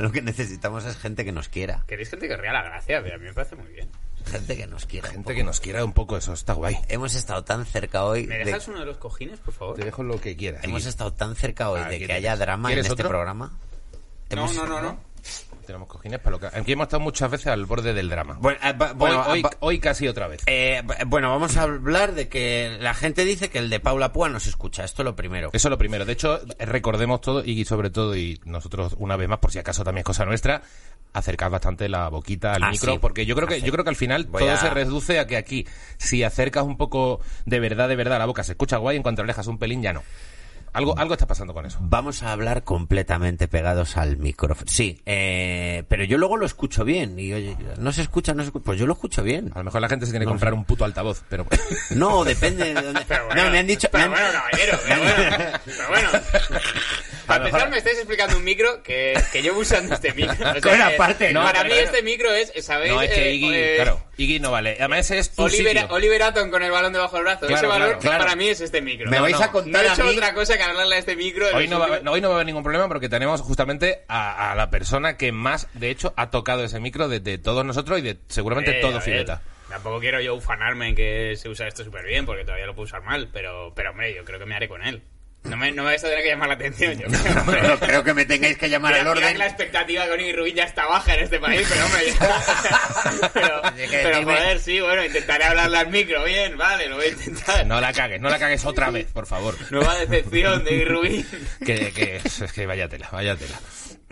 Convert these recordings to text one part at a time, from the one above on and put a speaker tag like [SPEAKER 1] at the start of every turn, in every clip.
[SPEAKER 1] lo que necesitamos es gente que nos quiera.
[SPEAKER 2] Queréis gente que ría la gracia, pero a mí me parece muy bien.
[SPEAKER 1] Gente que nos quiera. un
[SPEAKER 3] Gente
[SPEAKER 1] poco.
[SPEAKER 3] que nos quiera un poco, eso está guay.
[SPEAKER 1] Hemos estado tan cerca hoy.
[SPEAKER 2] ¿Me
[SPEAKER 1] de-
[SPEAKER 2] dejas uno de los cojines, por favor?
[SPEAKER 3] Te dejo lo que quieras.
[SPEAKER 1] Hemos
[SPEAKER 3] Aquí
[SPEAKER 1] estado tan cerca hoy
[SPEAKER 3] Ah,
[SPEAKER 1] de
[SPEAKER 3] aquí
[SPEAKER 1] que haya
[SPEAKER 3] tienes.
[SPEAKER 1] drama en
[SPEAKER 3] ¿Quieres
[SPEAKER 1] este
[SPEAKER 3] otro?
[SPEAKER 1] programa.
[SPEAKER 2] No,
[SPEAKER 1] Hemos-
[SPEAKER 2] no, no, no.
[SPEAKER 3] tenemos cojines para lo que... Aquí hemos estado muchas veces al borde del drama.
[SPEAKER 1] Bueno, eh, va- bueno,
[SPEAKER 3] hoy, hoy-
[SPEAKER 1] va-
[SPEAKER 3] hoy casi otra vez.
[SPEAKER 1] eh, va- bueno, vamos a hablar de que la gente dice que el de Paula Púa nos escucha. Esto es lo primero.
[SPEAKER 3] Eso es lo primero. De hecho, recordemos todo y sobre todo, y nosotros una vez más, por si acaso también es cosa nuestra, acercar bastante la boquita al
[SPEAKER 1] Ah,
[SPEAKER 3] micro,
[SPEAKER 1] sí.
[SPEAKER 3] porque yo creo que yo creo que al final
[SPEAKER 1] Voy
[SPEAKER 3] todo
[SPEAKER 1] a-
[SPEAKER 3] se reduce a que aquí, si acercas un poco de verdad, de verdad la boca, se escucha guay, en cuanto alejas un pelín ya no.
[SPEAKER 1] Mm.
[SPEAKER 3] Algo, algo está pasando con eso.
[SPEAKER 1] Vamos a hablar completamente pegados al micrófono. Sí, eh, pero yo luego lo escucho bien. Y oye, no se escucha, no se escucha. Pues yo lo escucho bien.
[SPEAKER 3] A lo mejor la gente se tiene que comprar un puto altavoz, pero
[SPEAKER 1] No, depende de dónde.
[SPEAKER 2] Pero bueno,
[SPEAKER 1] no, me han dicho.
[SPEAKER 2] Pero
[SPEAKER 1] me han-
[SPEAKER 2] bueno, caballero, pero bueno. Pero bueno. Para empezar, me estáis explicando un micro que, que llevo usando este micro. O sea,
[SPEAKER 1] Bueno,
[SPEAKER 2] que
[SPEAKER 1] aparte,
[SPEAKER 3] no,
[SPEAKER 2] para
[SPEAKER 3] pero
[SPEAKER 2] mí
[SPEAKER 3] claro.
[SPEAKER 2] este micro es, ¿sabéis?
[SPEAKER 3] no es que
[SPEAKER 2] Eh,
[SPEAKER 3] Iggy,
[SPEAKER 2] eh,
[SPEAKER 3] claro, Iggy no vale. Además ese es tu
[SPEAKER 2] Oliver,
[SPEAKER 3] sitio.
[SPEAKER 2] Oliver Atom con el balón debajo del brazo.
[SPEAKER 3] Claro,
[SPEAKER 2] Ese valor
[SPEAKER 3] claro, claro.
[SPEAKER 2] para mí es este micro.
[SPEAKER 1] Me
[SPEAKER 2] No,
[SPEAKER 1] vais
[SPEAKER 2] no.
[SPEAKER 1] a contar
[SPEAKER 2] No he
[SPEAKER 1] a
[SPEAKER 2] hecho
[SPEAKER 1] mí-
[SPEAKER 2] otra cosa que hablarle a este micro. en
[SPEAKER 3] Hoy
[SPEAKER 2] los
[SPEAKER 3] no, va, a haber-
[SPEAKER 2] últimos-
[SPEAKER 3] no, hoy no va a haber ningún problema porque tenemos justamente a, a la persona que más, de hecho, ha tocado ese micro de, de todos nosotros y de seguramente
[SPEAKER 2] Eh, a
[SPEAKER 3] todo
[SPEAKER 2] ver,
[SPEAKER 3] Fileta.
[SPEAKER 2] Tampoco quiero yo ufanarme en que se usa esto súper bien, porque todavía lo puedo usar mal, pero, pero hombre, yo creo que me haré con él. No me, no me vais a tener que llamar la atención, yo creo. hombre.
[SPEAKER 1] No creo que me tengáis que llamar
[SPEAKER 2] Mira-
[SPEAKER 1] al
[SPEAKER 2] mira
[SPEAKER 1] orden.
[SPEAKER 2] que la expectativa con Iggy Rubin ya está baja en este país, pero hombre, ya- pero,
[SPEAKER 1] Oye, que
[SPEAKER 2] pero
[SPEAKER 1] dime.
[SPEAKER 2] joder, sí, bueno, intentaré hablarle al micro, bien, vale, lo voy a intentar.
[SPEAKER 3] No la cagues, no la cagues otra vez, por favor.
[SPEAKER 2] Nueva decepción de Iggy Rubin.
[SPEAKER 3] Que, que, es que vaya tela, vaya tela.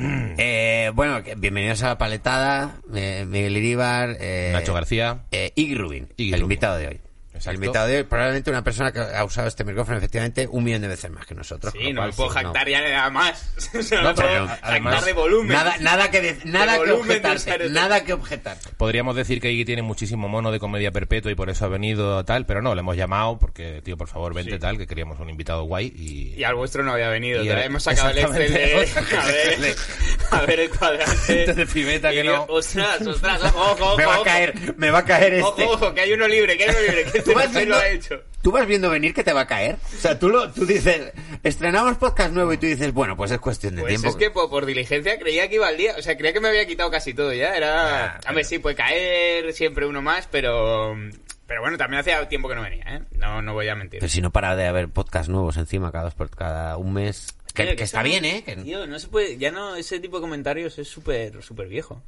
[SPEAKER 1] Eh, bueno, que- bienvenidos a la paletada. eh, Miguel Iríbar. eh,
[SPEAKER 3] Nacho García.
[SPEAKER 1] Eh, Iggy Rubin,
[SPEAKER 3] Iggy
[SPEAKER 1] el
[SPEAKER 3] Rubin.
[SPEAKER 1] invitado de hoy.
[SPEAKER 3] Exacto.
[SPEAKER 1] El invitado de hoy, probablemente una persona que ha usado este micrófono efectivamente un millón de veces más que nosotros.
[SPEAKER 2] Sí,
[SPEAKER 1] con lo
[SPEAKER 2] no
[SPEAKER 1] cual,
[SPEAKER 2] me puedo
[SPEAKER 1] sí,
[SPEAKER 2] jactar ya de nada más. Solo me
[SPEAKER 3] No,
[SPEAKER 2] puedo
[SPEAKER 3] pero
[SPEAKER 2] jactar
[SPEAKER 3] además-
[SPEAKER 2] de volumen.
[SPEAKER 1] Nada, nada que, de- nada que
[SPEAKER 2] volumen de usar
[SPEAKER 1] objetarse,
[SPEAKER 2] el-
[SPEAKER 1] nada que objetarse.
[SPEAKER 3] Podríamos decir que Iggy tiene muchísimo mono de comedia perpetua y por eso ha venido tal, pero no, le hemos llamado porque, tío, por favor, vente
[SPEAKER 2] Sí.
[SPEAKER 3] tal, que queríamos un invitado guay y...
[SPEAKER 2] Y al vuestro no había venido.
[SPEAKER 3] Y
[SPEAKER 2] otra
[SPEAKER 3] el-
[SPEAKER 2] vez hemos sacado el Excel de.
[SPEAKER 3] exactamente,
[SPEAKER 2] A ver, a ver el cuadrante.
[SPEAKER 3] Gente de pibeta
[SPEAKER 2] Y
[SPEAKER 3] que
[SPEAKER 2] digo,
[SPEAKER 3] no.
[SPEAKER 2] Ostras, ostras, ojo, ojo, ojo.
[SPEAKER 1] Me va a
[SPEAKER 2] ojo.
[SPEAKER 1] caer, me va a caer este.
[SPEAKER 2] Ojo, ojo, que hay uno libre, que hay uno libre. Que este
[SPEAKER 1] vas
[SPEAKER 2] no se lo ha hecho.
[SPEAKER 1] tú vas viendo venir que te va a caer. O sea, tú, lo, tú dices, estrenamos podcast nuevo y tú dices, bueno, pues es cuestión de
[SPEAKER 2] Pues
[SPEAKER 1] tiempo.
[SPEAKER 2] es que por, por diligencia creía que iba al día. O sea, creía que me había quitado casi todo ya. Era.
[SPEAKER 1] Ah,
[SPEAKER 2] a ver, sí, puede caer siempre uno más, pero. Pero bueno, también hacía tiempo que no venía, ¿eh? No, no voy a mentir.
[SPEAKER 1] Pero si no para de haber podcast nuevos encima cada dos por cada un mes. Que,
[SPEAKER 2] Tío,
[SPEAKER 1] que
[SPEAKER 2] eso
[SPEAKER 1] está
[SPEAKER 2] no-
[SPEAKER 1] bien, ¿eh? Que-
[SPEAKER 2] Tío, no se puede. Ya no, ese tipo de comentarios es súper, súper viejo.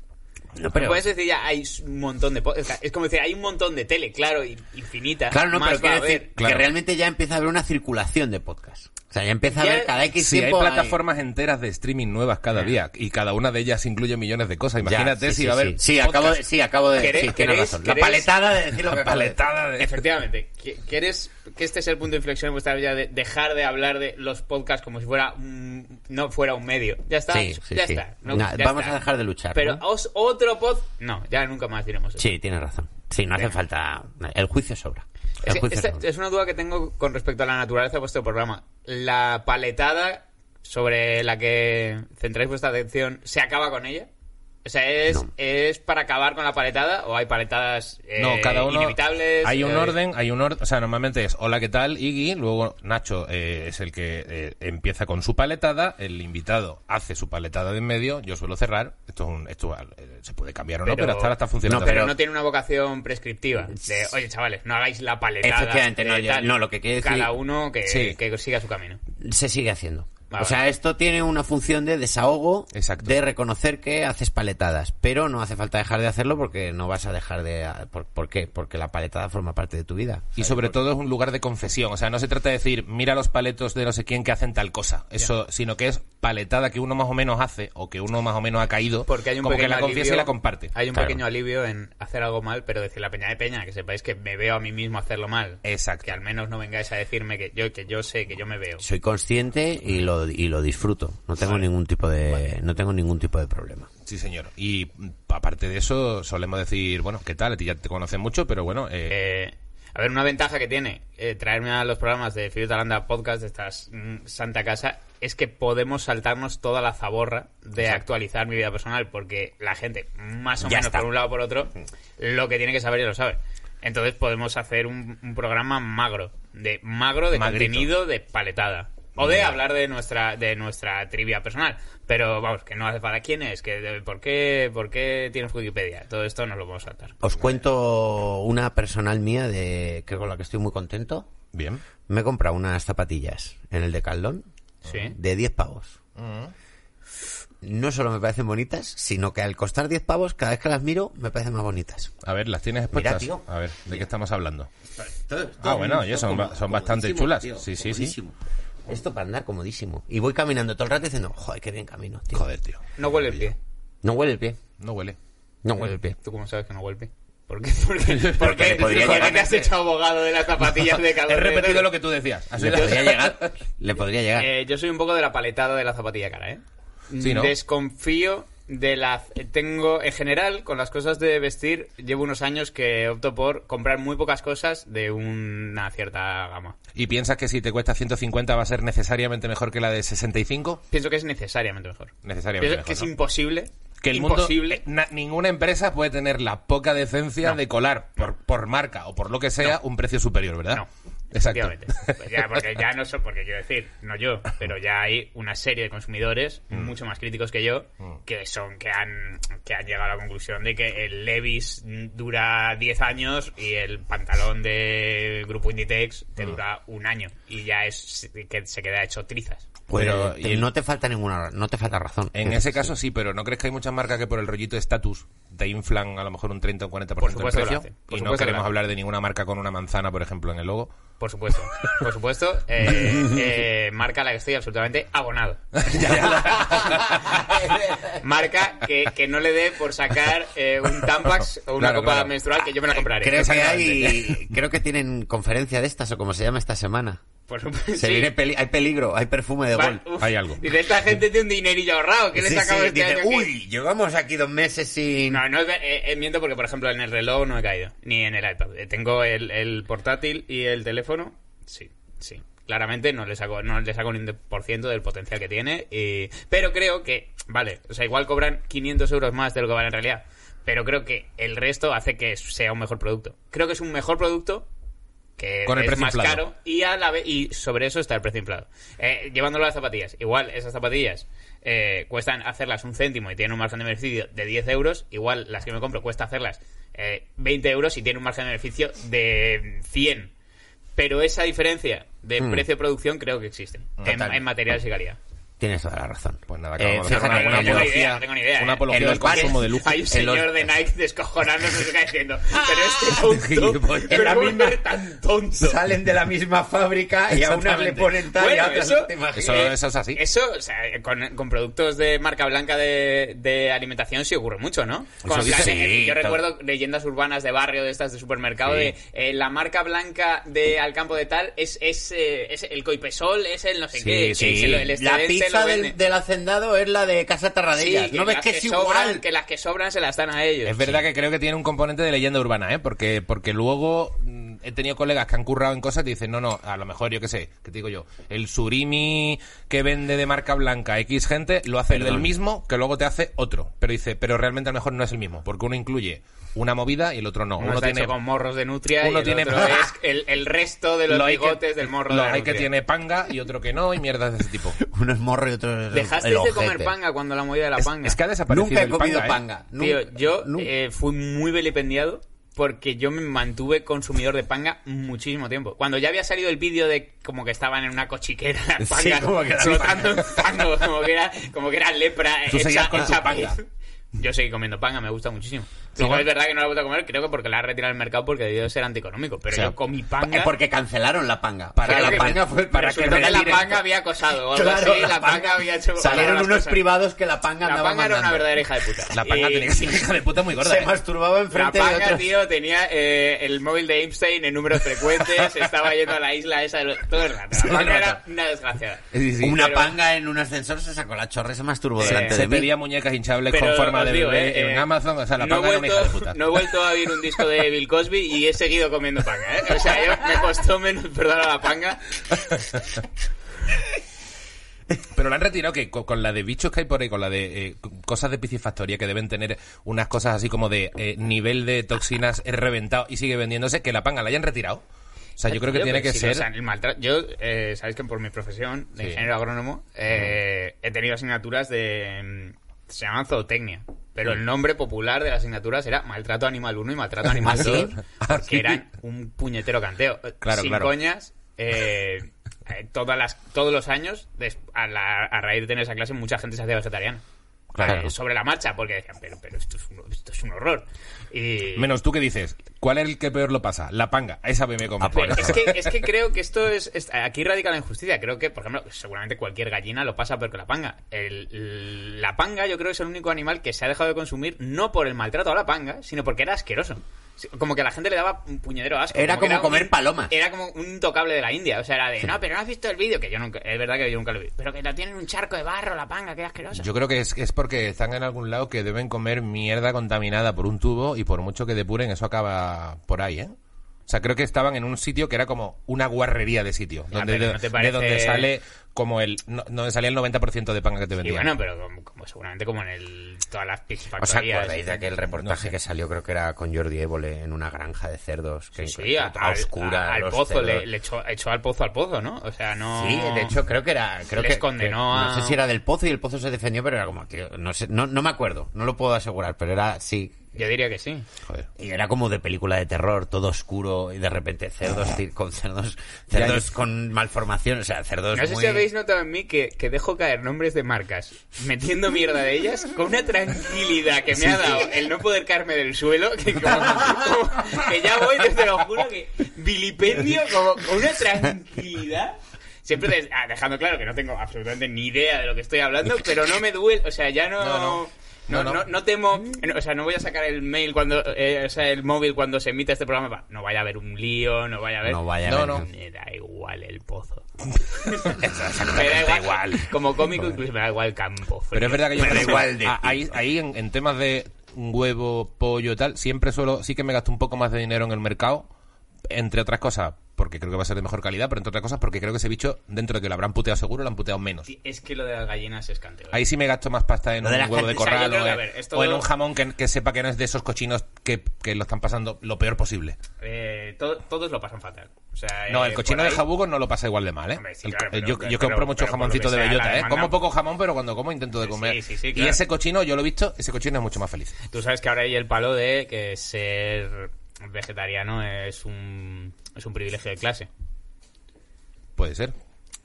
[SPEAKER 1] no,
[SPEAKER 2] Pero
[SPEAKER 1] pero-
[SPEAKER 2] puedes decir ya, hay un montón de... po- o sea, Es como decir, hay un montón de tele, claro, y- infinita.
[SPEAKER 1] Claro, no,
[SPEAKER 2] más
[SPEAKER 1] pero
[SPEAKER 2] va a
[SPEAKER 1] quiero
[SPEAKER 2] haber.
[SPEAKER 1] decir
[SPEAKER 3] claro.
[SPEAKER 1] que realmente ya empieza a haber una circulación de podcast. O sea, ya empieza a
[SPEAKER 2] Ya-
[SPEAKER 1] haber cada X
[SPEAKER 3] Si hay
[SPEAKER 1] tiempo.
[SPEAKER 3] plataformas enteras de streaming nuevas cada día y cada una de ellas incluye millones de cosas,
[SPEAKER 1] Ya,
[SPEAKER 3] imagínate
[SPEAKER 1] sí,
[SPEAKER 3] si
[SPEAKER 1] sí,
[SPEAKER 3] va a
[SPEAKER 1] sí.
[SPEAKER 3] haber...
[SPEAKER 1] Sí, acabo de, sí, acabo de.
[SPEAKER 2] ¿Queréis-
[SPEAKER 1] sí, tienes
[SPEAKER 2] queréis-
[SPEAKER 1] razón. La
[SPEAKER 2] queréis-
[SPEAKER 1] paletada de decir lo que
[SPEAKER 3] La
[SPEAKER 1] acabo de-
[SPEAKER 3] paletada de...
[SPEAKER 2] Efectivamente. ¿Qui- ¿Quieres que este sea el punto de inflexión en vuestra vida de dejar de hablar de los podcasts como si fuera un- no fuera un medio? Ya está,
[SPEAKER 1] Sí, sí,
[SPEAKER 2] ya
[SPEAKER 1] sí.
[SPEAKER 2] está. No,
[SPEAKER 1] Na-
[SPEAKER 2] ya
[SPEAKER 1] vamos
[SPEAKER 2] está.
[SPEAKER 1] a dejar de luchar.
[SPEAKER 2] Pero
[SPEAKER 1] ¿no?
[SPEAKER 2] os- otro pod... No, ya nunca más diremos eso.
[SPEAKER 1] Sí, tienes razón. Sí, no hace falta. El juicio sobra. El
[SPEAKER 2] Es, que
[SPEAKER 1] juicio
[SPEAKER 2] esta-
[SPEAKER 1] sobra.
[SPEAKER 2] este es una duda que tengo con respecto a la naturaleza de vuestro programa. ¿La paletada sobre la que centráis vuestra atención se acaba con ella? O sea, ¿es,
[SPEAKER 1] No.
[SPEAKER 2] es para acabar con la paletada o hay paletadas eh,
[SPEAKER 3] No, cada uno.
[SPEAKER 2] inevitables?
[SPEAKER 3] Hay un
[SPEAKER 2] Eh,
[SPEAKER 3] orden, hay un orden. O sea, normalmente es hola, ¿qué tal? Iggy. Luego Nacho eh, es el que eh, empieza con su paletada. El invitado hace su paletada de en medio. Yo suelo cerrar. Esto, es un, esto eh, se puede cambiar o no,
[SPEAKER 2] Pero-
[SPEAKER 3] pero hasta ahora está funcionando.
[SPEAKER 1] No,
[SPEAKER 2] Pero
[SPEAKER 1] pero-
[SPEAKER 2] no tiene una vocación prescriptiva. De, oye, chavales, no hagáis la paletada.
[SPEAKER 1] Efectivamente,
[SPEAKER 2] de
[SPEAKER 1] no, yo-
[SPEAKER 2] tal".
[SPEAKER 1] no, lo que quiere decir-
[SPEAKER 2] Cada uno que,
[SPEAKER 3] Sí.
[SPEAKER 2] que siga su camino.
[SPEAKER 1] Se sigue haciendo.
[SPEAKER 2] Vale.
[SPEAKER 1] O sea, esto tiene una función de desahogo,
[SPEAKER 3] Exacto.
[SPEAKER 1] de reconocer que haces paletadas, pero no hace falta dejar de hacerlo porque no vas a dejar de... ¿Por, por qué? Porque la paletada forma parte de tu vida.
[SPEAKER 3] Y sobre todo es un lugar de confesión. O sea, no se trata de decir, mira los paletos de no sé quién que hacen tal cosa. Eso, sino que es paletada que uno más o menos hace o que uno más o menos ha caído,
[SPEAKER 2] Porque hay un
[SPEAKER 3] como que
[SPEAKER 2] pequeño
[SPEAKER 3] la confiesa
[SPEAKER 2] alivio-
[SPEAKER 3] y la comparte.
[SPEAKER 2] Hay un
[SPEAKER 3] Claro.
[SPEAKER 2] pequeño alivio en hacer algo mal, pero decir la peña de peña, que sepáis que me veo a mí mismo hacerlo mal.
[SPEAKER 3] Exacto.
[SPEAKER 2] Que al menos no vengáis a decirme que yo, que yo sé, que yo me veo.
[SPEAKER 1] Soy consciente y lo, y lo disfruto. No tengo ningún tipo de no tengo ningún tipo de problema.
[SPEAKER 3] Sí, señor. Y mm, aparte de eso, solemos decir, bueno, ¿qué tal? A ti ya te conocen mucho, pero bueno, eh,
[SPEAKER 2] Eh, a ver, una ventaja que tiene eh, traerme a los programas de Filipe Talanda Podcast de estas mm, Santa Casa es que podemos saltarnos toda la zaborra de actualizar mi vida personal, porque la gente, más o
[SPEAKER 1] Ya
[SPEAKER 2] menos
[SPEAKER 1] está. Mm.
[SPEAKER 2] por un lado o por otro, lo que tiene que saber ya lo sabe. Entonces podemos hacer un, un programa magro, de magro de
[SPEAKER 3] Magrito.
[SPEAKER 2] contenido de paletada. O de hablar de nuestra de nuestra trivia personal. Pero vamos, que no hace falta quién es, que de- por qué, por qué tienes Wikipedia. Todo esto nos lo podemos saltar.
[SPEAKER 1] Os cuento una personal mía de que con la que estoy muy contento.
[SPEAKER 3] bien.
[SPEAKER 1] Me he comprado unas zapatillas en el de Caldón
[SPEAKER 2] Sí.
[SPEAKER 1] de 10 pavos.
[SPEAKER 3] Mm.
[SPEAKER 1] No solo me parecen bonitas, sino que al costar 10 pavos, cada vez que las miro, me parecen más bonitas.
[SPEAKER 3] A ver, ¿las tienes expuestas?
[SPEAKER 1] tío.
[SPEAKER 3] a ver, ¿de qué estamos hablando? Ah, bueno, oye, son, ba- son bastante chulas. sí, sí, sí.
[SPEAKER 1] Esto para andar comodísimo. Y voy caminando todo el rato diciendo, joder, qué bien camino, tío.
[SPEAKER 3] Joder, tío.
[SPEAKER 2] No huele el pie.
[SPEAKER 1] No huele el pie.
[SPEAKER 3] No huele.
[SPEAKER 1] No huele el pie.
[SPEAKER 2] Eh,
[SPEAKER 3] Eh,
[SPEAKER 2] ¿Tú cómo sabes que no huele el pie? ¿Por qué? ¿Por qué? ¿Por
[SPEAKER 3] Porque
[SPEAKER 2] qué?
[SPEAKER 3] le podría
[SPEAKER 2] ¿Por qué
[SPEAKER 3] llegar
[SPEAKER 2] te has hecho abogado de las zapatillas de calor?
[SPEAKER 3] He repetido lo que tú decías. Ha
[SPEAKER 1] Le
[SPEAKER 3] sido-
[SPEAKER 1] podría llegar. Le podría llegar.
[SPEAKER 2] Eh, yo soy un poco de la paletada de la zapatilla cara, ¿eh?
[SPEAKER 3] Sí, ¿no?
[SPEAKER 2] Desconfío de la... Tengo, en general, con las cosas de vestir, llevo unos años que opto por comprar muy pocas cosas de una cierta gama.
[SPEAKER 3] ¿Y piensas que si te cuesta 150 va a ser necesariamente mejor que la de 65?
[SPEAKER 2] Pienso que es necesariamente mejor. Pienso
[SPEAKER 3] Necesariamente mejor,
[SPEAKER 2] que es
[SPEAKER 3] ¿no?
[SPEAKER 2] imposible.
[SPEAKER 3] Que el
[SPEAKER 2] imposible.
[SPEAKER 3] mundo, eh, na- ninguna empresa puede tener la poca decencia de colar por, por marca o por lo que sea un precio superior, ¿verdad?
[SPEAKER 2] No.
[SPEAKER 3] Exacto.
[SPEAKER 2] Efectivamente. Pues ya, porque ya no so- porque quiero decir, no yo, pero ya hay una serie de consumidores
[SPEAKER 3] Mm.
[SPEAKER 2] mucho más críticos que yo que son que han que han llegado a la conclusión de que el Levis dura 10 años y el pantalón de grupo Inditex te
[SPEAKER 3] Mm.
[SPEAKER 2] dura un año y ya es que se queda hecho trizas.
[SPEAKER 1] Pues
[SPEAKER 3] Pero,
[SPEAKER 1] te-
[SPEAKER 3] eh, y el-
[SPEAKER 1] no te falta ninguna, no te falta razón.
[SPEAKER 3] En este ese caso sí, pero ¿no crees que hay muchas marcas que por el rollito estatus te inflan a lo mejor un 30 o 40%
[SPEAKER 2] Por
[SPEAKER 3] del
[SPEAKER 2] supuesto que lo
[SPEAKER 3] precio?
[SPEAKER 2] hacen. Por
[SPEAKER 3] Y no
[SPEAKER 2] supuesto que lo
[SPEAKER 3] queremos
[SPEAKER 2] hacen.
[SPEAKER 3] hablar de ninguna marca con una manzana, por ejemplo, en el logo.
[SPEAKER 2] Por supuesto, por supuesto, eh, eh, marca a la que estoy absolutamente abonado. marca que, que no le dé por sacar eh, un Tampax o una
[SPEAKER 3] Claro,
[SPEAKER 2] copa
[SPEAKER 3] claro.
[SPEAKER 2] menstrual que yo me la compraré.
[SPEAKER 1] creo que hay,
[SPEAKER 3] Exactamente.
[SPEAKER 1] creo que tienen conferencia de estas o como se llama esta semana.
[SPEAKER 2] Por supuesto,
[SPEAKER 1] Se
[SPEAKER 2] sí.
[SPEAKER 1] viene peli- hay peligro, hay perfume de
[SPEAKER 2] Va- uh,
[SPEAKER 1] gol.
[SPEAKER 2] uf,
[SPEAKER 3] Hay algo.
[SPEAKER 2] Dice, esta gente tiene un dinerillo ahorrado, que le
[SPEAKER 1] Sí,
[SPEAKER 2] he sacado
[SPEAKER 1] sí,
[SPEAKER 2] este
[SPEAKER 1] dice,
[SPEAKER 2] año aquí".
[SPEAKER 1] uy, llevamos aquí dos meses sin.
[SPEAKER 2] No, no, eh, eh, miento porque, por ejemplo, en el reloj no he caído, ni en el iPad. Eh, Tengo el, el portátil y el teléfono, sí, sí. Claramente no le saco, no le saco ni un por ciento del potencial que tiene, y- pero creo que, vale, o sea, igual cobran 500 euros más de lo que vale en realidad, pero creo que el resto hace que sea un mejor producto. Creo que es un mejor producto que
[SPEAKER 3] Con el
[SPEAKER 2] es
[SPEAKER 3] precio
[SPEAKER 2] más
[SPEAKER 3] inflado.
[SPEAKER 2] caro y a la vez- y sobre eso está el precio inflado. Eh, llevándolo a las zapatillas, igual esas zapatillas eh, cuestan hacerlas un céntimo y tienen un margen de beneficio de 10 euros, igual las que me compro cuesta hacerlas eh, 20 euros y tienen un margen de beneficio de 100. Pero esa diferencia de
[SPEAKER 3] Hmm.
[SPEAKER 2] precio de producción creo que existe en,
[SPEAKER 1] Total.
[SPEAKER 2] en materiales y calidad.
[SPEAKER 1] Tienes toda la razón.
[SPEAKER 3] Pues nada,
[SPEAKER 1] Eh,
[SPEAKER 3] acabamos de
[SPEAKER 1] fíjate,
[SPEAKER 3] hacer una
[SPEAKER 1] en
[SPEAKER 2] no
[SPEAKER 1] los-
[SPEAKER 2] tengo ni idea, no tengo ni idea,
[SPEAKER 3] una
[SPEAKER 2] eh.
[SPEAKER 3] apología
[SPEAKER 1] En los
[SPEAKER 3] del consumo
[SPEAKER 1] bares
[SPEAKER 3] de lujo.
[SPEAKER 2] Hay un
[SPEAKER 1] En los-
[SPEAKER 2] señor de Nike descojonándose que está diciendo, pero este tonto,
[SPEAKER 3] Gilipollas.
[SPEAKER 2] pero
[SPEAKER 1] La
[SPEAKER 2] ¿cómo
[SPEAKER 1] misma-
[SPEAKER 2] es tan tonto.
[SPEAKER 1] Salen de la misma fábrica y a unas le
[SPEAKER 3] Exactamente.
[SPEAKER 1] ponen tal y a
[SPEAKER 2] Bueno,
[SPEAKER 1] otras
[SPEAKER 2] eso-
[SPEAKER 1] te imaginas.
[SPEAKER 3] Eso, eso es así.
[SPEAKER 2] Eh, Eso, o sea, con, con productos de marca blanca de, de alimentación sí ocurre mucho, ¿no? Con
[SPEAKER 3] Eso dice-
[SPEAKER 2] las-
[SPEAKER 3] sí,
[SPEAKER 2] yo
[SPEAKER 3] todo.
[SPEAKER 2] recuerdo leyendas urbanas de barrio, de estas de supermercado,
[SPEAKER 3] Sí.
[SPEAKER 2] de eh, la marca blanca de al campo de tal es, es, eh, es el coipesol, es el no sé
[SPEAKER 3] Sí,
[SPEAKER 2] qué. que
[SPEAKER 3] sí.
[SPEAKER 2] se lo- el
[SPEAKER 1] La
[SPEAKER 2] excedente
[SPEAKER 1] pizza
[SPEAKER 2] lo
[SPEAKER 1] del,
[SPEAKER 2] Este vende.
[SPEAKER 1] del hacendado es la de Casa
[SPEAKER 2] Sí,
[SPEAKER 1] Tarradellas. ¿No ves
[SPEAKER 2] las
[SPEAKER 1] que es
[SPEAKER 2] sobran-
[SPEAKER 1] igual?
[SPEAKER 2] que las que sobran se las dan a ellos.
[SPEAKER 3] Es verdad que creo que tiene un componente de leyenda urbana, ¿eh? Porque, porque luego mm, he tenido colegas que han currado en cosas y dicen, no, no, a lo mejor, yo qué sé, ¿qué te digo yo? El surimi que vende de marca blanca X gente lo hace el del mismo que luego te hace otro. Pero dice, pero realmente a lo mejor no es el mismo, porque uno incluye una movida y el otro no.
[SPEAKER 2] Uno,
[SPEAKER 3] Uno
[SPEAKER 2] está
[SPEAKER 3] tiene
[SPEAKER 2] hecho con morros de nutria
[SPEAKER 3] uno
[SPEAKER 2] y el
[SPEAKER 3] tiene-
[SPEAKER 2] otro es el, el resto de los
[SPEAKER 3] lo hay que-
[SPEAKER 2] bigotes del morro
[SPEAKER 3] lo
[SPEAKER 2] de la
[SPEAKER 3] hay que
[SPEAKER 2] nutria.
[SPEAKER 3] tiene panga y otro que no y mierdas de ese tipo.
[SPEAKER 1] Uno es morro y otro es
[SPEAKER 2] Dejasteis
[SPEAKER 1] el
[SPEAKER 2] de
[SPEAKER 1] ojete.
[SPEAKER 2] comer panga cuando la movida de la panga.
[SPEAKER 3] Es que ha desaparecido
[SPEAKER 1] Nunca he
[SPEAKER 3] el
[SPEAKER 1] comido
[SPEAKER 3] panga, ¿eh?
[SPEAKER 1] panga.
[SPEAKER 2] Tío,
[SPEAKER 1] Nunca-
[SPEAKER 2] yo
[SPEAKER 1] nunca.
[SPEAKER 2] eh, fui muy vilipendiado porque yo me mantuve consumidor de panga muchísimo tiempo. Cuando ya había salido el vídeo de como que estaban en una cochiquera las
[SPEAKER 1] Sí,
[SPEAKER 2] pangas
[SPEAKER 1] como que eran
[SPEAKER 2] flotando en fango, como que era, como que era lepra.
[SPEAKER 3] Tú
[SPEAKER 2] hecha-
[SPEAKER 3] seguías con tu
[SPEAKER 2] hecha-
[SPEAKER 3] panga.
[SPEAKER 2] Yo seguí comiendo panga, me gusta muchísimo. Luego es verdad que no la he vuelto a comer, creo que porque la han retirado del mercado porque debió de ser antieconómico. Pero
[SPEAKER 3] O sea,
[SPEAKER 2] yo comí
[SPEAKER 1] Eh,
[SPEAKER 2] panga.
[SPEAKER 1] Porque cancelaron la panga. Para
[SPEAKER 2] Creo
[SPEAKER 1] la
[SPEAKER 2] que-
[SPEAKER 1] panga fue
[SPEAKER 2] pero
[SPEAKER 1] para que
[SPEAKER 2] resultó que la
[SPEAKER 1] retiren.
[SPEAKER 2] panga había acosado. O algo
[SPEAKER 1] Claro,
[SPEAKER 2] así, la, panga, había hecho.
[SPEAKER 1] Salieron
[SPEAKER 2] las
[SPEAKER 1] unos
[SPEAKER 2] cosas.
[SPEAKER 1] privados que la panga
[SPEAKER 2] La
[SPEAKER 1] andaba
[SPEAKER 2] panga era una
[SPEAKER 1] mandando.
[SPEAKER 2] verdadera hija de puta. Eh,
[SPEAKER 3] La panga
[SPEAKER 2] Y-
[SPEAKER 3] tenía que ser hija de puta muy gorda.
[SPEAKER 1] Se
[SPEAKER 3] ¿eh?
[SPEAKER 1] masturbaba
[SPEAKER 2] La
[SPEAKER 1] enfrente de
[SPEAKER 2] panga,
[SPEAKER 1] otros.
[SPEAKER 2] tío, tenía eh, el móvil de Einstein en números frecuentes, estaba yendo a la isla esa de- todo el rato. La
[SPEAKER 1] todo el
[SPEAKER 2] panga era
[SPEAKER 1] rato.
[SPEAKER 2] una desgraciada.
[SPEAKER 3] Sí, sí.
[SPEAKER 1] una
[SPEAKER 2] pero-
[SPEAKER 1] panga en un ascensor se sacó la chorra y se masturbó
[SPEAKER 2] Sí.
[SPEAKER 1] delante
[SPEAKER 3] Se
[SPEAKER 1] de mí.
[SPEAKER 3] pedía muñecas hinchables
[SPEAKER 2] Pero
[SPEAKER 3] con forma
[SPEAKER 2] os
[SPEAKER 3] de
[SPEAKER 2] digo,
[SPEAKER 3] bebé
[SPEAKER 2] eh,
[SPEAKER 3] en
[SPEAKER 2] eh,
[SPEAKER 3] Amazon. O sea, la
[SPEAKER 2] no he
[SPEAKER 3] panga era una hija de
[SPEAKER 2] vuelto-
[SPEAKER 3] puta.
[SPEAKER 2] No he vuelto a oír un disco de Bill Cosby y he seguido comiendo panga, ¿eh? O sea, yo me costó menos perdonar a la panga.
[SPEAKER 3] Pero la han retirado que co- con, la de bichos que hay por ahí, con la de eh, co- cosas de piscifactoría que deben tener unas cosas así como de eh, nivel de toxinas reventado y sigue vendiéndose, que la panga la hayan retirado. O sea, yo creo que
[SPEAKER 2] Yo,
[SPEAKER 3] tiene
[SPEAKER 2] pero
[SPEAKER 3] que
[SPEAKER 2] sí,
[SPEAKER 3] ser.
[SPEAKER 2] o sea, el maltrato- Yo, eh, sabéis que por mi profesión de
[SPEAKER 3] Sí.
[SPEAKER 2] ingeniero agrónomo, eh, he tenido asignaturas de. mm, Se llaman zootecnia. Pero el nombre popular de las asignaturas era Maltrato Animal 1 y Maltrato Animal
[SPEAKER 1] ¿Ah, sí?
[SPEAKER 2] 2.
[SPEAKER 3] ¿Ah, sí?
[SPEAKER 2] Porque eran un puñetero canteo. Eh,
[SPEAKER 3] Claro,
[SPEAKER 2] Sin
[SPEAKER 3] claro.
[SPEAKER 2] coñas. eh, eh, todas las, todos los años, des- a, la- a raíz de tener esa clase, mucha gente se hacía vegetariana.
[SPEAKER 3] Claro.
[SPEAKER 2] Eh, sobre la marcha, porque decían, pero, pero esto, es un, esto es un horror. Y,
[SPEAKER 3] Menos tú que dices, ¿cuál es el que peor lo pasa? La panga, a esa me come.
[SPEAKER 1] Ah, pues.
[SPEAKER 2] Pero es que, es que creo que esto es, es- Aquí radica la injusticia. Creo que, por ejemplo, seguramente cualquier gallina lo pasa peor que la panga. El- la panga, yo creo que es el único animal que se ha dejado de consumir no por el maltrato a la panga, sino porque era asqueroso. Sí, Como que a la gente le daba un puñedero asco.
[SPEAKER 1] Era
[SPEAKER 2] que
[SPEAKER 1] como comer palomas.
[SPEAKER 2] Era como un intocable de la India. O sea, era de, no, pero no has visto el vídeo. Que yo nunca. Es verdad que yo nunca lo vi. Pero que la tienen un charco de barro, la panga, que asqueroso.
[SPEAKER 3] Yo creo que es, es porque están en algún lado que deben comer mierda contaminada por un tubo y por mucho que depuren, eso acaba por ahí, ¿eh? O sea, creo que estaban en un sitio que era como una guarrería de sitio,
[SPEAKER 2] Ya,
[SPEAKER 3] donde,
[SPEAKER 2] pero
[SPEAKER 3] de,
[SPEAKER 2] ¿no te
[SPEAKER 3] de
[SPEAKER 2] parece-
[SPEAKER 3] donde sale como el no, donde salía el 90% de panga que te
[SPEAKER 2] y
[SPEAKER 3] vendían.
[SPEAKER 2] bueno, pero como, como seguramente como en el, todas las
[SPEAKER 1] ¿Os
[SPEAKER 2] piscifactorías.
[SPEAKER 1] acordáis de aquel reportaje que salió, creo que era con Jordi Évole, en una granja de cerdos? Que
[SPEAKER 2] Sí, Pues a,
[SPEAKER 1] a oscura,
[SPEAKER 2] al,
[SPEAKER 1] los
[SPEAKER 2] pozo, le,
[SPEAKER 1] cerdos?
[SPEAKER 2] le echó, echó al pozo al pozo, ¿no? O sea, no...
[SPEAKER 1] Sí, de hecho creo que era... Creo
[SPEAKER 2] Les
[SPEAKER 1] que,
[SPEAKER 2] condenó
[SPEAKER 1] que-
[SPEAKER 2] a-
[SPEAKER 1] No sé si era del pozo y el pozo se defendió, pero era como, tío, no, sé, no, no me acuerdo, no lo puedo asegurar, pero era, sí,
[SPEAKER 2] Yo diría que sí.
[SPEAKER 3] Joder.
[SPEAKER 1] Y era como de película de terror, todo oscuro y de repente
[SPEAKER 2] Ah.
[SPEAKER 1] cerdos ti- con cerdos,
[SPEAKER 3] Ya,
[SPEAKER 1] cerdos con malformación, o sea, cerdos
[SPEAKER 2] No sé
[SPEAKER 1] muy...
[SPEAKER 2] si habéis notado en mí que, que dejo caer nombres de marcas, metiendo mierda de ellas, con una tranquilidad que me ha dado el no poder caerme del suelo, que, como- como- que ya voy, desde lo juro, que vilipendio como con una tranquilidad. Siempre des- ah, dejando claro que no tengo absolutamente ni idea de lo que estoy hablando, pero no me duele, o sea, ya no...
[SPEAKER 3] No, no.
[SPEAKER 2] No,
[SPEAKER 3] No,
[SPEAKER 2] no,
[SPEAKER 3] no.
[SPEAKER 2] no temo, no, o sea, no voy a sacar el mail cuando, eh, o sea, el móvil cuando se emita este programa. pa- No vaya a haber un lío, no vaya a haber.
[SPEAKER 1] No vaya a
[SPEAKER 3] No,
[SPEAKER 1] ver,
[SPEAKER 3] no.
[SPEAKER 2] Me da igual el pozo. Me
[SPEAKER 1] Exactamente
[SPEAKER 2] da igual.
[SPEAKER 1] igual.
[SPEAKER 2] Como cómico, incluso me da igual campo. frío.
[SPEAKER 3] Pero es verdad que yo
[SPEAKER 1] Me da
[SPEAKER 3] por ejemplo,
[SPEAKER 1] igual de
[SPEAKER 3] a- ahí, ahí en, en temas de huevo, pollo y tal, siempre suelo, sí que me gasto un poco más de dinero en el mercado, entre otras cosas, porque creo que va a ser de mejor calidad, pero entre otras cosas porque creo que ese bicho, dentro de que lo habrán puteado seguro, lo han puteado menos.
[SPEAKER 2] Sí, Es que lo de las gallinas es canteo.
[SPEAKER 3] Ahí sí me gasto más pasta en
[SPEAKER 1] Lo
[SPEAKER 3] un
[SPEAKER 1] de la
[SPEAKER 3] huevo de
[SPEAKER 1] gente-
[SPEAKER 2] o sea, yo
[SPEAKER 3] corral
[SPEAKER 2] creo
[SPEAKER 3] o,
[SPEAKER 2] que, a
[SPEAKER 3] en-
[SPEAKER 2] ver, esto-
[SPEAKER 3] o en un jamón que, que sepa que no es de esos cochinos que, que lo están pasando lo peor posible.
[SPEAKER 2] Eh, to- todos lo pasan fatal. O sea,
[SPEAKER 3] No,
[SPEAKER 2] eh,
[SPEAKER 3] el cochino
[SPEAKER 2] por
[SPEAKER 3] de
[SPEAKER 2] ahí-
[SPEAKER 3] jabugo no lo pasa igual de mal, ¿eh?
[SPEAKER 2] Hombre, sí,
[SPEAKER 3] El-
[SPEAKER 2] claro, pero-
[SPEAKER 3] yo
[SPEAKER 2] pero-
[SPEAKER 3] yo compro
[SPEAKER 2] pero-
[SPEAKER 3] mucho
[SPEAKER 2] pero por lo
[SPEAKER 3] jamoncito
[SPEAKER 2] que
[SPEAKER 3] de
[SPEAKER 2] sea, la
[SPEAKER 3] bellota, ¿eh?
[SPEAKER 2] demanda-
[SPEAKER 3] Como poco jamón, pero cuando como intento de
[SPEAKER 2] Sí,
[SPEAKER 3] comer.
[SPEAKER 2] sí, sí,
[SPEAKER 3] Y
[SPEAKER 2] claro.
[SPEAKER 3] ese cochino, yo lo he visto, ese cochino es mucho más feliz.
[SPEAKER 2] Tú sabes que ahora hay el palo de que ser vegetariano es un, es un privilegio de clase.
[SPEAKER 3] Puede ser.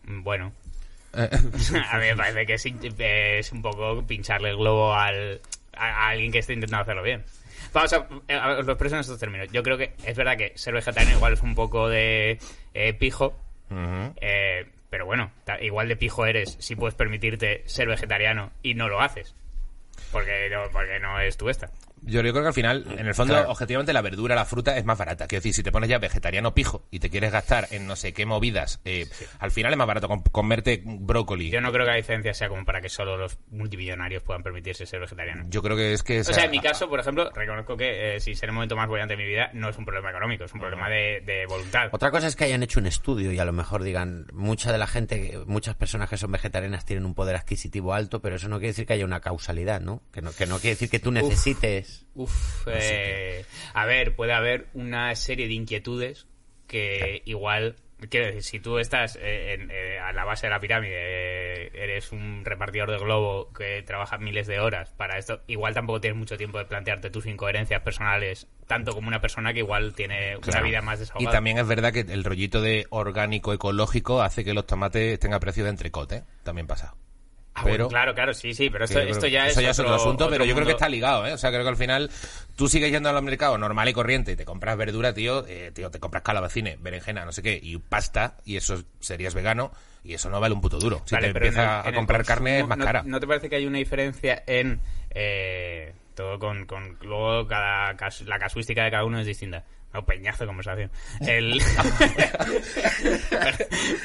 [SPEAKER 2] Bueno. a mí me parece que es, in- es un poco pincharle el globo al, a, a alguien que esté intentando hacerlo bien. Vamos a, eh, a ver, os lo expreso en estos términos. Yo creo que es verdad que ser vegetariano igual es un poco de eh, pijo, eh, pero bueno, ta- igual de pijo eres si puedes permitirte ser vegetariano y no lo haces. Porque no, porque no es tu esta.
[SPEAKER 3] Yo creo que al final, en el fondo,
[SPEAKER 1] Claro.
[SPEAKER 3] objetivamente, la verdura, la fruta es más barata. Quiero decir, si te pones ya vegetariano pijo y te quieres gastar en no sé qué movidas, eh, al final es más barato com- comerte brócoli.
[SPEAKER 2] Yo no creo que la diferencia sea como para que solo los multimillonarios puedan permitirse ser vegetarianos.
[SPEAKER 3] Yo creo que es que...
[SPEAKER 2] O sea, en mi caso, por ejemplo, reconozco que eh, si ser el momento más bollante de mi vida no es un problema económico, es un problema de, de voluntad.
[SPEAKER 1] Otra cosa es que hayan hecho un estudio y a lo mejor digan, mucha de la gente, muchas personas que son vegetarianas tienen un poder adquisitivo alto, pero eso no quiere decir que haya una causalidad, ¿no? Que no, que no quiere decir que tú necesites...
[SPEAKER 2] Uf, eh, a ver, puede haber una serie de inquietudes que igual, quiero decir, si tú estás eh, en, eh, a la base de la pirámide, eh, eres un repartidor de globo que trabaja miles de horas para esto, igual tampoco tienes mucho tiempo de plantearte tus incoherencias personales, tanto como una persona que igual tiene una vida más
[SPEAKER 3] Y
[SPEAKER 2] desahogada.
[SPEAKER 3] también es verdad que el rollito de orgánico ecológico hace que los tomates estén a precio de entrecot, ¿eh? También pasa.
[SPEAKER 2] Ah,
[SPEAKER 3] pero
[SPEAKER 2] bueno, claro, claro, sí, sí, pero esto,
[SPEAKER 3] que yo
[SPEAKER 2] esto
[SPEAKER 3] creo-
[SPEAKER 2] ya,
[SPEAKER 3] eso
[SPEAKER 2] es,
[SPEAKER 3] ya es otro, asunto, pero yo creo que
[SPEAKER 2] mundo.
[SPEAKER 3] está ligado, ¿eh? O sea, creo que al final tú sigues yendo al mercado normal y corriente y te compras verdura, tío, eh, tío, te compras calabacines, berenjena, no sé qué, y pasta, y eso serías vegano, y eso no vale un puto duro. Si
[SPEAKER 2] Vale,
[SPEAKER 3] te
[SPEAKER 2] pero en
[SPEAKER 3] empiezas
[SPEAKER 2] el- en
[SPEAKER 3] a
[SPEAKER 2] el
[SPEAKER 3] comprar carne es
[SPEAKER 2] consumo,
[SPEAKER 3] más
[SPEAKER 2] ¿no-
[SPEAKER 3] cara.
[SPEAKER 2] ¿No te parece que hay una diferencia en eh, todo con, con luego cada cas- la casuística de cada uno es distinta? No, peñazo de conversación. El... pero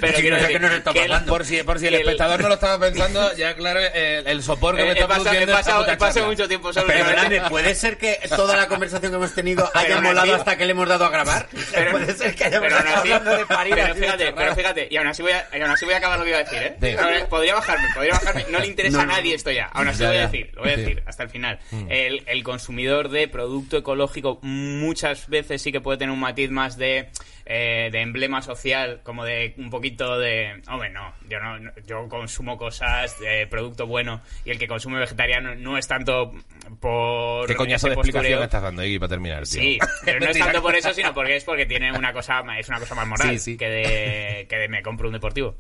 [SPEAKER 2] pero
[SPEAKER 3] Sí,
[SPEAKER 2] quiero
[SPEAKER 3] no sé
[SPEAKER 2] decir
[SPEAKER 3] qué nos está
[SPEAKER 2] que el-
[SPEAKER 3] pasando. por si, por si el
[SPEAKER 2] que
[SPEAKER 3] espectador no lo estaba pensando, ya claro, el, el sopor que
[SPEAKER 2] He-
[SPEAKER 3] me
[SPEAKER 2] he
[SPEAKER 3] está
[SPEAKER 2] pasado- he
[SPEAKER 3] produciendo esta
[SPEAKER 2] pasado-
[SPEAKER 3] puta
[SPEAKER 2] he pasado
[SPEAKER 3] charla.
[SPEAKER 2] eh, mucho tiempo solo.
[SPEAKER 1] Pero Hernández, ¿puede ser que toda la conversación que hemos tenido
[SPEAKER 2] Pero
[SPEAKER 1] haya
[SPEAKER 2] aún así-
[SPEAKER 1] molado hasta que le hemos dado a grabar?
[SPEAKER 2] Pero-
[SPEAKER 1] puede ser que hayamos
[SPEAKER 2] Pero aún
[SPEAKER 1] estado
[SPEAKER 2] así,
[SPEAKER 1] hablando de parir
[SPEAKER 2] pero
[SPEAKER 1] así de
[SPEAKER 2] fíjate,
[SPEAKER 1] chorrada.
[SPEAKER 2] pero fíjate, y aún así, voy a, y aún así voy a acabar lo que iba a decir, ¿eh?
[SPEAKER 3] Sí.
[SPEAKER 2] Ahora, Podría bajarme, podría bajarme, no le interesa a nadie esto ya, aún así
[SPEAKER 3] Ya,
[SPEAKER 2] lo voy a
[SPEAKER 3] ya.
[SPEAKER 2] decir, lo voy a
[SPEAKER 3] Sí. Mm.
[SPEAKER 2] decir hasta el final. El, el consumidor de producto ecológico muchas veces sí que puede tener un matiz más de, eh, de emblema social, como de un poquito de, hombre, no, yo, no, no- yo consumo cosas de producto bueno y el que consume vegetariano no es tanto por...
[SPEAKER 3] ¿Qué coñazo
[SPEAKER 2] Eh,
[SPEAKER 3] de
[SPEAKER 2] ese
[SPEAKER 3] explicación
[SPEAKER 2] postureo.
[SPEAKER 3] me estás dando, Iggy, para terminar, tío?
[SPEAKER 2] Sí, pero no es tanto por eso, sino porque es porque tiene una cosa, ma- es una cosa más moral
[SPEAKER 3] Sí, sí.
[SPEAKER 2] que de que de me compro un deportivo.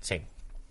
[SPEAKER 1] Sí.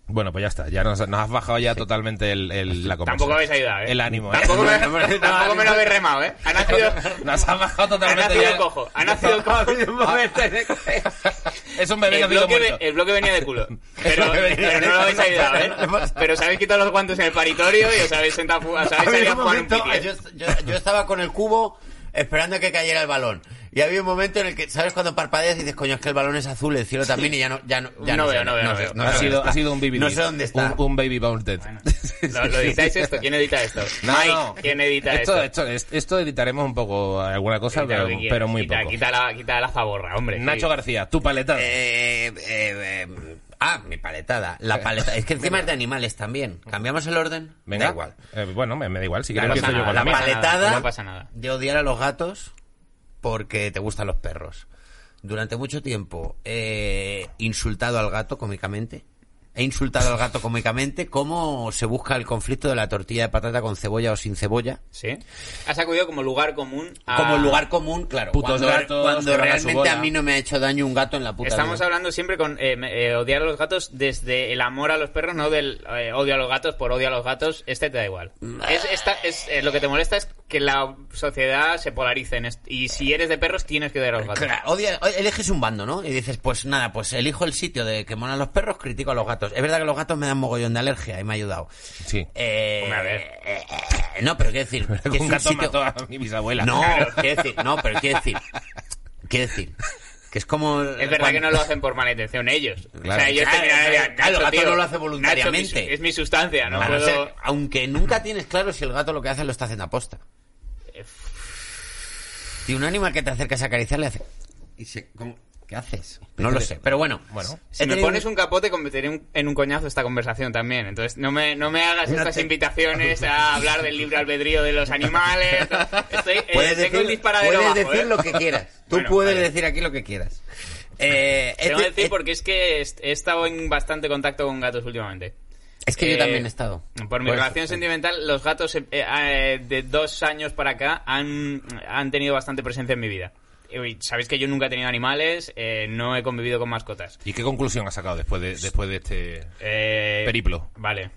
[SPEAKER 3] Bueno, pues ya está. Ya nos, nos has bajado ya totalmente el, el- la conversación.
[SPEAKER 2] Tampoco habéis ayudado, ¿eh?
[SPEAKER 3] El ánimo, ¿eh?
[SPEAKER 2] Tampoco me,
[SPEAKER 1] No,
[SPEAKER 2] tampoco me lo habéis remado, ¿eh? Ha nacido,
[SPEAKER 3] Nos has bajado
[SPEAKER 2] ha
[SPEAKER 3] totalmente
[SPEAKER 2] nacido
[SPEAKER 3] ya.
[SPEAKER 2] cojo, ha nacido
[SPEAKER 1] Ha
[SPEAKER 2] cojo.
[SPEAKER 1] habido un momento en el que-
[SPEAKER 3] Ah. Es un bebé
[SPEAKER 2] El
[SPEAKER 3] nacido
[SPEAKER 2] bloque,
[SPEAKER 3] muerto.
[SPEAKER 2] ve- el bloque venía de culo. Pero,
[SPEAKER 3] bloque venía
[SPEAKER 2] pero
[SPEAKER 3] de-
[SPEAKER 2] no lo habéis ayudado, ¿eh? Pero os habéis quitado los guantes en el paritorio y os habéis sentado a fu- os
[SPEAKER 1] Ha
[SPEAKER 2] habéis
[SPEAKER 1] habido
[SPEAKER 2] salido a
[SPEAKER 1] un
[SPEAKER 2] jugar un
[SPEAKER 1] momento-
[SPEAKER 2] pique.
[SPEAKER 1] yo, yo- yo estaba con el cubo esperando a que cayera el balón. Y había un momento en el que, ¿sabes? Cuando parpadeas y dices, coño, es que el balón es azul, el cielo también, y ya no, ya no, ya
[SPEAKER 2] No
[SPEAKER 1] sé,
[SPEAKER 2] veo, no veo, no
[SPEAKER 1] sé,
[SPEAKER 2] veo.
[SPEAKER 1] no
[SPEAKER 3] ha,
[SPEAKER 1] sé dónde
[SPEAKER 3] sido,
[SPEAKER 1] está.
[SPEAKER 3] ha sido un baby
[SPEAKER 1] No
[SPEAKER 3] lead.
[SPEAKER 1] sé dónde está.
[SPEAKER 3] Un, un baby bounced.
[SPEAKER 2] ¿Lo, lo editáis esto? ¿Quién edita esto?
[SPEAKER 3] No,
[SPEAKER 2] Mike,
[SPEAKER 3] no.
[SPEAKER 2] ¿quién edita
[SPEAKER 3] esto,
[SPEAKER 2] esto?
[SPEAKER 3] esto? esto- esto editaremos un poco alguna cosa,
[SPEAKER 2] Edita lo
[SPEAKER 3] pero,
[SPEAKER 2] que quieras.
[SPEAKER 3] pero muy
[SPEAKER 2] Quita-
[SPEAKER 3] poco.
[SPEAKER 2] Quita la, quita la zaborra, hombre.
[SPEAKER 3] Nacho
[SPEAKER 2] sí.
[SPEAKER 3] García, tu paleta.
[SPEAKER 1] Eh, eh, eh, ah, mi paletada. La paleta. Es que encima es de animales también. ¿Cambiamos el orden?
[SPEAKER 3] Venga.
[SPEAKER 1] Da igual.
[SPEAKER 3] Eh, bueno, me, me da igual. Si
[SPEAKER 2] No
[SPEAKER 3] quieres
[SPEAKER 2] pasa
[SPEAKER 3] empiezo yo
[SPEAKER 2] nada,
[SPEAKER 3] con
[SPEAKER 1] la
[SPEAKER 3] la mía.
[SPEAKER 2] pasa nada,
[SPEAKER 1] paletada
[SPEAKER 2] no pasa nada.
[SPEAKER 1] de odiar a los gatos porque te gustan los perros. Durante mucho tiempo he insultado al gato cómicamente. He insultado al gato cómicamente cómo se busca el conflicto de la tortilla de patata con cebolla o sin cebolla.
[SPEAKER 2] ¿Sí? Has acudido como lugar común a...
[SPEAKER 1] Como lugar común, claro.
[SPEAKER 3] Putos
[SPEAKER 1] cuando
[SPEAKER 3] gatos
[SPEAKER 1] cuando
[SPEAKER 3] que van a su
[SPEAKER 1] realmente
[SPEAKER 3] bola.
[SPEAKER 1] a, mí no me ha hecho daño un gato en la puta
[SPEAKER 2] Estamos
[SPEAKER 1] vida.
[SPEAKER 2] hablando siempre con eh, me- eh, odiar a los gatos desde el amor a los perros, no del eh, odio a los gatos por odio a los gatos. Este te da igual. Es, esta, es, eh, lo que te molesta es que la sociedad se polarice. en est- y si eres de perros, tienes que odiar a los gatos.
[SPEAKER 1] Claro, odia- o- eliges un bando, ¿no? Y dices, pues nada, pues elijo el sitio de que molan los perros, critico a los gatos. Es verdad que los gatos me dan mogollón de alergia y me ha ayudado.
[SPEAKER 3] Sí.
[SPEAKER 1] Eh,
[SPEAKER 2] Hombre, a ver.
[SPEAKER 1] eh, eh, no, pero quiero decir. que es
[SPEAKER 3] Un
[SPEAKER 1] un
[SPEAKER 3] gato
[SPEAKER 1] sitio-
[SPEAKER 3] mató a mi bisabuela.
[SPEAKER 1] No, quiero decir. No, pero quiero decir. Quiero decir. Que es como.
[SPEAKER 2] Es verdad que no lo hacen por mala intención ellos. O
[SPEAKER 3] Claro.
[SPEAKER 2] sea, ellos
[SPEAKER 1] Claro,
[SPEAKER 2] te miran y
[SPEAKER 1] claro,
[SPEAKER 2] dirán,
[SPEAKER 1] el
[SPEAKER 2] "Nacho,
[SPEAKER 1] gato
[SPEAKER 2] tío,
[SPEAKER 1] no lo hace
[SPEAKER 2] Nacho, mi su-
[SPEAKER 1] voluntariamente".
[SPEAKER 2] es mi sustancia, no
[SPEAKER 1] A no
[SPEAKER 2] puedo...
[SPEAKER 1] ser- aunque nunca tienes claro si el gato lo que hace lo está haciendo aposta. Y un animal que te acercas a acariciar le hace. Y se- como, ¿Qué haces? No lo sé. Pero bueno.
[SPEAKER 3] Bueno.
[SPEAKER 2] Si
[SPEAKER 1] he
[SPEAKER 2] me
[SPEAKER 1] tenido-
[SPEAKER 2] pones un capote, convertiré un- en un coñazo esta conversación también. Entonces, no me, no me hagas estas invitaciones a hablar del libre albedrío de los animales. Estoy, eh,
[SPEAKER 1] Puedes
[SPEAKER 2] tengo
[SPEAKER 1] decir,
[SPEAKER 2] el disparadero
[SPEAKER 1] puedes
[SPEAKER 2] bajo,
[SPEAKER 1] decir
[SPEAKER 2] ¿eh?
[SPEAKER 1] lo que quieras. Tú
[SPEAKER 2] Bueno,
[SPEAKER 1] puedes
[SPEAKER 2] vale.
[SPEAKER 1] decir aquí lo que quieras. Eh,
[SPEAKER 2] Tengo
[SPEAKER 1] este-
[SPEAKER 2] que decir
[SPEAKER 1] eh,
[SPEAKER 2] porque es que est- he estado en bastante contacto con gatos últimamente.
[SPEAKER 1] es que
[SPEAKER 2] Eh,
[SPEAKER 1] yo también he estado.
[SPEAKER 2] Por mi
[SPEAKER 1] Pues,
[SPEAKER 2] relación sentimental, los gatos eh, eh, de dos años para acá han, han tenido bastante presencia en mi vida. Y Sabéis que yo nunca he tenido animales, eh, no he convivido con mascotas.
[SPEAKER 3] ¿Y qué conclusión has sacado después de, después de este...?
[SPEAKER 2] Eh,
[SPEAKER 3] Periplo.
[SPEAKER 2] Vale.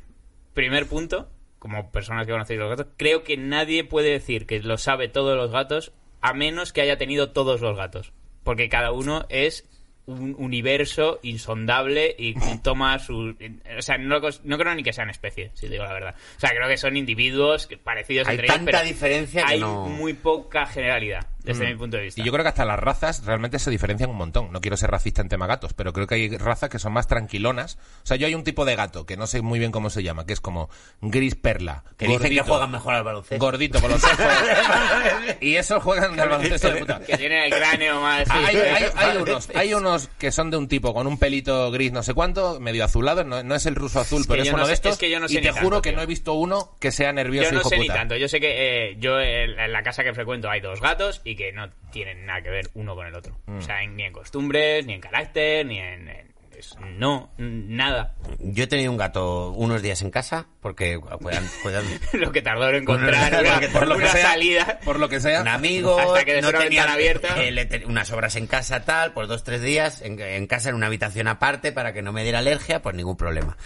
[SPEAKER 2] Primer punto, como personas que conocéis los gatos, creo que nadie puede decir que lo sabe todos los gatos, a menos que haya tenido todos los gatos. Porque cada uno es un universo insondable y toma su... O sea, no, cos- no creo ni que sean especies, si digo la verdad. O sea, creo que son individuos que- parecidos
[SPEAKER 1] Hay
[SPEAKER 2] entre ellos,
[SPEAKER 1] tanta
[SPEAKER 2] pero
[SPEAKER 1] diferencia que
[SPEAKER 2] hay
[SPEAKER 1] no-
[SPEAKER 2] muy poca generalidad, desde mi punto de vista.
[SPEAKER 3] Y yo creo que hasta las razas realmente se diferencian un montón. No quiero ser racista en tema gatos, pero creo que hay razas que son más tranquilonas. O sea, yo hay un tipo de gato que no sé muy bien cómo se llama, que es como gris perla.
[SPEAKER 1] Que
[SPEAKER 3] gordito,
[SPEAKER 1] dicen que juegan mejor al baloncesto.
[SPEAKER 3] Gordito con los ojos. y esos juegan al baloncesto de puta.
[SPEAKER 2] Que tienen el cráneo más...
[SPEAKER 3] Ah, Hay, hay- hay unos, hay unos que son de un tipo con un pelito gris no sé cuánto, medio azulado, no, no es el ruso azul,
[SPEAKER 2] Es que
[SPEAKER 3] pero es
[SPEAKER 2] yo
[SPEAKER 3] uno
[SPEAKER 2] no
[SPEAKER 3] de
[SPEAKER 2] sé-
[SPEAKER 3] estos.
[SPEAKER 2] es que yo no sé
[SPEAKER 3] y
[SPEAKER 2] ni
[SPEAKER 3] te
[SPEAKER 2] tanto,
[SPEAKER 3] juro que
[SPEAKER 2] tío.
[SPEAKER 3] no he visto uno que sea nervioso
[SPEAKER 2] Yo no
[SPEAKER 3] hijo
[SPEAKER 2] sé ni
[SPEAKER 3] puta.
[SPEAKER 2] tanto. Yo sé que eh, yo eh, en la casa que frecuento hay dos gatos y que no tienen nada que ver uno con el otro.
[SPEAKER 3] Mm.
[SPEAKER 2] O sea, en- ni en costumbres, ni en carácter, ni en... en- es- no, n- nada.
[SPEAKER 1] Yo he tenido un gato unos días en casa porque cuidan, cuidan
[SPEAKER 2] lo que tardó en encontrar
[SPEAKER 1] Por lo
[SPEAKER 2] una,
[SPEAKER 1] que-
[SPEAKER 3] Por lo que
[SPEAKER 2] una
[SPEAKER 3] sea,
[SPEAKER 2] salida.
[SPEAKER 3] Por lo que sea.
[SPEAKER 1] un amigo,
[SPEAKER 2] Hasta que dejó
[SPEAKER 1] no
[SPEAKER 2] una
[SPEAKER 1] tenía
[SPEAKER 2] ventana abierta.
[SPEAKER 1] eh, le te- unas obras en casa tal, por dos tres días en, en casa en una habitación aparte para que no me diera alergia, pues ningún problema.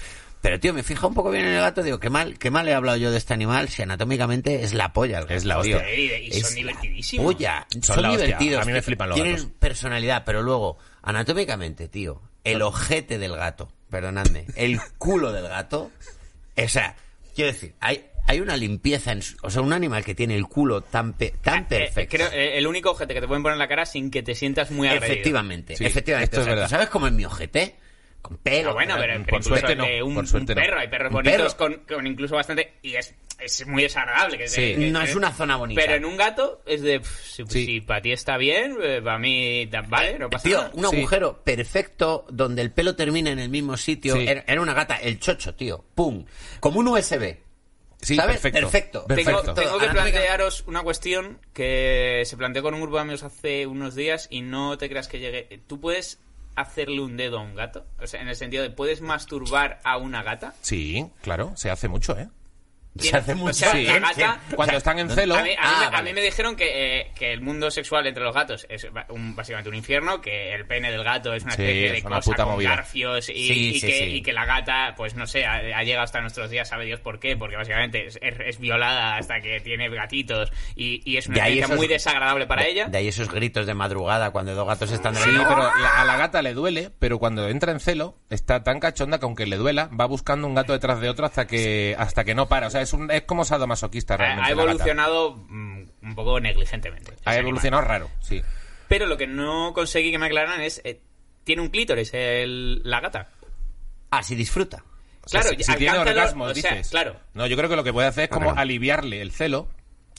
[SPEAKER 1] Pero, tío, me fija un poco bien en el gato, digo, qué mal, qué mal he hablado yo de este animal, si anatómicamente es la polla. el gato,
[SPEAKER 3] Es la
[SPEAKER 1] tío.
[SPEAKER 3] hostia.
[SPEAKER 2] Y, y son
[SPEAKER 1] la
[SPEAKER 2] divertidísimos.
[SPEAKER 1] polla.
[SPEAKER 3] Son
[SPEAKER 1] Son,
[SPEAKER 3] la hostia.
[SPEAKER 1] divertidos.
[SPEAKER 3] A mí me
[SPEAKER 1] tío.
[SPEAKER 3] flipan los
[SPEAKER 1] Tienen
[SPEAKER 3] gatos.
[SPEAKER 1] personalidad, pero luego, anatómicamente, tío, el ojete del gato, perdonadme, el culo del gato, o sea, quiero decir, hay, hay una limpieza en su- o sea, un animal que tiene el culo tan, pe- tan
[SPEAKER 2] Eh, eh,
[SPEAKER 1] perfecto.
[SPEAKER 2] creo, eh, el único ojete que te pueden poner en la cara sin que te sientas muy agredido.
[SPEAKER 1] efectivamente,
[SPEAKER 3] Sí,
[SPEAKER 1] efectivamente.
[SPEAKER 3] esto
[SPEAKER 1] O
[SPEAKER 3] es
[SPEAKER 1] sea, ¿tú
[SPEAKER 3] verdad.
[SPEAKER 1] ¿Sabes cómo es mi ojete? Con pelo.
[SPEAKER 2] Ah, bueno, pero, pero
[SPEAKER 3] Por
[SPEAKER 2] incluso
[SPEAKER 3] suerte no,
[SPEAKER 2] de Un,
[SPEAKER 3] por suerte
[SPEAKER 2] un
[SPEAKER 3] no.
[SPEAKER 2] perro, hay perros
[SPEAKER 1] Un
[SPEAKER 2] bonitos
[SPEAKER 1] perro.
[SPEAKER 2] Con, con incluso bastante. Y es, es muy desagradable. Que,
[SPEAKER 3] Sí.
[SPEAKER 2] que-
[SPEAKER 1] No
[SPEAKER 2] que-
[SPEAKER 1] es una zona bonita.
[SPEAKER 2] Pero en un gato es de. pff, si,
[SPEAKER 3] Sí.
[SPEAKER 2] para ti está bien, eh, para mí. da- Vale, no pasa
[SPEAKER 1] Eh, Tío,
[SPEAKER 2] nada.
[SPEAKER 1] un agujero perfecto donde el pelo termina en el mismo sitio.
[SPEAKER 3] Sí.
[SPEAKER 1] Era, era una gata, el chocho, tío. ¡Pum! Como un USB.
[SPEAKER 3] Sí,
[SPEAKER 1] ¿Sabes?
[SPEAKER 3] perfecto.
[SPEAKER 1] Perfecto.
[SPEAKER 2] Tengo,
[SPEAKER 3] Perfecto.
[SPEAKER 2] tengo que
[SPEAKER 1] Anatómica-
[SPEAKER 2] plantearos una cuestión que se planteó con un grupo de amigos hace unos días y no te creas que llegue. ¿Tú puedes hacerle un dedo a un gato? O sea, en el sentido de, ¿puedes masturbar a una gata?
[SPEAKER 3] Sí, claro, se hace mucho, ¿eh?
[SPEAKER 1] Se hace mucho.
[SPEAKER 2] O sea,
[SPEAKER 3] Sí.
[SPEAKER 2] la gata-
[SPEAKER 3] Cuando están en celo,
[SPEAKER 2] A mí, a mí
[SPEAKER 1] Ah,
[SPEAKER 2] me- a
[SPEAKER 1] vale.
[SPEAKER 2] mí me dijeron que, eh, que el mundo sexual entre los gatos es ba- un- básicamente un infierno, que el pene del gato es una
[SPEAKER 3] Sí,
[SPEAKER 2] especie de
[SPEAKER 3] es una
[SPEAKER 2] cosa
[SPEAKER 3] puta
[SPEAKER 2] con
[SPEAKER 3] movida.
[SPEAKER 2] garfios y,
[SPEAKER 1] Sí,
[SPEAKER 2] y
[SPEAKER 1] sí,
[SPEAKER 2] que,
[SPEAKER 1] sí.
[SPEAKER 2] y que la gata, pues no sé, ha, ha llegado hasta nuestros días, sabe Dios por qué, porque básicamente es, es- es violada hasta que tiene gatitos y, y es una
[SPEAKER 1] De ahí
[SPEAKER 2] experiencia
[SPEAKER 1] esos-
[SPEAKER 2] muy desagradable para
[SPEAKER 1] de,
[SPEAKER 2] ella.
[SPEAKER 1] De ahí esos gritos de madrugada cuando dos gatos están de la
[SPEAKER 3] Sí,
[SPEAKER 1] cama.
[SPEAKER 3] pero la- a la gata le duele, pero cuando entra en celo está tan cachonda que aunque le duela, va buscando un gato detrás de otro hasta que hasta que no para. O sea, es, un, es como sadomasoquista
[SPEAKER 2] ha,
[SPEAKER 3] realmente.
[SPEAKER 2] ha
[SPEAKER 3] la gata.
[SPEAKER 2] evolucionado mm, un poco negligentemente.
[SPEAKER 3] Ha
[SPEAKER 2] ese
[SPEAKER 3] evolucionado raro, sí.
[SPEAKER 2] animal. Pero lo que no conseguí que me aclararan es, eh, ¿tiene un clítoris el- la gata?
[SPEAKER 1] Ah, sí, disfruta.
[SPEAKER 3] O sea,
[SPEAKER 2] Claro,
[SPEAKER 3] si, si tiene
[SPEAKER 2] alcánzalo,
[SPEAKER 3] orgasmos,
[SPEAKER 2] o sea,
[SPEAKER 3] dices.
[SPEAKER 2] claro.
[SPEAKER 3] No, yo creo que lo que puede hacer es como
[SPEAKER 1] Orgasmo.
[SPEAKER 3] aliviarle el celo,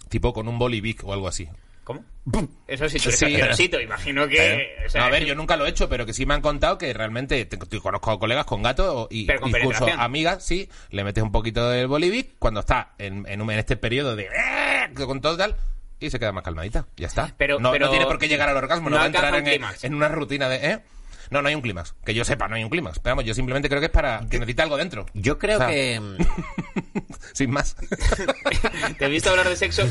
[SPEAKER 3] tipo con un bolivic o algo así.
[SPEAKER 2] ¿Cómo? Eso sí, tú eres
[SPEAKER 3] Sí.
[SPEAKER 2] asquerosito, imagino que... Eh, o sea,
[SPEAKER 3] No, a ver, yo nunca lo he hecho, pero que sí me han contado que realmente te- te conozco colegas con gatos y
[SPEAKER 2] Pero con
[SPEAKER 3] incluso
[SPEAKER 2] penetración.
[SPEAKER 3] amigas, sí, le metes un poquito del bolivic cuando está en, en, un- en este periodo de eh, con todo tal y se queda más calmadita. Ya está.
[SPEAKER 2] Pero-
[SPEAKER 3] no,
[SPEAKER 2] pero
[SPEAKER 3] no tiene por qué llegar al orgasmo, no,
[SPEAKER 2] no
[SPEAKER 3] va a entrar
[SPEAKER 2] alcanza
[SPEAKER 3] en, eh,
[SPEAKER 2] un clímax.
[SPEAKER 3] en una rutina de ¿eh? No, no hay un clímax. Que yo sepa, no hay un clímax. Pero vamos, yo simplemente creo que es para que necesita algo dentro.
[SPEAKER 1] Yo creo
[SPEAKER 3] O sea,
[SPEAKER 1] que. mm,
[SPEAKER 3] Sin más.
[SPEAKER 2] Te he visto hablar de sexo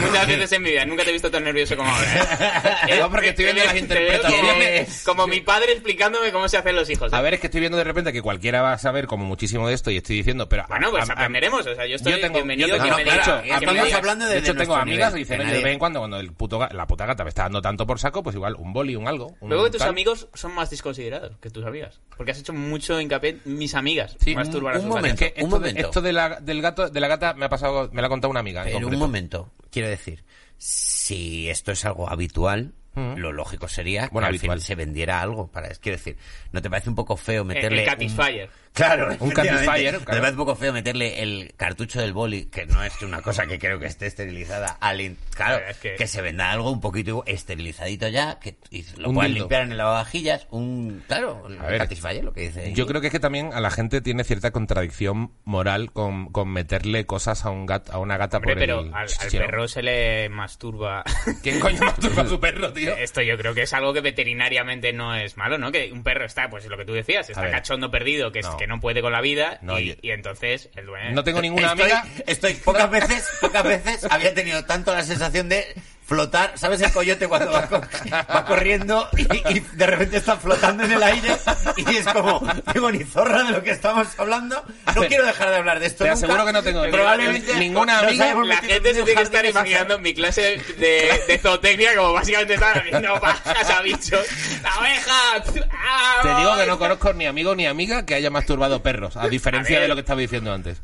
[SPEAKER 2] muchas veces en mi vida. Nunca te he visto tan nervioso como ahora. ¿eh?
[SPEAKER 3] No, porque estoy
[SPEAKER 2] te
[SPEAKER 3] viendo
[SPEAKER 2] veo-
[SPEAKER 3] las
[SPEAKER 2] te veo
[SPEAKER 3] interpretaciones.
[SPEAKER 2] Como, como mi padre explicándome cómo se hacen los hijos.
[SPEAKER 3] A ver, es que estoy viendo de repente que cualquiera va a saber como muchísimo de esto y estoy diciendo, pero...
[SPEAKER 2] Bueno, pues
[SPEAKER 3] a- a-
[SPEAKER 2] aprenderemos. O sea, yo estoy
[SPEAKER 3] yo tengo-
[SPEAKER 2] bienvenido
[SPEAKER 3] yo
[SPEAKER 2] a que
[SPEAKER 3] tengo-
[SPEAKER 2] me
[SPEAKER 3] de
[SPEAKER 2] diga-
[SPEAKER 3] hecho,
[SPEAKER 2] que me
[SPEAKER 3] hablando-
[SPEAKER 2] diga-
[SPEAKER 1] hablando
[SPEAKER 3] De hecho,
[SPEAKER 1] nuestro
[SPEAKER 3] tengo amigas que
[SPEAKER 1] nivel,
[SPEAKER 3] dicen,
[SPEAKER 1] de
[SPEAKER 3] oye, de
[SPEAKER 1] nadie.
[SPEAKER 3] vez en cuando, cuando el puto ga- la puta gata me está dando tanto por saco, pues igual un boli, un algo. un
[SPEAKER 2] Luego que tus
[SPEAKER 3] tal.
[SPEAKER 2] amigos son más desconsiderados que tus amigas. Porque has hecho mucho hincapié en mis amigas.
[SPEAKER 3] Sí,
[SPEAKER 2] masturbar a
[SPEAKER 1] un
[SPEAKER 2] sus amigas.
[SPEAKER 1] momento.
[SPEAKER 3] Que esto,
[SPEAKER 1] Un
[SPEAKER 3] de-
[SPEAKER 1] momento.
[SPEAKER 3] esto de la, del gato, de la gata me ha pasado, me lo ha contado una amiga. en
[SPEAKER 1] Pero un
[SPEAKER 3] concreto.
[SPEAKER 1] momento, quiero decir, si esto es algo habitual, lo lógico sería
[SPEAKER 3] Mm. Bueno,
[SPEAKER 1] que al
[SPEAKER 3] habitual.
[SPEAKER 1] final se vendiera algo. para Quiero decir, ¿no te parece un poco feo meterle.
[SPEAKER 2] el Catisfyer.
[SPEAKER 1] Un... Claro,
[SPEAKER 3] Un
[SPEAKER 1] efectivamente.
[SPEAKER 3] Catisfyer,
[SPEAKER 1] ¿No te
[SPEAKER 3] claro.
[SPEAKER 1] parece un poco feo meterle el cartucho del boli, que no es una cosa que creo que esté esterilizada, al. in- Claro,
[SPEAKER 2] Pero es que-
[SPEAKER 1] que... se venda algo un poquito esterilizadito ya, que y lo
[SPEAKER 3] Un
[SPEAKER 1] puedan
[SPEAKER 3] dildo.
[SPEAKER 1] limpiar en el lavavajillas. Un. Claro, el
[SPEAKER 3] ver,
[SPEAKER 1] Catisfyer, lo que dice.
[SPEAKER 3] Yo creo que es que también a la gente tiene cierta contradicción moral con, con meterle cosas a un gato, a una gata
[SPEAKER 2] Hombre,
[SPEAKER 3] por
[SPEAKER 2] pero
[SPEAKER 3] el...
[SPEAKER 2] al, al
[SPEAKER 3] Sí, ¿no?
[SPEAKER 2] perro se le masturba.
[SPEAKER 3] ¿Quién coño masturba a su perro, tío?
[SPEAKER 2] Esto yo creo que es algo que veterinariamente no es malo, ¿no? Que un perro está, pues lo que tú decías,
[SPEAKER 3] A
[SPEAKER 2] está
[SPEAKER 3] ver.
[SPEAKER 2] cachondo perdido, que, es-
[SPEAKER 3] No.
[SPEAKER 2] que no puede con la vida,
[SPEAKER 3] No,
[SPEAKER 2] y,
[SPEAKER 3] yo-
[SPEAKER 2] y entonces el dueño...
[SPEAKER 3] No tengo ninguna
[SPEAKER 1] Eh, estoy,
[SPEAKER 3] amiga...
[SPEAKER 1] Estoy pocas veces, pocas veces había tenido tanto la sensación de flotar. ¿Sabes el coyote cuando va, co- va corriendo y, y de repente está flotando en el aire? Y es como, tengo ni zorra de lo que estamos hablando. No
[SPEAKER 3] ver,
[SPEAKER 1] quiero dejar de hablar de esto.
[SPEAKER 3] te
[SPEAKER 1] nunca.
[SPEAKER 3] aseguro que no tengo
[SPEAKER 1] probablemente
[SPEAKER 3] ninguna
[SPEAKER 1] nos
[SPEAKER 3] amiga-
[SPEAKER 1] hayamos
[SPEAKER 2] La
[SPEAKER 1] metido
[SPEAKER 2] gente
[SPEAKER 1] en
[SPEAKER 2] se
[SPEAKER 1] un
[SPEAKER 2] tiene que estar
[SPEAKER 1] jardín y
[SPEAKER 2] imaginando mi clase de, de zootecnia como básicamente están haciendo pajas a bichos. ¡La oveja! ¡Ah!
[SPEAKER 3] Te digo que no conozco ni amigo ni amiga que haya masturbado perros, a diferencia
[SPEAKER 2] A ver.
[SPEAKER 3] de lo que estaba diciendo antes.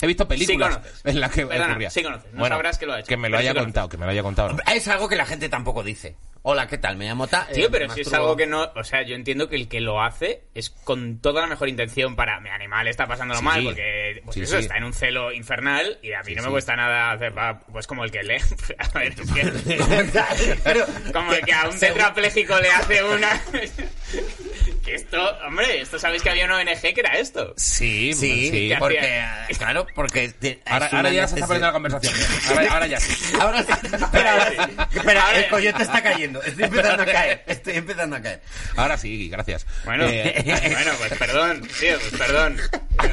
[SPEAKER 3] He visto películas
[SPEAKER 2] Sí conoces.
[SPEAKER 3] en las que
[SPEAKER 2] Perdona,
[SPEAKER 3] ocurría.
[SPEAKER 2] sí conoces. No
[SPEAKER 3] bueno,
[SPEAKER 2] sabrás que lo ha hecho,
[SPEAKER 3] me lo
[SPEAKER 2] pero sí
[SPEAKER 3] haya
[SPEAKER 2] conoces.
[SPEAKER 3] contado, que me lo haya contado.
[SPEAKER 1] Es algo que la gente tampoco dice. Hola, ¿qué tal? Me llamo Ta. eh,
[SPEAKER 2] Tío, pero
[SPEAKER 1] me
[SPEAKER 2] si es
[SPEAKER 1] masturbo.
[SPEAKER 2] algo que no... O sea, yo entiendo que el que lo hace es con toda la mejor intención para... Mi animal está pasándolo
[SPEAKER 3] Sí.
[SPEAKER 2] mal porque... Pues
[SPEAKER 3] Sí,
[SPEAKER 2] eso,
[SPEAKER 3] sí.
[SPEAKER 2] está en un celo infernal y a mí
[SPEAKER 3] Sí,
[SPEAKER 2] no me
[SPEAKER 3] sí.
[SPEAKER 2] cuesta nada hacer... va, Pues como el que lee... A ver, es que-
[SPEAKER 1] Pero-
[SPEAKER 2] Como que a un tetrapléjico le hace una... que esto... Hombre, esto sabéis que había una ONG que era esto.
[SPEAKER 3] Sí,
[SPEAKER 1] Sí,
[SPEAKER 3] sí.
[SPEAKER 2] ya-
[SPEAKER 1] porque, eh, claro, porque... te-
[SPEAKER 3] Ahora,
[SPEAKER 1] es una
[SPEAKER 3] ahora ya se está
[SPEAKER 1] necesidad.
[SPEAKER 3] poniendo la conversación. ¿eh? Ahora, ahora ya. sí.
[SPEAKER 1] Ahora sí. Espera, ahora sí. Espera, el coyote está cayendo. Estoy empezando a caer. Estoy empezando a caer.
[SPEAKER 3] Ahora sí, Iggy, gracias.
[SPEAKER 2] Bueno,
[SPEAKER 3] Eh,
[SPEAKER 2] bueno, pues perdón, tío, pues perdón.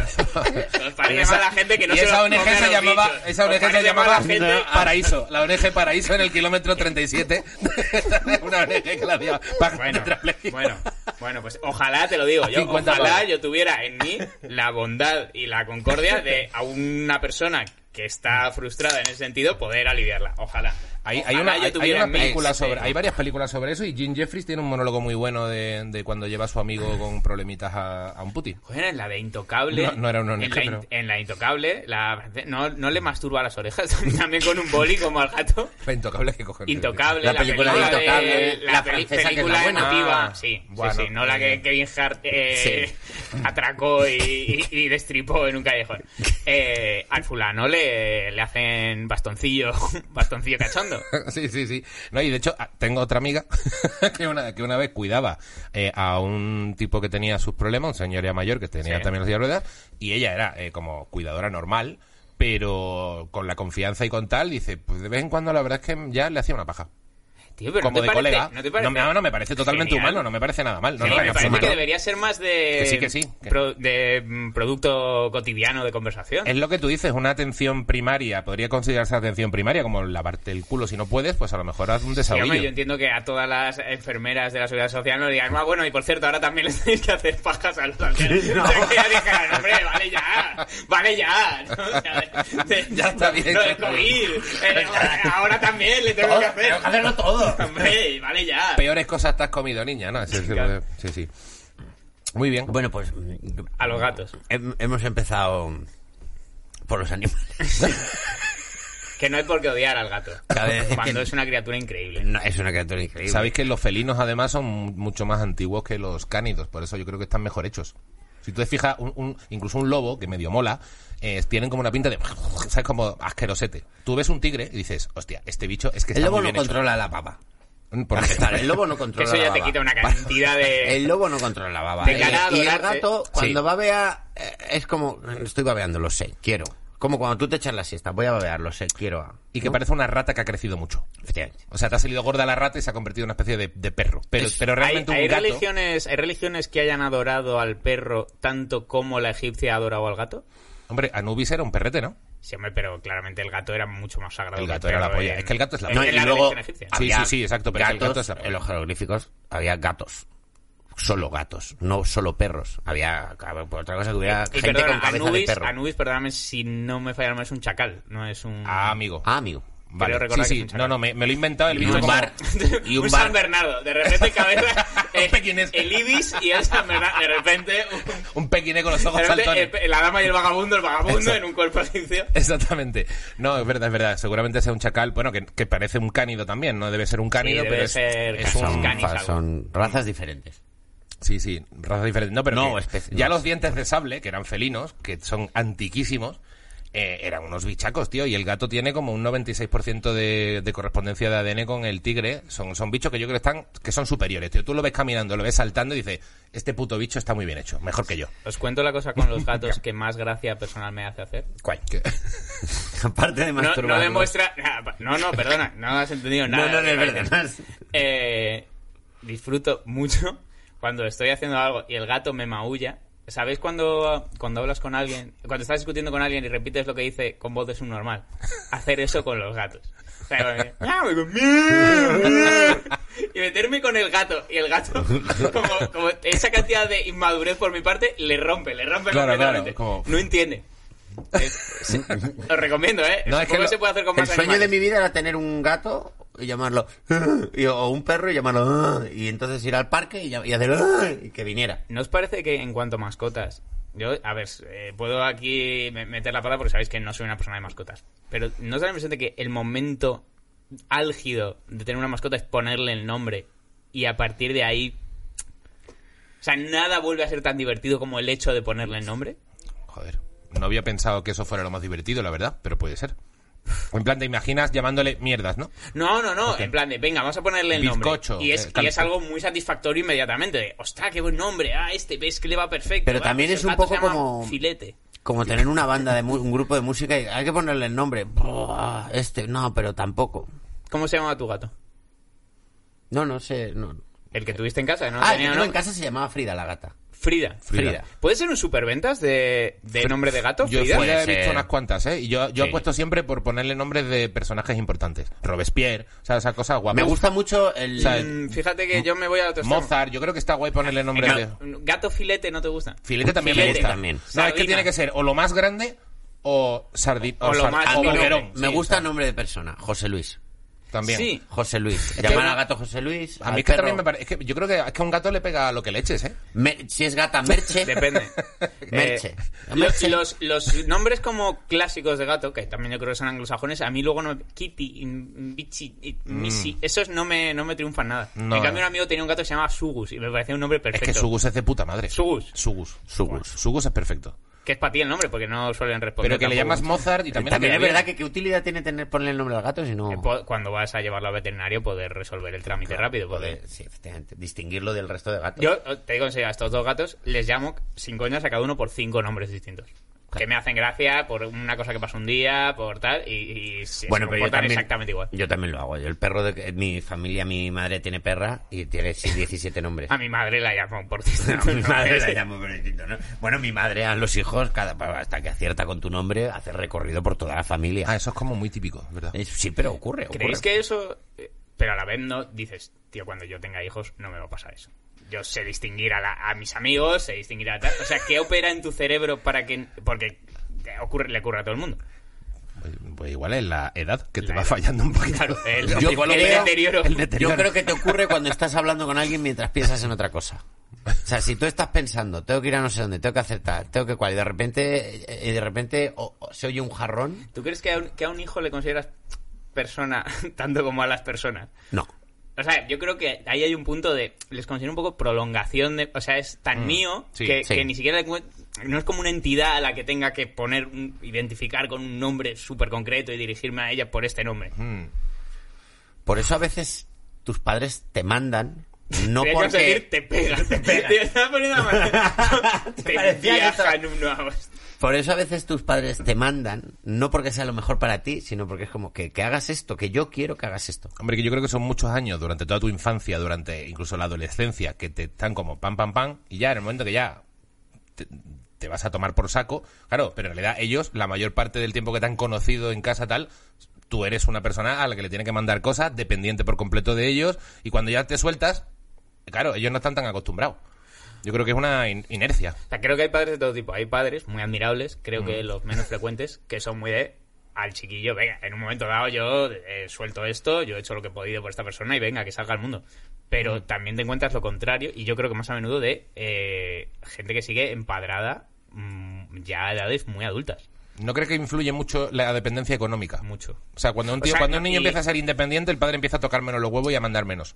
[SPEAKER 2] Os
[SPEAKER 3] y
[SPEAKER 2] parece
[SPEAKER 3] esa-
[SPEAKER 2] mal la gente que no
[SPEAKER 3] y
[SPEAKER 2] se
[SPEAKER 3] esa
[SPEAKER 2] lo
[SPEAKER 3] ONG
[SPEAKER 2] come a
[SPEAKER 3] se
[SPEAKER 2] los
[SPEAKER 3] llamaba,
[SPEAKER 2] bichos.
[SPEAKER 3] esa
[SPEAKER 2] Os
[SPEAKER 3] ONG se
[SPEAKER 2] parece mal
[SPEAKER 3] llamaba
[SPEAKER 2] la gente-
[SPEAKER 3] Paraíso, la ONG Paraíso en el kilómetro 37. Una ONG que la había para
[SPEAKER 2] Bueno,
[SPEAKER 3] tetrapléjicos.
[SPEAKER 2] bueno. Bueno, pues ojalá te lo digo yo.
[SPEAKER 3] 50
[SPEAKER 2] Ojalá
[SPEAKER 3] pavos.
[SPEAKER 2] yo tuviera en mí la bondad y la concordia de a una persona que está frustrada en ese sentido poder aliviarla. Ojalá.
[SPEAKER 3] Hay, hay
[SPEAKER 2] Ojalá
[SPEAKER 3] una,
[SPEAKER 2] yo
[SPEAKER 3] hay- hay
[SPEAKER 2] tuviera
[SPEAKER 3] una
[SPEAKER 2] en mí
[SPEAKER 3] película
[SPEAKER 2] ese-
[SPEAKER 3] sobre, hay varias películas sobre eso y Jim Jeffries tiene un monólogo muy bueno de, de cuando lleva a su amigo con problemitas a, a un puti.
[SPEAKER 2] Joder, en la de Intocable.
[SPEAKER 3] No, no era una
[SPEAKER 2] en,
[SPEAKER 3] única,
[SPEAKER 2] la in-
[SPEAKER 3] pero-
[SPEAKER 2] en la Intocable, la- no, no le masturba las orejas también con un boli como al gato.
[SPEAKER 3] Intocable que cogen.
[SPEAKER 2] Intocable,
[SPEAKER 4] La película de Intocable,
[SPEAKER 2] la,
[SPEAKER 4] la
[SPEAKER 2] peli-
[SPEAKER 4] francesa que es la
[SPEAKER 2] película
[SPEAKER 4] buena.
[SPEAKER 2] emotiva.
[SPEAKER 3] Ah,
[SPEAKER 2] sí, sí,
[SPEAKER 3] bueno.
[SPEAKER 2] sí, no la que Kevin Hart eh, atracó y, y- y destripó en un callejón. Eh, al fulano le, le hacen bastoncillo, bastoncillo cachondo.
[SPEAKER 3] Sí, sí, sí. No, y de hecho, ah, tengo otra amiga que una, que una vez cuidaba eh, a un tipo que tenía sus problemas, un señor ya mayor que tenía
[SPEAKER 2] Sí.
[SPEAKER 3] también los de ruedas, y ella era eh, como cuidadora normal, pero con la confianza y con tal, dice, pues de vez en cuando la verdad es que ya le hacía una paja.
[SPEAKER 2] Tío, pero
[SPEAKER 3] como
[SPEAKER 2] ¿no te
[SPEAKER 3] de
[SPEAKER 2] parece-
[SPEAKER 3] colega.
[SPEAKER 2] ¿no te parece?
[SPEAKER 3] me, no me parece totalmente
[SPEAKER 2] Genial.
[SPEAKER 3] humano, no me parece nada mal. No,
[SPEAKER 2] Sí,
[SPEAKER 3] no,
[SPEAKER 2] me
[SPEAKER 3] no,
[SPEAKER 2] parece
[SPEAKER 3] humano.
[SPEAKER 2] que debería ser más de.
[SPEAKER 3] Que sí, que sí, que-
[SPEAKER 2] pro- de mm, producto cotidiano de conversación.
[SPEAKER 3] Es lo que tú dices, una atención primaria, podría considerarse atención primaria, como lavarte el culo si no puedes, pues a lo mejor haz un
[SPEAKER 2] Sí, hombre,
[SPEAKER 3] desahogo.
[SPEAKER 2] yo entiendo que a todas las enfermeras de la seguridad social no le digan, "Ah, bueno, y por cierto, ahora también les tenéis que hacer pajas a los aldeanos. No. ya dijeran, hombre, vale ya, vale ya. ¿no? O sea, de-
[SPEAKER 3] Ya está bien,
[SPEAKER 2] Lo
[SPEAKER 3] ya
[SPEAKER 2] del
[SPEAKER 3] está
[SPEAKER 2] COVID, eh, ahora también le tengo que hacer.
[SPEAKER 4] Tengo que
[SPEAKER 3] eh,
[SPEAKER 4] hacerlo todo.
[SPEAKER 2] Hombre, vale ya.
[SPEAKER 3] Peores cosas te has comido, niña, ¿no? Sí, sí,
[SPEAKER 2] claro.
[SPEAKER 3] sí, sí. Muy bien.
[SPEAKER 1] Bueno, pues.
[SPEAKER 2] A los gatos.
[SPEAKER 1] hem- hemos empezado por los animales.
[SPEAKER 2] Que no hay por qué odiar al gato.
[SPEAKER 1] Cabe decir
[SPEAKER 2] Cuando
[SPEAKER 1] que-
[SPEAKER 2] es una criatura increíble.
[SPEAKER 1] No, es una criatura increíble.
[SPEAKER 3] Sabéis que los felinos además son mu- mucho más antiguos que los cánidos, por eso yo creo que están mejor hechos. Si tú te fijas, un- un- incluso un lobo, que medio mola, eh, tienen como una pinta de... ¿Sabes? Como asquerosete. Tú ves un tigre y dices, hostia, este bicho es que está
[SPEAKER 1] El lobo
[SPEAKER 3] muy
[SPEAKER 1] no
[SPEAKER 3] bien
[SPEAKER 1] controla la papa.
[SPEAKER 3] hecho.
[SPEAKER 1] Para
[SPEAKER 3] Porque-
[SPEAKER 1] empezar, el lobo no
[SPEAKER 2] Que
[SPEAKER 1] controla
[SPEAKER 2] eso
[SPEAKER 1] la
[SPEAKER 2] ya te
[SPEAKER 1] baba.
[SPEAKER 2] quita una cantidad de...
[SPEAKER 1] El lobo no controla la baba.
[SPEAKER 2] De
[SPEAKER 1] Eh,
[SPEAKER 2] cara a
[SPEAKER 1] y el
[SPEAKER 2] adorarte.
[SPEAKER 1] gato, cuando
[SPEAKER 3] Sí.
[SPEAKER 1] babea, eh, es como... Estoy babeando, lo sé, quiero. Como cuando tú te echas la siesta, voy a babear, lo sé, quiero.
[SPEAKER 3] Y que parece una rata que ha crecido mucho.
[SPEAKER 1] Efectivamente.
[SPEAKER 3] O sea, te ha salido gorda la rata y se ha convertido en una especie de, de perro. Pero, pero realmente
[SPEAKER 2] ¿Hay, hay
[SPEAKER 3] un gato...
[SPEAKER 2] religiones, ¿Hay religiones que hayan adorado al perro tanto como la egipcia ha adorado al gato?
[SPEAKER 3] Hombre, Anubis era un perrete, ¿no?
[SPEAKER 2] Sí, hombre, pero claramente el gato era mucho más sagrado.
[SPEAKER 3] El
[SPEAKER 2] que
[SPEAKER 3] gato era
[SPEAKER 2] perro ¿eh?
[SPEAKER 3] la polla.
[SPEAKER 2] en-
[SPEAKER 3] Es que el gato es la
[SPEAKER 2] en
[SPEAKER 3] No,
[SPEAKER 1] y
[SPEAKER 2] religión
[SPEAKER 1] luego-
[SPEAKER 2] egipcia.
[SPEAKER 3] Sí,
[SPEAKER 1] Había
[SPEAKER 3] sí, sí, exacto, pero es que el
[SPEAKER 1] gatos,
[SPEAKER 3] gato es la-
[SPEAKER 1] en los jeroglíficos había gatos. Solo gatos, no solo perros. Había por otra cosa que hubiera
[SPEAKER 2] Y
[SPEAKER 1] gente
[SPEAKER 2] perdona,
[SPEAKER 1] con cabeza de
[SPEAKER 2] Anubis,
[SPEAKER 1] perro.
[SPEAKER 2] Anubis, perdóname si no me falla, no es un chacal, no es un...
[SPEAKER 3] Ah, amigo.
[SPEAKER 1] Ah, amigo.
[SPEAKER 3] vale.
[SPEAKER 2] recordar que es
[SPEAKER 3] Sí, sí.
[SPEAKER 2] un chacal.
[SPEAKER 3] No, no, me, me lo he inventado el
[SPEAKER 1] Y
[SPEAKER 3] bicho
[SPEAKER 1] un
[SPEAKER 3] como-
[SPEAKER 1] bar. Y un,
[SPEAKER 2] un
[SPEAKER 1] bar.
[SPEAKER 2] San Bernardo, de repente cabeza eh,
[SPEAKER 3] Un pequinés.
[SPEAKER 2] el ibis y el San Bernardo, de repente, un-
[SPEAKER 3] Un pequiné con los ojos
[SPEAKER 2] de repente
[SPEAKER 3] saltones.
[SPEAKER 2] el pe- la dama y el vagabundo, el vagabundo
[SPEAKER 3] Eso.
[SPEAKER 2] en un cuerpo egipcio.
[SPEAKER 3] Exactamente. No, es verdad, es verdad. Seguramente sea un chacal, bueno, que, que parece un cánido también, no debe ser un cánido,
[SPEAKER 2] debe
[SPEAKER 3] pero es,
[SPEAKER 2] ser
[SPEAKER 3] es
[SPEAKER 2] cazón.
[SPEAKER 3] un...
[SPEAKER 1] Son,
[SPEAKER 2] canis
[SPEAKER 1] fa-
[SPEAKER 2] algo.
[SPEAKER 1] son razas diferentes.
[SPEAKER 3] Sí, sí, raza diferente. No, pero
[SPEAKER 1] No,
[SPEAKER 3] que
[SPEAKER 1] especie-
[SPEAKER 3] ya
[SPEAKER 1] no.
[SPEAKER 3] los dientes de sable, que eran felinos, que son antiquísimos, eh, eran unos bichacos, tío. Y el gato tiene como un 96% de, de correspondencia de ADN con el tigre. Son, son bichos que yo creo que están, que son superiores, tío. Tú lo ves caminando, lo ves saltando y dices, este puto bicho está muy bien hecho, mejor que yo.
[SPEAKER 2] Os cuento la cosa con los gatos que más gracia personal me hace hacer.
[SPEAKER 3] Que-
[SPEAKER 1] Aparte de
[SPEAKER 2] No, no
[SPEAKER 1] masturbarnos.
[SPEAKER 2] demuestra. No, no, perdona, no has entendido nada.
[SPEAKER 1] No, no, no es verdad.
[SPEAKER 2] Eh, disfruto mucho cuando estoy haciendo algo y el gato me maulla. ¿Sabéis cuando, cuando hablas con alguien, cuando estás discutiendo con alguien y repites lo que dice con voz de subnormal? Hacer eso con los gatos. O sea, como, "Ah, "Miau", y digo, "Miau, miau". y meterme con el gato y el gato, como, como esa cantidad de inmadurez por mi parte, le rompe, le rompe
[SPEAKER 3] Claro,
[SPEAKER 2] completamente.
[SPEAKER 3] claro, como-
[SPEAKER 2] No entiende. Es- sí, os recomiendo, ¿eh?
[SPEAKER 3] No, es que
[SPEAKER 2] Supongo
[SPEAKER 3] lo-
[SPEAKER 2] se puede hacer con
[SPEAKER 1] El
[SPEAKER 2] más
[SPEAKER 1] sueño de
[SPEAKER 2] animales.
[SPEAKER 1] mi vida era tener un gato y llamarlo y- o un perro y llamarlo y entonces ir al parque y, llam- y hacer y que viniera.
[SPEAKER 2] ¿No os parece que en cuanto a mascotas, yo, a ver, eh, puedo aquí me- meter la pata porque sabéis que no soy una persona de mascotas, pero ¿no os da la impresión de que el momento álgido de tener una mascota es ponerle el nombre y a partir de ahí... O sea, nada vuelve a ser tan divertido como el hecho de ponerle el nombre.
[SPEAKER 3] Joder, no había pensado que eso fuera lo más divertido, la verdad, pero puede ser. En plan, te imaginas llamándole mierdas, ¿no?
[SPEAKER 2] No, no, no, en plan de, venga, vamos a ponerle el
[SPEAKER 3] Bizcocho,
[SPEAKER 2] nombre. Y es,
[SPEAKER 3] eh,
[SPEAKER 2] y es
[SPEAKER 3] calzón.
[SPEAKER 2] algo muy satisfactorio inmediatamente. De, Ostras, qué buen nombre, ah, este, ves que le va perfecto.
[SPEAKER 1] Pero
[SPEAKER 2] va,
[SPEAKER 1] también
[SPEAKER 2] pues
[SPEAKER 1] es
[SPEAKER 2] el
[SPEAKER 1] un
[SPEAKER 2] gato se
[SPEAKER 1] poco
[SPEAKER 2] llama
[SPEAKER 1] como-
[SPEAKER 2] Filete.
[SPEAKER 1] Como tener una banda de mu- un grupo de música y hay que ponerle el nombre. Buah, Este, no, pero tampoco.
[SPEAKER 2] ¿Cómo se llama tu gato?
[SPEAKER 1] No, no sé, no.
[SPEAKER 2] El que tuviste en casa, ¿no?
[SPEAKER 1] ah, el que
[SPEAKER 2] Tenía
[SPEAKER 1] tengo
[SPEAKER 2] nombre.
[SPEAKER 1] en casa se llamaba Frida la gata.
[SPEAKER 2] Frida.
[SPEAKER 3] Frida.
[SPEAKER 2] ¿Puede ser un superventas de, de nombre de gato?
[SPEAKER 3] Yo
[SPEAKER 2] Frida.
[SPEAKER 3] Frida he
[SPEAKER 1] ser.
[SPEAKER 3] visto unas cuantas, ¿eh? Y yo, yo
[SPEAKER 1] Sí.
[SPEAKER 3] apuesto siempre por ponerle nombres de personajes importantes. Robespierre, o sea, esas cosas guapas.
[SPEAKER 1] Me gusta mucho el...
[SPEAKER 3] O sea, el-
[SPEAKER 2] Mm, Fíjate que yo me voy a otro extremo.
[SPEAKER 3] Mozart, yo creo que está guay ponerle nombres de...
[SPEAKER 2] Gato, gato filete no te gusta.
[SPEAKER 3] Filete también me
[SPEAKER 2] Filete
[SPEAKER 3] gusta.
[SPEAKER 1] también.
[SPEAKER 3] No, es que
[SPEAKER 2] Sardina.
[SPEAKER 3] tiene que ser o lo más grande o sardito
[SPEAKER 2] O lo más
[SPEAKER 1] a mí no-
[SPEAKER 2] Boquerón,
[SPEAKER 1] me gusta nombre de persona. José Luis.
[SPEAKER 3] También.
[SPEAKER 2] Sí.
[SPEAKER 1] José Luis.
[SPEAKER 3] que-
[SPEAKER 1] Llamar al gato José Luis.
[SPEAKER 3] A
[SPEAKER 1] al
[SPEAKER 3] mí es que
[SPEAKER 1] perro.
[SPEAKER 3] también me parece... Es que yo creo que es que a un gato le pega lo que le eches, ¿eh?
[SPEAKER 1] Me- si es gata, Merche.
[SPEAKER 2] Depende.
[SPEAKER 1] Merche.
[SPEAKER 2] Eh,
[SPEAKER 1] Merche.
[SPEAKER 2] Los, los nombres como clásicos de gato, que también yo creo que son anglosajones, a mí luego no me... Kitty, mm, Bichi, y Missy, esos no me, no me triunfan nada.
[SPEAKER 3] No. eh.
[SPEAKER 2] En cambio, un amigo tenía un gato que se llamaba Sugus y me parecía un nombre perfecto.
[SPEAKER 3] Es que Sugus es de puta madre.
[SPEAKER 2] Sugus.
[SPEAKER 3] Sugus.
[SPEAKER 1] Sugus. Pues
[SPEAKER 3] Sugus es perfecto.
[SPEAKER 2] Que es para ti el nombre, porque no suelen responder.
[SPEAKER 3] Pero que le
[SPEAKER 2] tampoco.
[SPEAKER 3] llamas Mozart y también...
[SPEAKER 1] También,
[SPEAKER 3] le
[SPEAKER 1] es
[SPEAKER 3] queda
[SPEAKER 1] verdad
[SPEAKER 3] bien.
[SPEAKER 1] que qué utilidad tiene tener ponerle el nombre al gato si no...
[SPEAKER 2] Eh, po- Cuando vas a llevarlo al veterinario, poder resolver el trámite rápido. porque-
[SPEAKER 1] Poder, sí, efectivamente. Distinguirlo del resto de gatos.
[SPEAKER 2] Yo eh, te digo en serio, a estos dos gatos les llamo sin coñas a cada uno por cinco nombres distintos. Que me hacen gracia por una cosa que pasó un día, por tal, y, y se
[SPEAKER 1] bueno,
[SPEAKER 2] se
[SPEAKER 1] pero yo
[SPEAKER 2] comportan
[SPEAKER 1] también,
[SPEAKER 2] exactamente igual.
[SPEAKER 1] Yo también lo hago. Yo el perro de mi familia, mi madre tiene perra y tiene 17 nombres.
[SPEAKER 2] A mi madre la llamo por
[SPEAKER 1] Ah, No,
[SPEAKER 2] distintos
[SPEAKER 1] mi madre
[SPEAKER 2] nombres.
[SPEAKER 1] la llamo por distinto, ¿no? Bueno, mi madre a los hijos, cada, hasta que acierta con tu nombre, hace recorrido por toda la familia.
[SPEAKER 3] Ah, eso es como muy típico, es ¿verdad?
[SPEAKER 1] Es- Sí, pero ocurre. ocurre.
[SPEAKER 2] ¿Creéis que eso...? eh, Pero a la vez no dices, tío, cuando yo tenga hijos no me va a pasar eso. Yo sé distinguir a, la- a mis amigos, sé distinguir a tal... O sea, ¿qué opera en tu cerebro para que...? Porque te ocurre, le ocurre a todo el mundo.
[SPEAKER 3] Pues, pues igual es la edad que te
[SPEAKER 2] La
[SPEAKER 3] va
[SPEAKER 2] edad.
[SPEAKER 3] fallando un poquito.
[SPEAKER 2] Claro, el-
[SPEAKER 1] Yo
[SPEAKER 2] igual
[SPEAKER 1] creo-
[SPEAKER 2] opera el deterioro.
[SPEAKER 3] el deterioro.
[SPEAKER 1] Yo creo que te ocurre cuando estás hablando con alguien mientras piensas en otra cosa. O sea, si tú estás pensando, tengo que ir a no sé dónde, tengo que acertar, tengo que cual, y de repente, eh, y de repente o- o se oye un jarrón,
[SPEAKER 2] ¿Tú crees que a un, que a un hijo le consideras persona tanto como a las personas?
[SPEAKER 1] no.
[SPEAKER 2] O sea, yo creo que ahí hay un punto de. Les considero un poco prolongación de. O sea, es tan mío
[SPEAKER 3] sí,
[SPEAKER 2] que,
[SPEAKER 1] Mm, sí.
[SPEAKER 2] que ni siquiera. le encuent- No es como una entidad a la que tenga que poner. un- identificar con un nombre súper concreto y dirigirme a ella por este nombre.
[SPEAKER 1] Por eso a veces tus padres te mandan, no
[SPEAKER 2] Tenía que
[SPEAKER 1] porque...
[SPEAKER 2] decir, te pega, te pega. Te estaba poniendo la mano.
[SPEAKER 1] Te
[SPEAKER 2] te
[SPEAKER 1] parecía que
[SPEAKER 2] viajan uno a otro.
[SPEAKER 1] Por eso a veces tus padres te mandan, no porque sea lo mejor para ti, sino porque es como que, que hagas esto, que yo quiero que hagas esto.
[SPEAKER 3] Hombre, que yo creo que son muchos años durante toda tu infancia, durante incluso la adolescencia, que te están como pam, pam, pam, y ya en el momento que ya te, te vas a tomar por saco, claro, pero en realidad ellos, la mayor parte del tiempo que te han conocido en casa tal, tú eres una persona a la que le tienen que mandar cosas, dependiente por completo de ellos, y cuando ya te sueltas, claro, ellos no están tan acostumbrados. Yo creo que es una in- inercia.
[SPEAKER 2] O sea, creo que hay padres de todo tipo. Hay padres muy admirables, creo que los menos frecuentes, que son muy de al chiquillo, venga, en un momento dado yo eh, suelto esto, yo he hecho lo que he podido por esta persona y venga, que salga al mundo. Pero también te encuentras lo contrario, y yo creo que más a menudo de eh, gente que sigue empadrada mm, ya a edades muy adultas.
[SPEAKER 3] ¿No crees que influye mucho la dependencia económica?
[SPEAKER 2] Mucho.
[SPEAKER 3] O sea, cuando un,
[SPEAKER 2] O
[SPEAKER 3] tío,
[SPEAKER 2] sea,
[SPEAKER 3] cuando un niño
[SPEAKER 2] y-
[SPEAKER 3] empieza a ser independiente, el padre empieza a tocar menos los huevos y a mandar menos.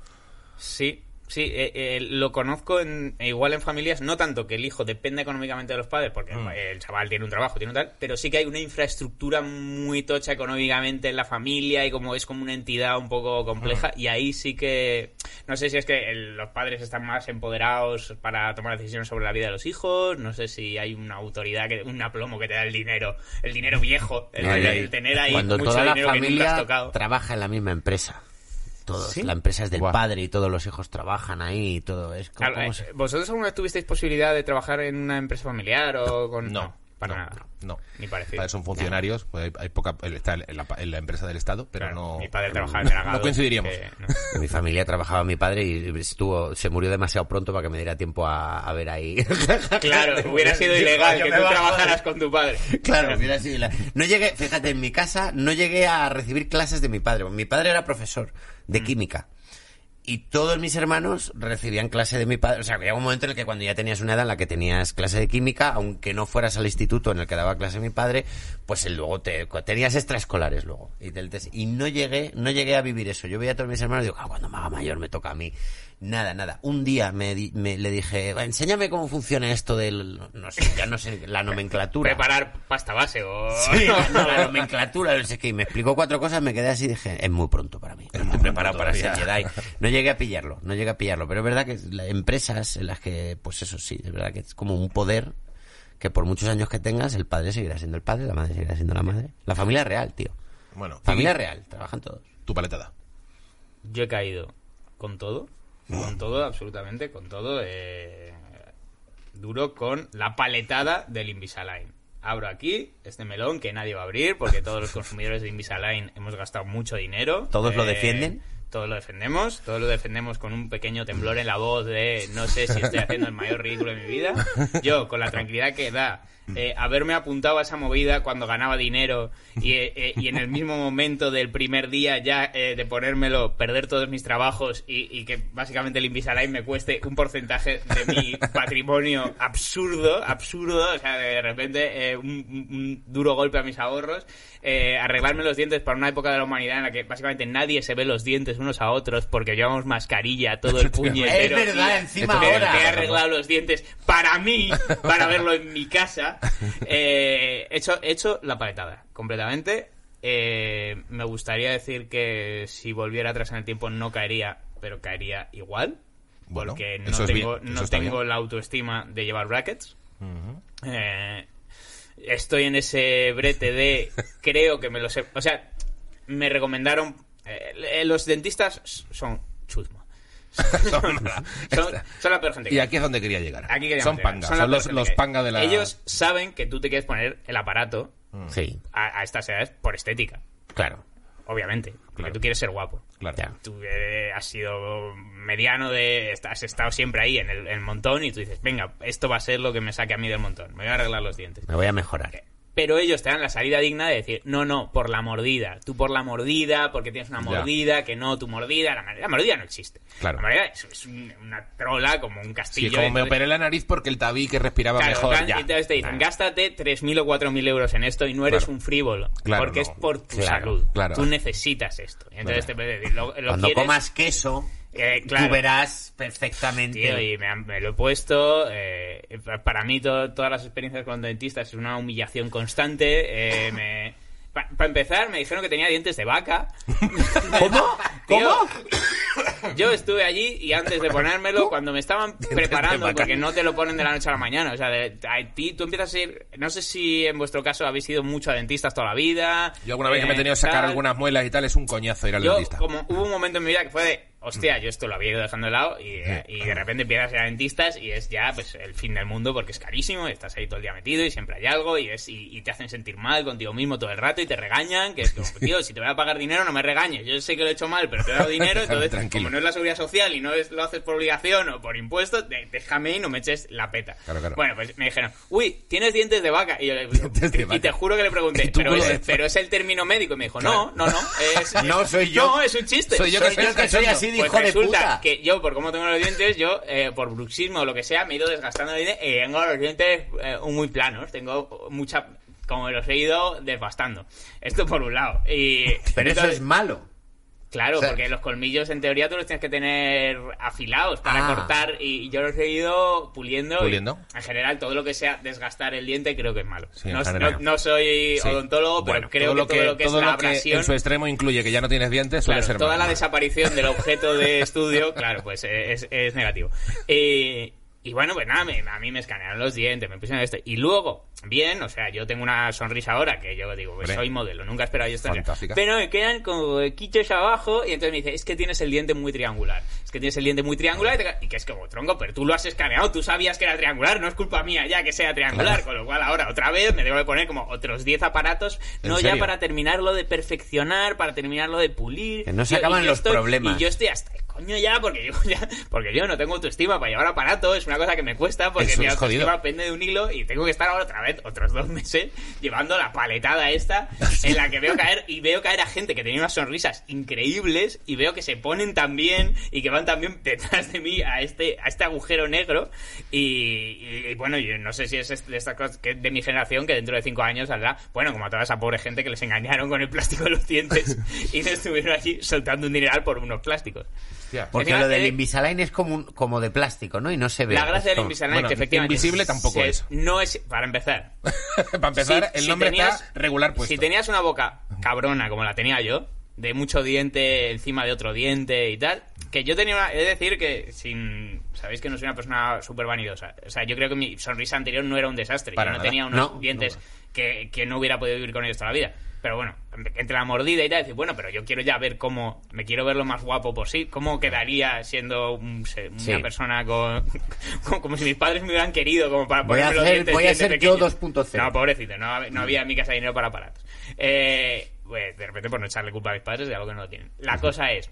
[SPEAKER 2] Sí, sí, eh, eh, lo conozco en, e igual en familias, no tanto que el hijo dependa económicamente de los padres, porque
[SPEAKER 1] Mm.
[SPEAKER 2] el chaval tiene un trabajo, tiene un tal, pero sí que hay una infraestructura muy tocha económicamente en la familia y como es como una entidad un poco compleja
[SPEAKER 1] Mm.
[SPEAKER 2] y ahí sí que, no sé si es que el- los padres están más empoderados para tomar decisiones sobre la vida de los hijos, no sé si hay una autoridad, que un aplomo que te da el dinero, el dinero viejo, el,
[SPEAKER 1] Ahí,
[SPEAKER 2] el
[SPEAKER 1] ahí.
[SPEAKER 2] tener ahí
[SPEAKER 1] Eh, Cuando
[SPEAKER 2] mucho
[SPEAKER 1] toda la
[SPEAKER 2] dinero que nunca has
[SPEAKER 1] familia
[SPEAKER 2] tocado.
[SPEAKER 1] trabaja en la misma empresa. Todos,
[SPEAKER 2] ¿Sí?
[SPEAKER 1] La empresa es del
[SPEAKER 3] Guau.
[SPEAKER 1] padre y todos los hijos trabajan ahí y todo. Es como,
[SPEAKER 2] Claro,
[SPEAKER 1] ¿cómo
[SPEAKER 2] eh,
[SPEAKER 1] se-
[SPEAKER 2] ¿Vosotros alguna vez tuvisteis posibilidad de trabajar en una empresa familiar o con.?
[SPEAKER 3] No,
[SPEAKER 2] para
[SPEAKER 3] no,
[SPEAKER 2] nada.
[SPEAKER 3] No.
[SPEAKER 2] Ni parecido.
[SPEAKER 3] Padres son funcionarios, pues hay, hay poca. el- Está en la, en la empresa del Estado, pero
[SPEAKER 2] Claro,
[SPEAKER 3] no.
[SPEAKER 2] Mi padre trabajaba en
[SPEAKER 3] No,
[SPEAKER 2] Dragados,
[SPEAKER 3] coincidiríamos.
[SPEAKER 2] que no.
[SPEAKER 1] Mi familia trabajaba mi padre y estuvo, se murió demasiado pronto para que me diera tiempo a, a ver ahí.
[SPEAKER 2] Claro, hubiera sido
[SPEAKER 1] Yo-
[SPEAKER 2] ilegal
[SPEAKER 1] yo
[SPEAKER 2] que
[SPEAKER 1] me
[SPEAKER 2] tú
[SPEAKER 1] bajo de-
[SPEAKER 2] trabajaras con tu padre.
[SPEAKER 1] Claro, hubiera sido ilegal. No llegué, fíjate, en mi casa no llegué a recibir clases de mi padre. Mi padre era profesor de química. Y todos mis hermanos recibían clase de mi padre. O sea, había un momento en el que cuando ya tenías una edad en la que tenías clase de química, aunque no fueras al instituto en el que daba clase mi padre, pues él luego te, tenías extraescolares luego. Y, del test. y no llegué, no llegué a vivir eso. Yo veía a todos mis hermanos y digo, "Ah, cuando me haga mayor me toca a mí. Nada, nada. Un día me, di- me- le dije, "Va, enséñame cómo funciona esto del, no sé, ya no sé, la nomenclatura.
[SPEAKER 2] Preparar pasta base o.
[SPEAKER 1] Sí, no, la nomenclatura, no sé qué. Y me explicó cuatro cosas, me quedé así y dije, es muy pronto para mí. No estoy preparado para ser Jedi. No llegué a pillarlo, no llegué a pillarlo. Pero es verdad que las empresas en las que, pues eso sí, es verdad que es como un poder que por muchos años que tengas, el padre seguirá siendo el padre, la madre seguirá siendo la madre. La familia real, tío.
[SPEAKER 3] Bueno,
[SPEAKER 1] Familia real, trabajan todos.
[SPEAKER 3] tu paletada.
[SPEAKER 2] Yo he caído con todo, con todo, absolutamente, con todo. eh, duro con la paletada del Invisalign. Abro aquí este melón que nadie va a abrir porque todos los consumidores de Invisalign hemos gastado mucho dinero. Eh,
[SPEAKER 1] ¿Todos lo defienden?
[SPEAKER 2] Todos lo defendemos, todos lo defendemos con un pequeño temblor en la voz de no sé si estoy haciendo el mayor ridículo de mi vida. Yo, con la tranquilidad que da eh, haberme apuntado a esa movida cuando ganaba dinero y, eh, eh, y en el mismo momento del primer día ya eh, de ponérmelo, perder todos mis trabajos y, y que básicamente el Invisalign me cueste un porcentaje de mi patrimonio absurdo, absurdo, o sea, de repente eh, un, un- un duro golpe a mis ahorros, eh, arreglarme los dientes para una época de la humanidad en la que básicamente nadie se ve los dientes unos a otros porque llevamos mascarilla todo el puñetero.
[SPEAKER 1] Es verdad,
[SPEAKER 2] día.
[SPEAKER 1] encima
[SPEAKER 2] Me-
[SPEAKER 1] ahora.
[SPEAKER 2] me he arreglado los dientes para mí, para verlo en mi casa. Eh, he, hecho, he hecho la paletada, completamente. Eh, me gustaría decir que si volviera atrás en el tiempo no caería, pero caería igual.
[SPEAKER 3] Bueno,
[SPEAKER 2] porque
[SPEAKER 3] eso
[SPEAKER 2] no
[SPEAKER 3] es
[SPEAKER 2] tengo,
[SPEAKER 3] bien, eso
[SPEAKER 2] no
[SPEAKER 3] está
[SPEAKER 2] tengo
[SPEAKER 3] bien.
[SPEAKER 2] la autoestima de llevar brackets. Eh, estoy en ese brete de creo que me lo sé. O sea, me recomendaron. eh, eh, los dentistas son chusma. Son, son la peor gente que
[SPEAKER 3] Y
[SPEAKER 2] hay.
[SPEAKER 3] aquí es donde quería llegar.
[SPEAKER 2] Aquí queríamos
[SPEAKER 3] son
[SPEAKER 2] llegar.
[SPEAKER 3] pangas,
[SPEAKER 2] la
[SPEAKER 3] son, los,
[SPEAKER 2] persona
[SPEAKER 3] los
[SPEAKER 2] que-
[SPEAKER 3] pangas de la...
[SPEAKER 2] Ellos saben que tú te quieres poner el aparato
[SPEAKER 1] Mm. Sí,
[SPEAKER 2] a, a estas edades por estética,
[SPEAKER 1] claro.
[SPEAKER 2] obviamente. Porque
[SPEAKER 3] Claro.
[SPEAKER 2] tú quieres ser guapo.
[SPEAKER 3] Claro.
[SPEAKER 1] Ya.
[SPEAKER 2] Tú eh, has sido mediano de... Has estado siempre ahí en el, en el montón y tú dices, venga, esto va a ser lo que me saque a mí del montón. Me voy a arreglar los dientes.
[SPEAKER 1] Me voy a mejorar.
[SPEAKER 2] Pero ellos te dan la salida digna de decir, no, no, por la mordida. Tú por la mordida, porque tienes una
[SPEAKER 3] Ya.
[SPEAKER 2] mordida, que no, tu mordida. La, ma- la mordida no existe.
[SPEAKER 3] Claro.
[SPEAKER 2] La mordida es, es un- una trola, como un
[SPEAKER 3] Sí,
[SPEAKER 2] castillo.
[SPEAKER 3] como me
[SPEAKER 2] entonces-
[SPEAKER 3] operé la nariz porque el tabique respiraba
[SPEAKER 2] Claro,
[SPEAKER 3] mejor.
[SPEAKER 2] gan-
[SPEAKER 3] Ya.
[SPEAKER 2] entonces te dicen,
[SPEAKER 3] Nah.
[SPEAKER 2] gástate 3.000 o 4.000 euros en esto y no eres
[SPEAKER 3] Claro.
[SPEAKER 2] un frívolo.
[SPEAKER 3] Claro,
[SPEAKER 2] porque
[SPEAKER 3] no.
[SPEAKER 2] es por tu
[SPEAKER 3] Claro,
[SPEAKER 2] salud.
[SPEAKER 3] claro.
[SPEAKER 2] Tú necesitas esto. Y Entonces te pueden decir, lo, lo
[SPEAKER 1] Cuando
[SPEAKER 2] quieres,
[SPEAKER 1] comas queso,
[SPEAKER 2] Eh, claro.
[SPEAKER 1] tú verás perfectamente.
[SPEAKER 2] tío, y me, han- me lo he puesto. eh, pa- para mí to- todas las experiencias con dentistas es una humillación constante. eh, me- pa- para empezar, me dijeron que tenía dientes de vaca.
[SPEAKER 1] ¿Cómo?
[SPEAKER 2] Tío,
[SPEAKER 1] ¿Cómo?
[SPEAKER 2] Yo estuve allí y antes de ponérmelo, cuando me estaban preparando,
[SPEAKER 3] vaca.
[SPEAKER 2] porque no te lo ponen de la noche a la mañana, o sea, de- a ti tú empiezas a ir, no sé si en vuestro caso habéis ido mucho a dentistas toda la vida.
[SPEAKER 3] Yo alguna vez que
[SPEAKER 2] eh,
[SPEAKER 3] me he tenido que sacar
[SPEAKER 2] tal.
[SPEAKER 3] algunas muelas y tal, es un coñazo ir al
[SPEAKER 2] Yo,
[SPEAKER 3] dentista.
[SPEAKER 2] como hubo un momento en mi vida que fue de, hostia, yo esto lo había ido dejando de lado y, eh, y de repente empiezas a ir a dentistas y es ya pues el fin del mundo porque es carísimo, y estás ahí todo el día metido y siempre hay algo y, es, y, y te hacen sentir mal contigo mismo todo el rato y te regañan, que es como, tío, si te voy a pagar dinero no me regañes, yo sé que lo he hecho mal, pero te he dado dinero,
[SPEAKER 3] Déjame
[SPEAKER 2] entonces
[SPEAKER 3] tranquilo.
[SPEAKER 2] como no es la seguridad social y no es, lo haces por obligación o por impuestos, de- déjame y no me eches la peta.
[SPEAKER 3] Claro, claro.
[SPEAKER 2] Bueno, pues me dijeron, uy, tienes dientes de vaca y yo le
[SPEAKER 3] Dientes de
[SPEAKER 2] y te
[SPEAKER 3] vaca.
[SPEAKER 2] juro que le
[SPEAKER 3] Y
[SPEAKER 2] pregunté,
[SPEAKER 3] tú
[SPEAKER 2] pero
[SPEAKER 3] culo
[SPEAKER 2] es,
[SPEAKER 3] de-
[SPEAKER 2] pero es el término médico y me dijo, no, no, no, es,
[SPEAKER 1] No soy yo.
[SPEAKER 2] No, es un chiste.
[SPEAKER 3] Soy yo que
[SPEAKER 1] Soy
[SPEAKER 3] soy
[SPEAKER 1] yo que soy
[SPEAKER 3] cachondo.
[SPEAKER 1] así de
[SPEAKER 2] Pues
[SPEAKER 1] hijo de
[SPEAKER 2] resulta
[SPEAKER 1] puta.
[SPEAKER 2] que yo, por cómo tengo los dientes, yo, eh, por bruxismo o lo que sea, me he ido desgastando los dientes y tengo los dientes eh, muy planos. Tengo mucha... Como los he ido desgastando. Esto por un lado. Y,
[SPEAKER 1] Pero eso
[SPEAKER 2] entonces-
[SPEAKER 1] es malo.
[SPEAKER 2] Claro,
[SPEAKER 1] O sea-
[SPEAKER 2] porque los colmillos en teoría tú los tienes que tener afilados para
[SPEAKER 1] Ah.
[SPEAKER 2] cortar y yo los he ido puliendo. y,
[SPEAKER 3] Puliendo.
[SPEAKER 2] en general, todo lo que sea desgastar el diente creo que es malo.
[SPEAKER 3] Sí, en
[SPEAKER 2] no,
[SPEAKER 3] general.
[SPEAKER 2] no- no soy
[SPEAKER 3] Sí.
[SPEAKER 2] odontólogo, pero
[SPEAKER 3] Bueno,
[SPEAKER 2] creo
[SPEAKER 3] todo
[SPEAKER 2] que,
[SPEAKER 3] lo
[SPEAKER 2] todo lo que
[SPEAKER 3] todo
[SPEAKER 2] es la
[SPEAKER 3] lo que
[SPEAKER 2] abrasión,
[SPEAKER 3] en su extremo incluye que ya no tienes dientes suele
[SPEAKER 2] claro,
[SPEAKER 3] ser
[SPEAKER 2] toda
[SPEAKER 3] malo.
[SPEAKER 2] la desaparición del objeto de estudio, claro, pues eh, es, es negativo. Eh, y bueno, pues nada, me- a mí me escanearon los dientes, me pusieron esto. Y luego, bien, o sea, yo tengo una sonrisa ahora que yo digo, pues
[SPEAKER 3] Hombre.
[SPEAKER 2] soy modelo, nunca esperaba yo esto.
[SPEAKER 3] Fantástica.
[SPEAKER 2] Pero me quedan como quitos abajo y entonces me dice, es que tienes el diente muy triangular. Es que tienes el diente muy triangular y, te ca- y que es como tronco, pero tú lo has escaneado, tú sabías que era triangular, no es culpa mía ya que sea triangular. Con lo cual ahora otra vez me tengo que poner como otros 10 aparatos,
[SPEAKER 3] ¿En
[SPEAKER 2] no ya
[SPEAKER 3] serio?
[SPEAKER 2] para terminarlo de perfeccionar, para terminarlo de pulir.
[SPEAKER 1] Que no se
[SPEAKER 2] Yo-
[SPEAKER 1] acaban
[SPEAKER 2] y yo
[SPEAKER 1] los
[SPEAKER 2] estoy-
[SPEAKER 1] problemas.
[SPEAKER 2] Y yo estoy hasta el coño ya porque yo, ya- porque yo no tengo autoestima para llevar aparato, es una cosa que me cuesta porque
[SPEAKER 3] Eso
[SPEAKER 2] mi
[SPEAKER 3] es jodido.
[SPEAKER 2] autoestima pende de un hilo y tengo que estar ahora otra vez otros dos meses llevando la paletada esta en la que veo caer y veo caer a gente que tenía unas sonrisas increíbles y veo que se ponen también y que van también detrás de mí a este a este agujero negro y, y- y bueno yo no sé si es este- de estas cosas que de mi generación que dentro de cinco años saldrá bueno como a toda esa pobre gente que les engañaron con el plástico de los dientes y se estuvieron allí soltando un dineral por unos plásticos
[SPEAKER 3] Hostia.
[SPEAKER 1] Porque
[SPEAKER 2] Encima,
[SPEAKER 1] lo del
[SPEAKER 2] eh,
[SPEAKER 1] Invisalign es como, un- como de plástico, ¿no? Y no se ve.
[SPEAKER 2] la gracia
[SPEAKER 1] Es
[SPEAKER 2] del
[SPEAKER 1] como-
[SPEAKER 2] Invisalign
[SPEAKER 3] bueno,
[SPEAKER 2] que efectivamente
[SPEAKER 3] invisible tampoco
[SPEAKER 2] se-
[SPEAKER 3] es.
[SPEAKER 2] no es para empezar
[SPEAKER 3] Para empezar,
[SPEAKER 2] Si-
[SPEAKER 3] el
[SPEAKER 2] si
[SPEAKER 3] nombre
[SPEAKER 2] tenías-
[SPEAKER 3] está regular puesto.
[SPEAKER 2] Si tenías una boca cabrona como la tenía yo, de mucho diente encima de otro diente y tal, que yo tenía una... Es decir, que sin... Sabéis que no soy una persona súper vanidosa. O sea, yo creo que mi sonrisa anterior no era un desastre.
[SPEAKER 3] Para
[SPEAKER 2] yo no
[SPEAKER 3] nada.
[SPEAKER 2] tenía unos
[SPEAKER 1] No,
[SPEAKER 2] dientes Que, que no hubiera podido vivir con ellos toda la vida. Pero bueno, entre la mordida y tal, decir, bueno, pero yo quiero ya ver cómo. Me quiero ver lo más guapo posible. ¿Cómo quedaría siendo un- se- una
[SPEAKER 1] Sí.
[SPEAKER 2] persona con, con- Como si mis padres me hubieran querido, como para
[SPEAKER 1] Voy a
[SPEAKER 2] ponerme los
[SPEAKER 1] hacer-
[SPEAKER 2] dientes
[SPEAKER 1] voy a
[SPEAKER 2] bien de
[SPEAKER 1] ser yo
[SPEAKER 2] pequeño.
[SPEAKER 1] 2.0.
[SPEAKER 2] No, pobrecito, no, hab- no había en mi casa dinero para aparatos. Eh, pues de repente, por no echarle culpa a mis padres de algo que no lo tienen. La cosa es.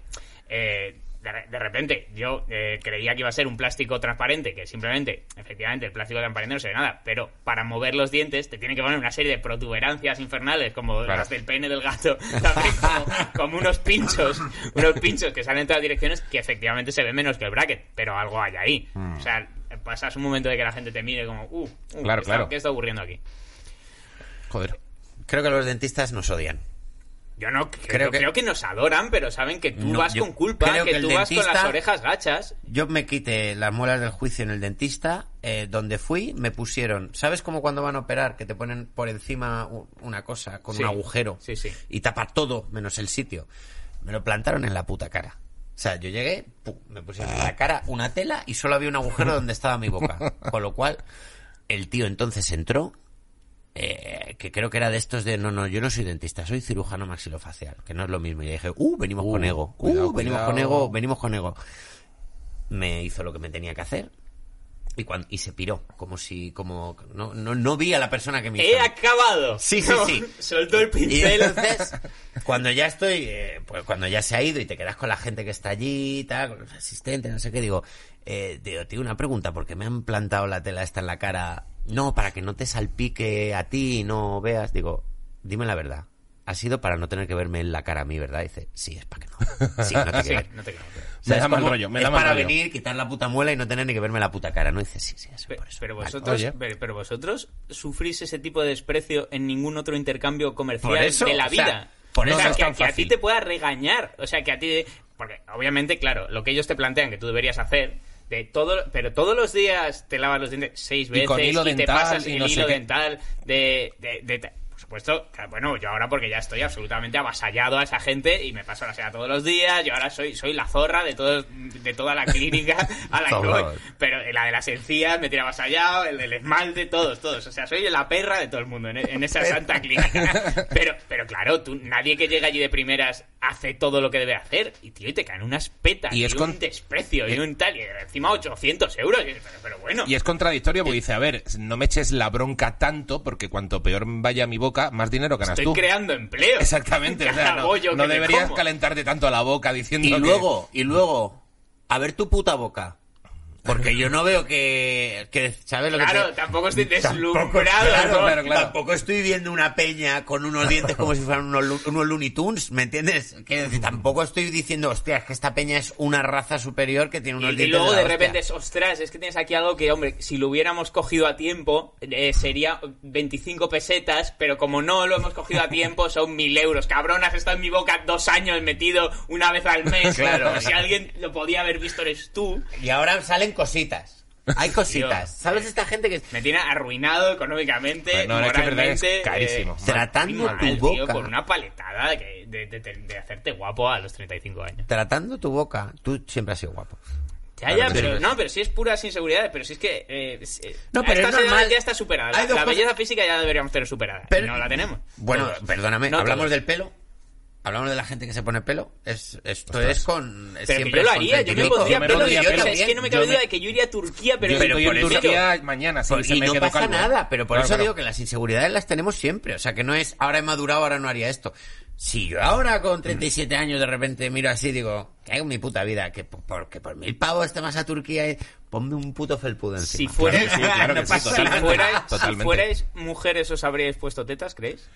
[SPEAKER 2] eh, de, re- de repente, yo eh, creía que iba a ser un plástico transparente, que simplemente, efectivamente, el plástico transparente no se ve nada, pero para mover los dientes te tienen que poner una serie de protuberancias infernales, como
[SPEAKER 3] Claro.
[SPEAKER 2] las del pene del gato, también como, como unos pinchos, unos pinchos que salen en todas las direcciones, que efectivamente se ve menos que el bracket, pero algo hay ahí. O sea, pasas un momento de que la gente te mire como, uh, uh,
[SPEAKER 3] Mm. Claro,
[SPEAKER 2] ¿qué,
[SPEAKER 3] claro.
[SPEAKER 2] Está, qué está ocurriendo aquí?
[SPEAKER 3] Joder.
[SPEAKER 1] Creo que los dentistas nos odian.
[SPEAKER 2] Yo no
[SPEAKER 1] Creo
[SPEAKER 2] creo,
[SPEAKER 1] que-
[SPEAKER 2] que... creo que nos adoran, pero saben que tú
[SPEAKER 1] No,
[SPEAKER 2] vas
[SPEAKER 1] yo
[SPEAKER 2] con culpa,
[SPEAKER 1] creo
[SPEAKER 2] que,
[SPEAKER 1] que el
[SPEAKER 2] tú vas con las
[SPEAKER 1] dentista-
[SPEAKER 2] orejas gachas.
[SPEAKER 1] Yo me quité las muelas del juicio en el dentista, eh, donde fui me pusieron, ¿sabes cómo cuando van a operar que te ponen por encima u- una cosa con
[SPEAKER 2] Sí,
[SPEAKER 1] un agujero
[SPEAKER 2] sí, sí.
[SPEAKER 1] y tapa todo menos el sitio? Me lo plantaron en la puta cara. O sea, yo llegué, pum, me pusieron en la cara una tela y solo había un agujero donde estaba mi boca. Con lo cual, el tío entonces entró, eh, que creo que era de estos de, no, no, yo no soy dentista, soy cirujano maxilofacial, que no es lo mismo. Y dije, uh, venimos con ego,
[SPEAKER 3] cuidado,
[SPEAKER 1] uh, venimos con
[SPEAKER 3] cuidado.
[SPEAKER 1] ego, venimos con ego me hizo lo que me tenía que hacer y, cuan- y se piró, como si como no, no, no vi a la persona que me hizo.
[SPEAKER 2] He acabado.
[SPEAKER 1] Sí, sí, sí.
[SPEAKER 2] Soltó el
[SPEAKER 1] Y
[SPEAKER 2] pincel.
[SPEAKER 1] entonces, cuando ya estoy, eh, pues cuando ya se ha ido y te quedas con la gente que está allí, y tal, con los asistentes, no sé qué, digo, eh, digo, tío, una pregunta, porque me han plantado la tela esta en la cara, no, para que no te salpique a ti y no veas, digo, dime la verdad. Ha sido para no tener que verme en la cara a mí, ¿verdad? Dice, sí, es para que no. Sí, no te
[SPEAKER 2] Sí,
[SPEAKER 1] quiero ver".
[SPEAKER 2] no te creo.
[SPEAKER 1] O sea,
[SPEAKER 3] Me da
[SPEAKER 1] es
[SPEAKER 3] mal
[SPEAKER 1] como-
[SPEAKER 3] rollo, me
[SPEAKER 1] es
[SPEAKER 3] da mal
[SPEAKER 1] para
[SPEAKER 3] rollo.
[SPEAKER 1] venir, quitar la puta muela y no tener ni que verme la puta cara, ¿no? Y dices, sí, sí, eso,
[SPEAKER 2] Pe-
[SPEAKER 1] por eso.
[SPEAKER 2] Pero
[SPEAKER 1] Vale.
[SPEAKER 2] vosotros,
[SPEAKER 3] Oye.
[SPEAKER 2] pero, pero vosotros sufrís ese tipo de desprecio en ningún otro intercambio comercial
[SPEAKER 1] Por eso,
[SPEAKER 2] de la
[SPEAKER 1] o sea,
[SPEAKER 2] vida.
[SPEAKER 1] por
[SPEAKER 2] O
[SPEAKER 1] eso
[SPEAKER 2] sea,
[SPEAKER 1] es
[SPEAKER 2] que,
[SPEAKER 1] tan
[SPEAKER 2] que a ti
[SPEAKER 1] fácil.
[SPEAKER 2] te pueda regañar. O sea, que a ti. Porque obviamente, claro, lo que ellos te plantean que tú deberías hacer. De todo, pero todos los días te lavas los dientes seis veces
[SPEAKER 3] Y con hilo
[SPEAKER 2] te
[SPEAKER 3] dental
[SPEAKER 2] pasas
[SPEAKER 3] y
[SPEAKER 2] el
[SPEAKER 3] no sé
[SPEAKER 2] hilo
[SPEAKER 3] qué.
[SPEAKER 2] dental de, de- de ta- por supuesto, claro, bueno, yo ahora porque ya estoy absolutamente avasallado a esa gente y me paso la seda todos los días, yo ahora soy, soy la zorra de todos, de toda la clínica a la que voy.
[SPEAKER 1] Zorra.
[SPEAKER 2] Pero la de las encías me tiene avasallado, el del esmalte, todos, todos. O sea, soy la perra de todo el mundo en, e, en esa santa clínica. Pero, pero claro, tú, nadie que llega allí de primeras hace todo lo que debe hacer. Y tío, y te caen unas petas
[SPEAKER 3] Y
[SPEAKER 2] y,
[SPEAKER 3] es
[SPEAKER 2] un
[SPEAKER 3] con- eh
[SPEAKER 2] desprecio y un tal. Y encima 800 euros. Y dices, pero, pero bueno.
[SPEAKER 3] Y es contradictorio
[SPEAKER 2] Eh,
[SPEAKER 3] porque dice, a ver, no me eches la bronca tanto porque cuanto peor vaya mi boca, más dinero ganas
[SPEAKER 2] Estoy
[SPEAKER 3] tú.
[SPEAKER 2] creando empleo.
[SPEAKER 3] Exactamente, o sea, no, no deberías calentarte tanto la boca diciendo
[SPEAKER 1] Y
[SPEAKER 3] que-
[SPEAKER 1] luego, y luego, a ver tu puta boca. Porque yo no veo que, que ¿sabes lo que
[SPEAKER 2] Claro,
[SPEAKER 1] te-
[SPEAKER 2] tampoco estoy deslumbrado.
[SPEAKER 3] claro,
[SPEAKER 2] ¿no?
[SPEAKER 3] claro, claro.
[SPEAKER 1] Tampoco estoy viendo una peña con unos dientes como si fueran unos, lu- unos Looney Tunes, ¿me entiendes? Quiero decir, tampoco estoy diciendo, hostia, es que esta peña es una raza superior que tiene
[SPEAKER 2] Y,
[SPEAKER 1] unos
[SPEAKER 2] y
[SPEAKER 1] dientes
[SPEAKER 2] luego
[SPEAKER 1] la
[SPEAKER 2] de
[SPEAKER 1] hostia.
[SPEAKER 2] repente es, ostras, es que tienes aquí algo que, hombre, si lo hubiéramos cogido a tiempo, eh, sería 25 pesetas, pero como no lo hemos cogido a tiempo, son 1000 euros. Cabrón, has estado en mi boca dos años metido una vez al mes.
[SPEAKER 1] Claro.
[SPEAKER 2] Si alguien lo podía haber visto, eres tú.
[SPEAKER 1] Y ahora salen cositas. Hay cositas.
[SPEAKER 2] Tío.
[SPEAKER 1] ¿Sabes esta gente que
[SPEAKER 2] Me tiene arruinado económicamente,
[SPEAKER 3] Bueno, ahora es que es verdad que es
[SPEAKER 2] moralmente. eh,
[SPEAKER 3] carísimo.
[SPEAKER 2] muy
[SPEAKER 1] tratando
[SPEAKER 2] mal,
[SPEAKER 1] tu
[SPEAKER 2] tío,
[SPEAKER 1] boca?
[SPEAKER 2] con una paletada que- de, de- de- de hacerte guapo a los 35 años.
[SPEAKER 1] tratando tu boca, tú siempre has sido guapo.
[SPEAKER 2] Ya,
[SPEAKER 3] Claro
[SPEAKER 2] ya,
[SPEAKER 3] que
[SPEAKER 2] pero
[SPEAKER 3] sí.
[SPEAKER 2] no, pero sí es puras inseguridades, pero si es que eh, es- eh,
[SPEAKER 1] No, pero
[SPEAKER 2] a
[SPEAKER 1] es
[SPEAKER 2] esta edad
[SPEAKER 1] normal.
[SPEAKER 2] ya está superada. La,
[SPEAKER 1] Hay dos
[SPEAKER 2] la
[SPEAKER 1] cosas-
[SPEAKER 2] belleza física ya la deberíamos tener superada.
[SPEAKER 1] Pero-
[SPEAKER 2] y no la tenemos.
[SPEAKER 1] Bueno,
[SPEAKER 2] Todos.
[SPEAKER 1] perdóname,
[SPEAKER 2] No
[SPEAKER 1] hablamos
[SPEAKER 2] todos.
[SPEAKER 1] del pelo. Hablamos de la gente que se pone pelo. Es, esto
[SPEAKER 3] Ostras.
[SPEAKER 1] es con. es
[SPEAKER 2] Pero que
[SPEAKER 1] siempre
[SPEAKER 2] yo lo
[SPEAKER 1] es con
[SPEAKER 2] haría, yo me
[SPEAKER 1] sentimiento.
[SPEAKER 2] pondría
[SPEAKER 3] Yo me
[SPEAKER 2] pelo.
[SPEAKER 3] pondría
[SPEAKER 2] y yo
[SPEAKER 3] pelo.
[SPEAKER 2] también. Es que no me
[SPEAKER 1] Yo
[SPEAKER 2] cabe
[SPEAKER 1] me-
[SPEAKER 2] duda de que yo iría a Turquía, pero,
[SPEAKER 3] Yo
[SPEAKER 2] pero
[SPEAKER 3] estoy
[SPEAKER 2] por
[SPEAKER 3] en
[SPEAKER 2] el pelo.
[SPEAKER 3] Turquía mañana, si
[SPEAKER 1] Por-
[SPEAKER 3] se
[SPEAKER 1] y
[SPEAKER 3] me
[SPEAKER 1] no
[SPEAKER 3] quedo
[SPEAKER 1] pasa
[SPEAKER 3] calvo.
[SPEAKER 1] nada, pero por
[SPEAKER 3] Claro,
[SPEAKER 1] eso
[SPEAKER 3] claro.
[SPEAKER 1] digo que las inseguridades las tenemos siempre. O sea, que no es ahora he madurado, ahora no haría esto. Si yo ahora con 37 años de repente miro así y digo, ¿qué hago en mi puta vida? Que por, por- que por mil pavos te vas a Turquía y ponme un puto felpudo
[SPEAKER 2] Si
[SPEAKER 1] encima.
[SPEAKER 2] fuera,
[SPEAKER 3] Claro que sí, claro que
[SPEAKER 2] no
[SPEAKER 3] sí,
[SPEAKER 2] pasa nada.
[SPEAKER 3] totalmente.
[SPEAKER 2] si fuera-
[SPEAKER 3] Totalmente.
[SPEAKER 2] si fuerais mujeres, ¿os habríais puesto tetas, creéis?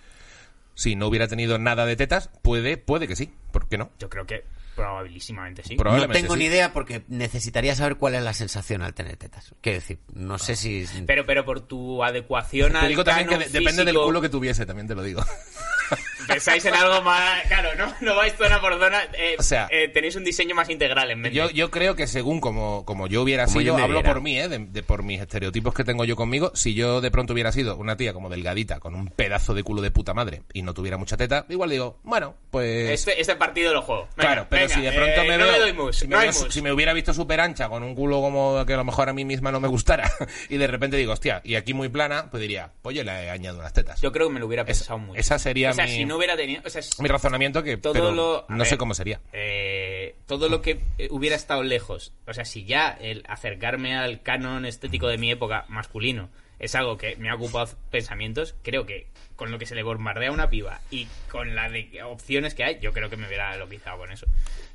[SPEAKER 3] Si no hubiera tenido nada de tetas, puede, puede que sí. ¿Por qué no?
[SPEAKER 2] Yo creo que probabilísimamente
[SPEAKER 1] no
[SPEAKER 2] sí.
[SPEAKER 3] Probablemente
[SPEAKER 1] tengo
[SPEAKER 3] sí.
[SPEAKER 1] ni idea porque necesitaría saber cuál es la sensación al tener tetas. Quiero decir, no sé si...
[SPEAKER 2] pero, pero por tu adecuación
[SPEAKER 3] Te
[SPEAKER 2] al
[SPEAKER 3] digo también que
[SPEAKER 2] canon
[SPEAKER 3] de- depende del
[SPEAKER 2] físico-
[SPEAKER 3] culo que tuviese, también te lo digo.
[SPEAKER 2] Pensáis en algo más. Claro, no, no vais zona por zona. eh,
[SPEAKER 3] O sea-
[SPEAKER 2] eh, tenéis un diseño más integral en mente.
[SPEAKER 3] Yo, yo creo que según como, como yo hubiera
[SPEAKER 1] Como yo
[SPEAKER 3] sido,
[SPEAKER 1] me
[SPEAKER 3] hablo
[SPEAKER 1] viera.
[SPEAKER 3] por mí, ¿eh? de, de- por mis estereotipos que tengo yo conmigo, si yo de pronto hubiera sido una tía como delgadita, con un pedazo de culo de puta madre y no tuviera mucha teta, igual digo, bueno, pues...
[SPEAKER 2] este, este partido lo juego. Venga,
[SPEAKER 3] claro, pero
[SPEAKER 2] venga,
[SPEAKER 3] si de pronto
[SPEAKER 2] eh,
[SPEAKER 3] me
[SPEAKER 2] no
[SPEAKER 3] veo,
[SPEAKER 2] me doy mus,
[SPEAKER 3] si, me
[SPEAKER 2] no hay
[SPEAKER 3] hubiera-
[SPEAKER 2] mus.
[SPEAKER 3] si me hubiera visto súper ancha con un culo como que a lo mejor a mí misma no me gustara y de repente digo, hostia, y aquí muy plana, pues diría, oye, le añado unas tetas.
[SPEAKER 2] Yo creo que me lo hubiera pensado mucho.
[SPEAKER 3] esa sería
[SPEAKER 2] O sea,
[SPEAKER 3] mi-
[SPEAKER 2] si no no hubiera tenido. O sea, es-
[SPEAKER 3] Mi razonamiento que
[SPEAKER 2] Todo
[SPEAKER 3] pero
[SPEAKER 2] lo- a
[SPEAKER 3] no sé
[SPEAKER 2] ver.
[SPEAKER 3] cómo sería.
[SPEAKER 2] eh, todo lo que eh, hubiera estado lejos. O sea, si ya el acercarme al canon estético de mi época masculino es algo que me ha ocupado pensamientos, creo que con lo que se le bombardea a una piba y con las opciones que hay, yo creo que me hubiera loquizado con eso.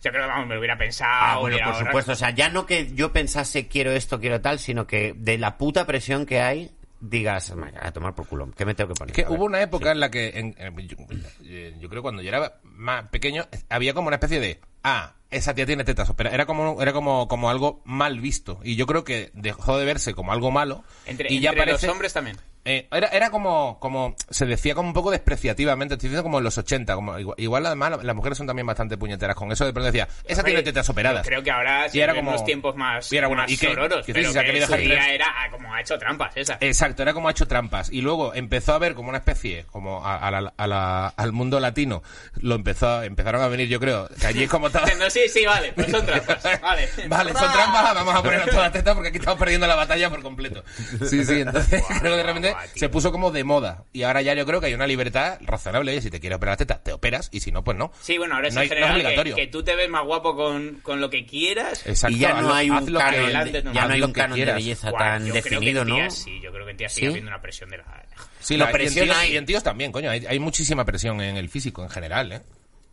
[SPEAKER 2] Yo creo que vamos, me lo hubiera pensado.
[SPEAKER 1] Ah, bueno,
[SPEAKER 2] hubiera
[SPEAKER 1] por
[SPEAKER 2] ahorrado.
[SPEAKER 1] supuesto. O sea, ya no que yo pensase quiero esto, quiero tal, sino que de la puta presión que hay, digas, "Me cago, a tomar por culo, ¿qué me tengo que poner?
[SPEAKER 3] Es que
[SPEAKER 1] A ver.
[SPEAKER 3] hubo una época en la que, en- eh, yo, eh, yo creo cuando yo era más pequeño, había como una especie de, ah, esa tía tiene tetas, pero era como era como, como algo mal visto. Y yo creo que dejó de verse como algo malo.
[SPEAKER 2] Entre,
[SPEAKER 3] y ya
[SPEAKER 2] entre
[SPEAKER 3] parece,
[SPEAKER 2] los hombres también.
[SPEAKER 3] eh, era, era como, como, se decía como un poco despreciativamente, estoy diciendo como en los 80, como, igual, igual además la- las mujeres son también bastante puñeteras con eso, de pronto decía, esa
[SPEAKER 2] Hombre,
[SPEAKER 3] tiene tetas operadas.
[SPEAKER 2] Creo que ahora sí
[SPEAKER 3] era
[SPEAKER 2] eran
[SPEAKER 3] como-
[SPEAKER 2] unos tiempos más,
[SPEAKER 3] y era bueno,
[SPEAKER 2] más
[SPEAKER 3] ¿y qué?
[SPEAKER 2] sororos,
[SPEAKER 3] Que sí,
[SPEAKER 2] pero
[SPEAKER 3] se ha
[SPEAKER 2] que
[SPEAKER 3] querido
[SPEAKER 2] su
[SPEAKER 3] dejar
[SPEAKER 2] día
[SPEAKER 3] tres.
[SPEAKER 2] era ah, como ha hecho trampas esa.
[SPEAKER 3] Exacto, era como ha hecho trampas. Y luego empezó a ver como una especie, como a- a la- a la- al mundo latino, lo empezó, empezaron a venir, yo creo, que allí es como estaba...
[SPEAKER 2] No, sí, sí, vale, pues son trampas. Vale,
[SPEAKER 3] Vale, son trampas, vamos a ponernos todas las tetas porque aquí estamos perdiendo la batalla por completo. Sí, sí, entonces creo que de repente
[SPEAKER 2] guau, tío.
[SPEAKER 3] se puso como de moda. Y ahora ya yo creo que hay una libertad razonable. Oye, si te quieres operar las tetas, te operas, y si no, pues no.
[SPEAKER 2] Sí, bueno, ahora es
[SPEAKER 3] No
[SPEAKER 2] en
[SPEAKER 3] hay- no es
[SPEAKER 2] general que-
[SPEAKER 3] obligatorio.
[SPEAKER 2] que, tú te ves más guapo con, con lo que quieras.
[SPEAKER 3] Exacto,
[SPEAKER 1] Y ya no
[SPEAKER 3] hazlo-
[SPEAKER 1] hay un
[SPEAKER 3] haz lo que-
[SPEAKER 1] canon,
[SPEAKER 2] adelante, no,
[SPEAKER 1] ya
[SPEAKER 3] haz
[SPEAKER 1] no hay
[SPEAKER 3] lo
[SPEAKER 1] un
[SPEAKER 3] que
[SPEAKER 1] canon de
[SPEAKER 3] quieras.
[SPEAKER 1] belleza
[SPEAKER 2] Guau,
[SPEAKER 1] tan
[SPEAKER 2] yo creo que en
[SPEAKER 1] definido,
[SPEAKER 2] tías
[SPEAKER 1] ¿no?
[SPEAKER 2] Sí, yo creo que en tías
[SPEAKER 1] ¿Sí?
[SPEAKER 2] sigue habiendo una presión de la...
[SPEAKER 3] Sí,
[SPEAKER 1] La
[SPEAKER 3] la
[SPEAKER 1] presión
[SPEAKER 3] presión y en, tíos,
[SPEAKER 1] hay.
[SPEAKER 3] y en tíos también, coño. Hay, hay muchísima presión en el físico en general, ¿eh?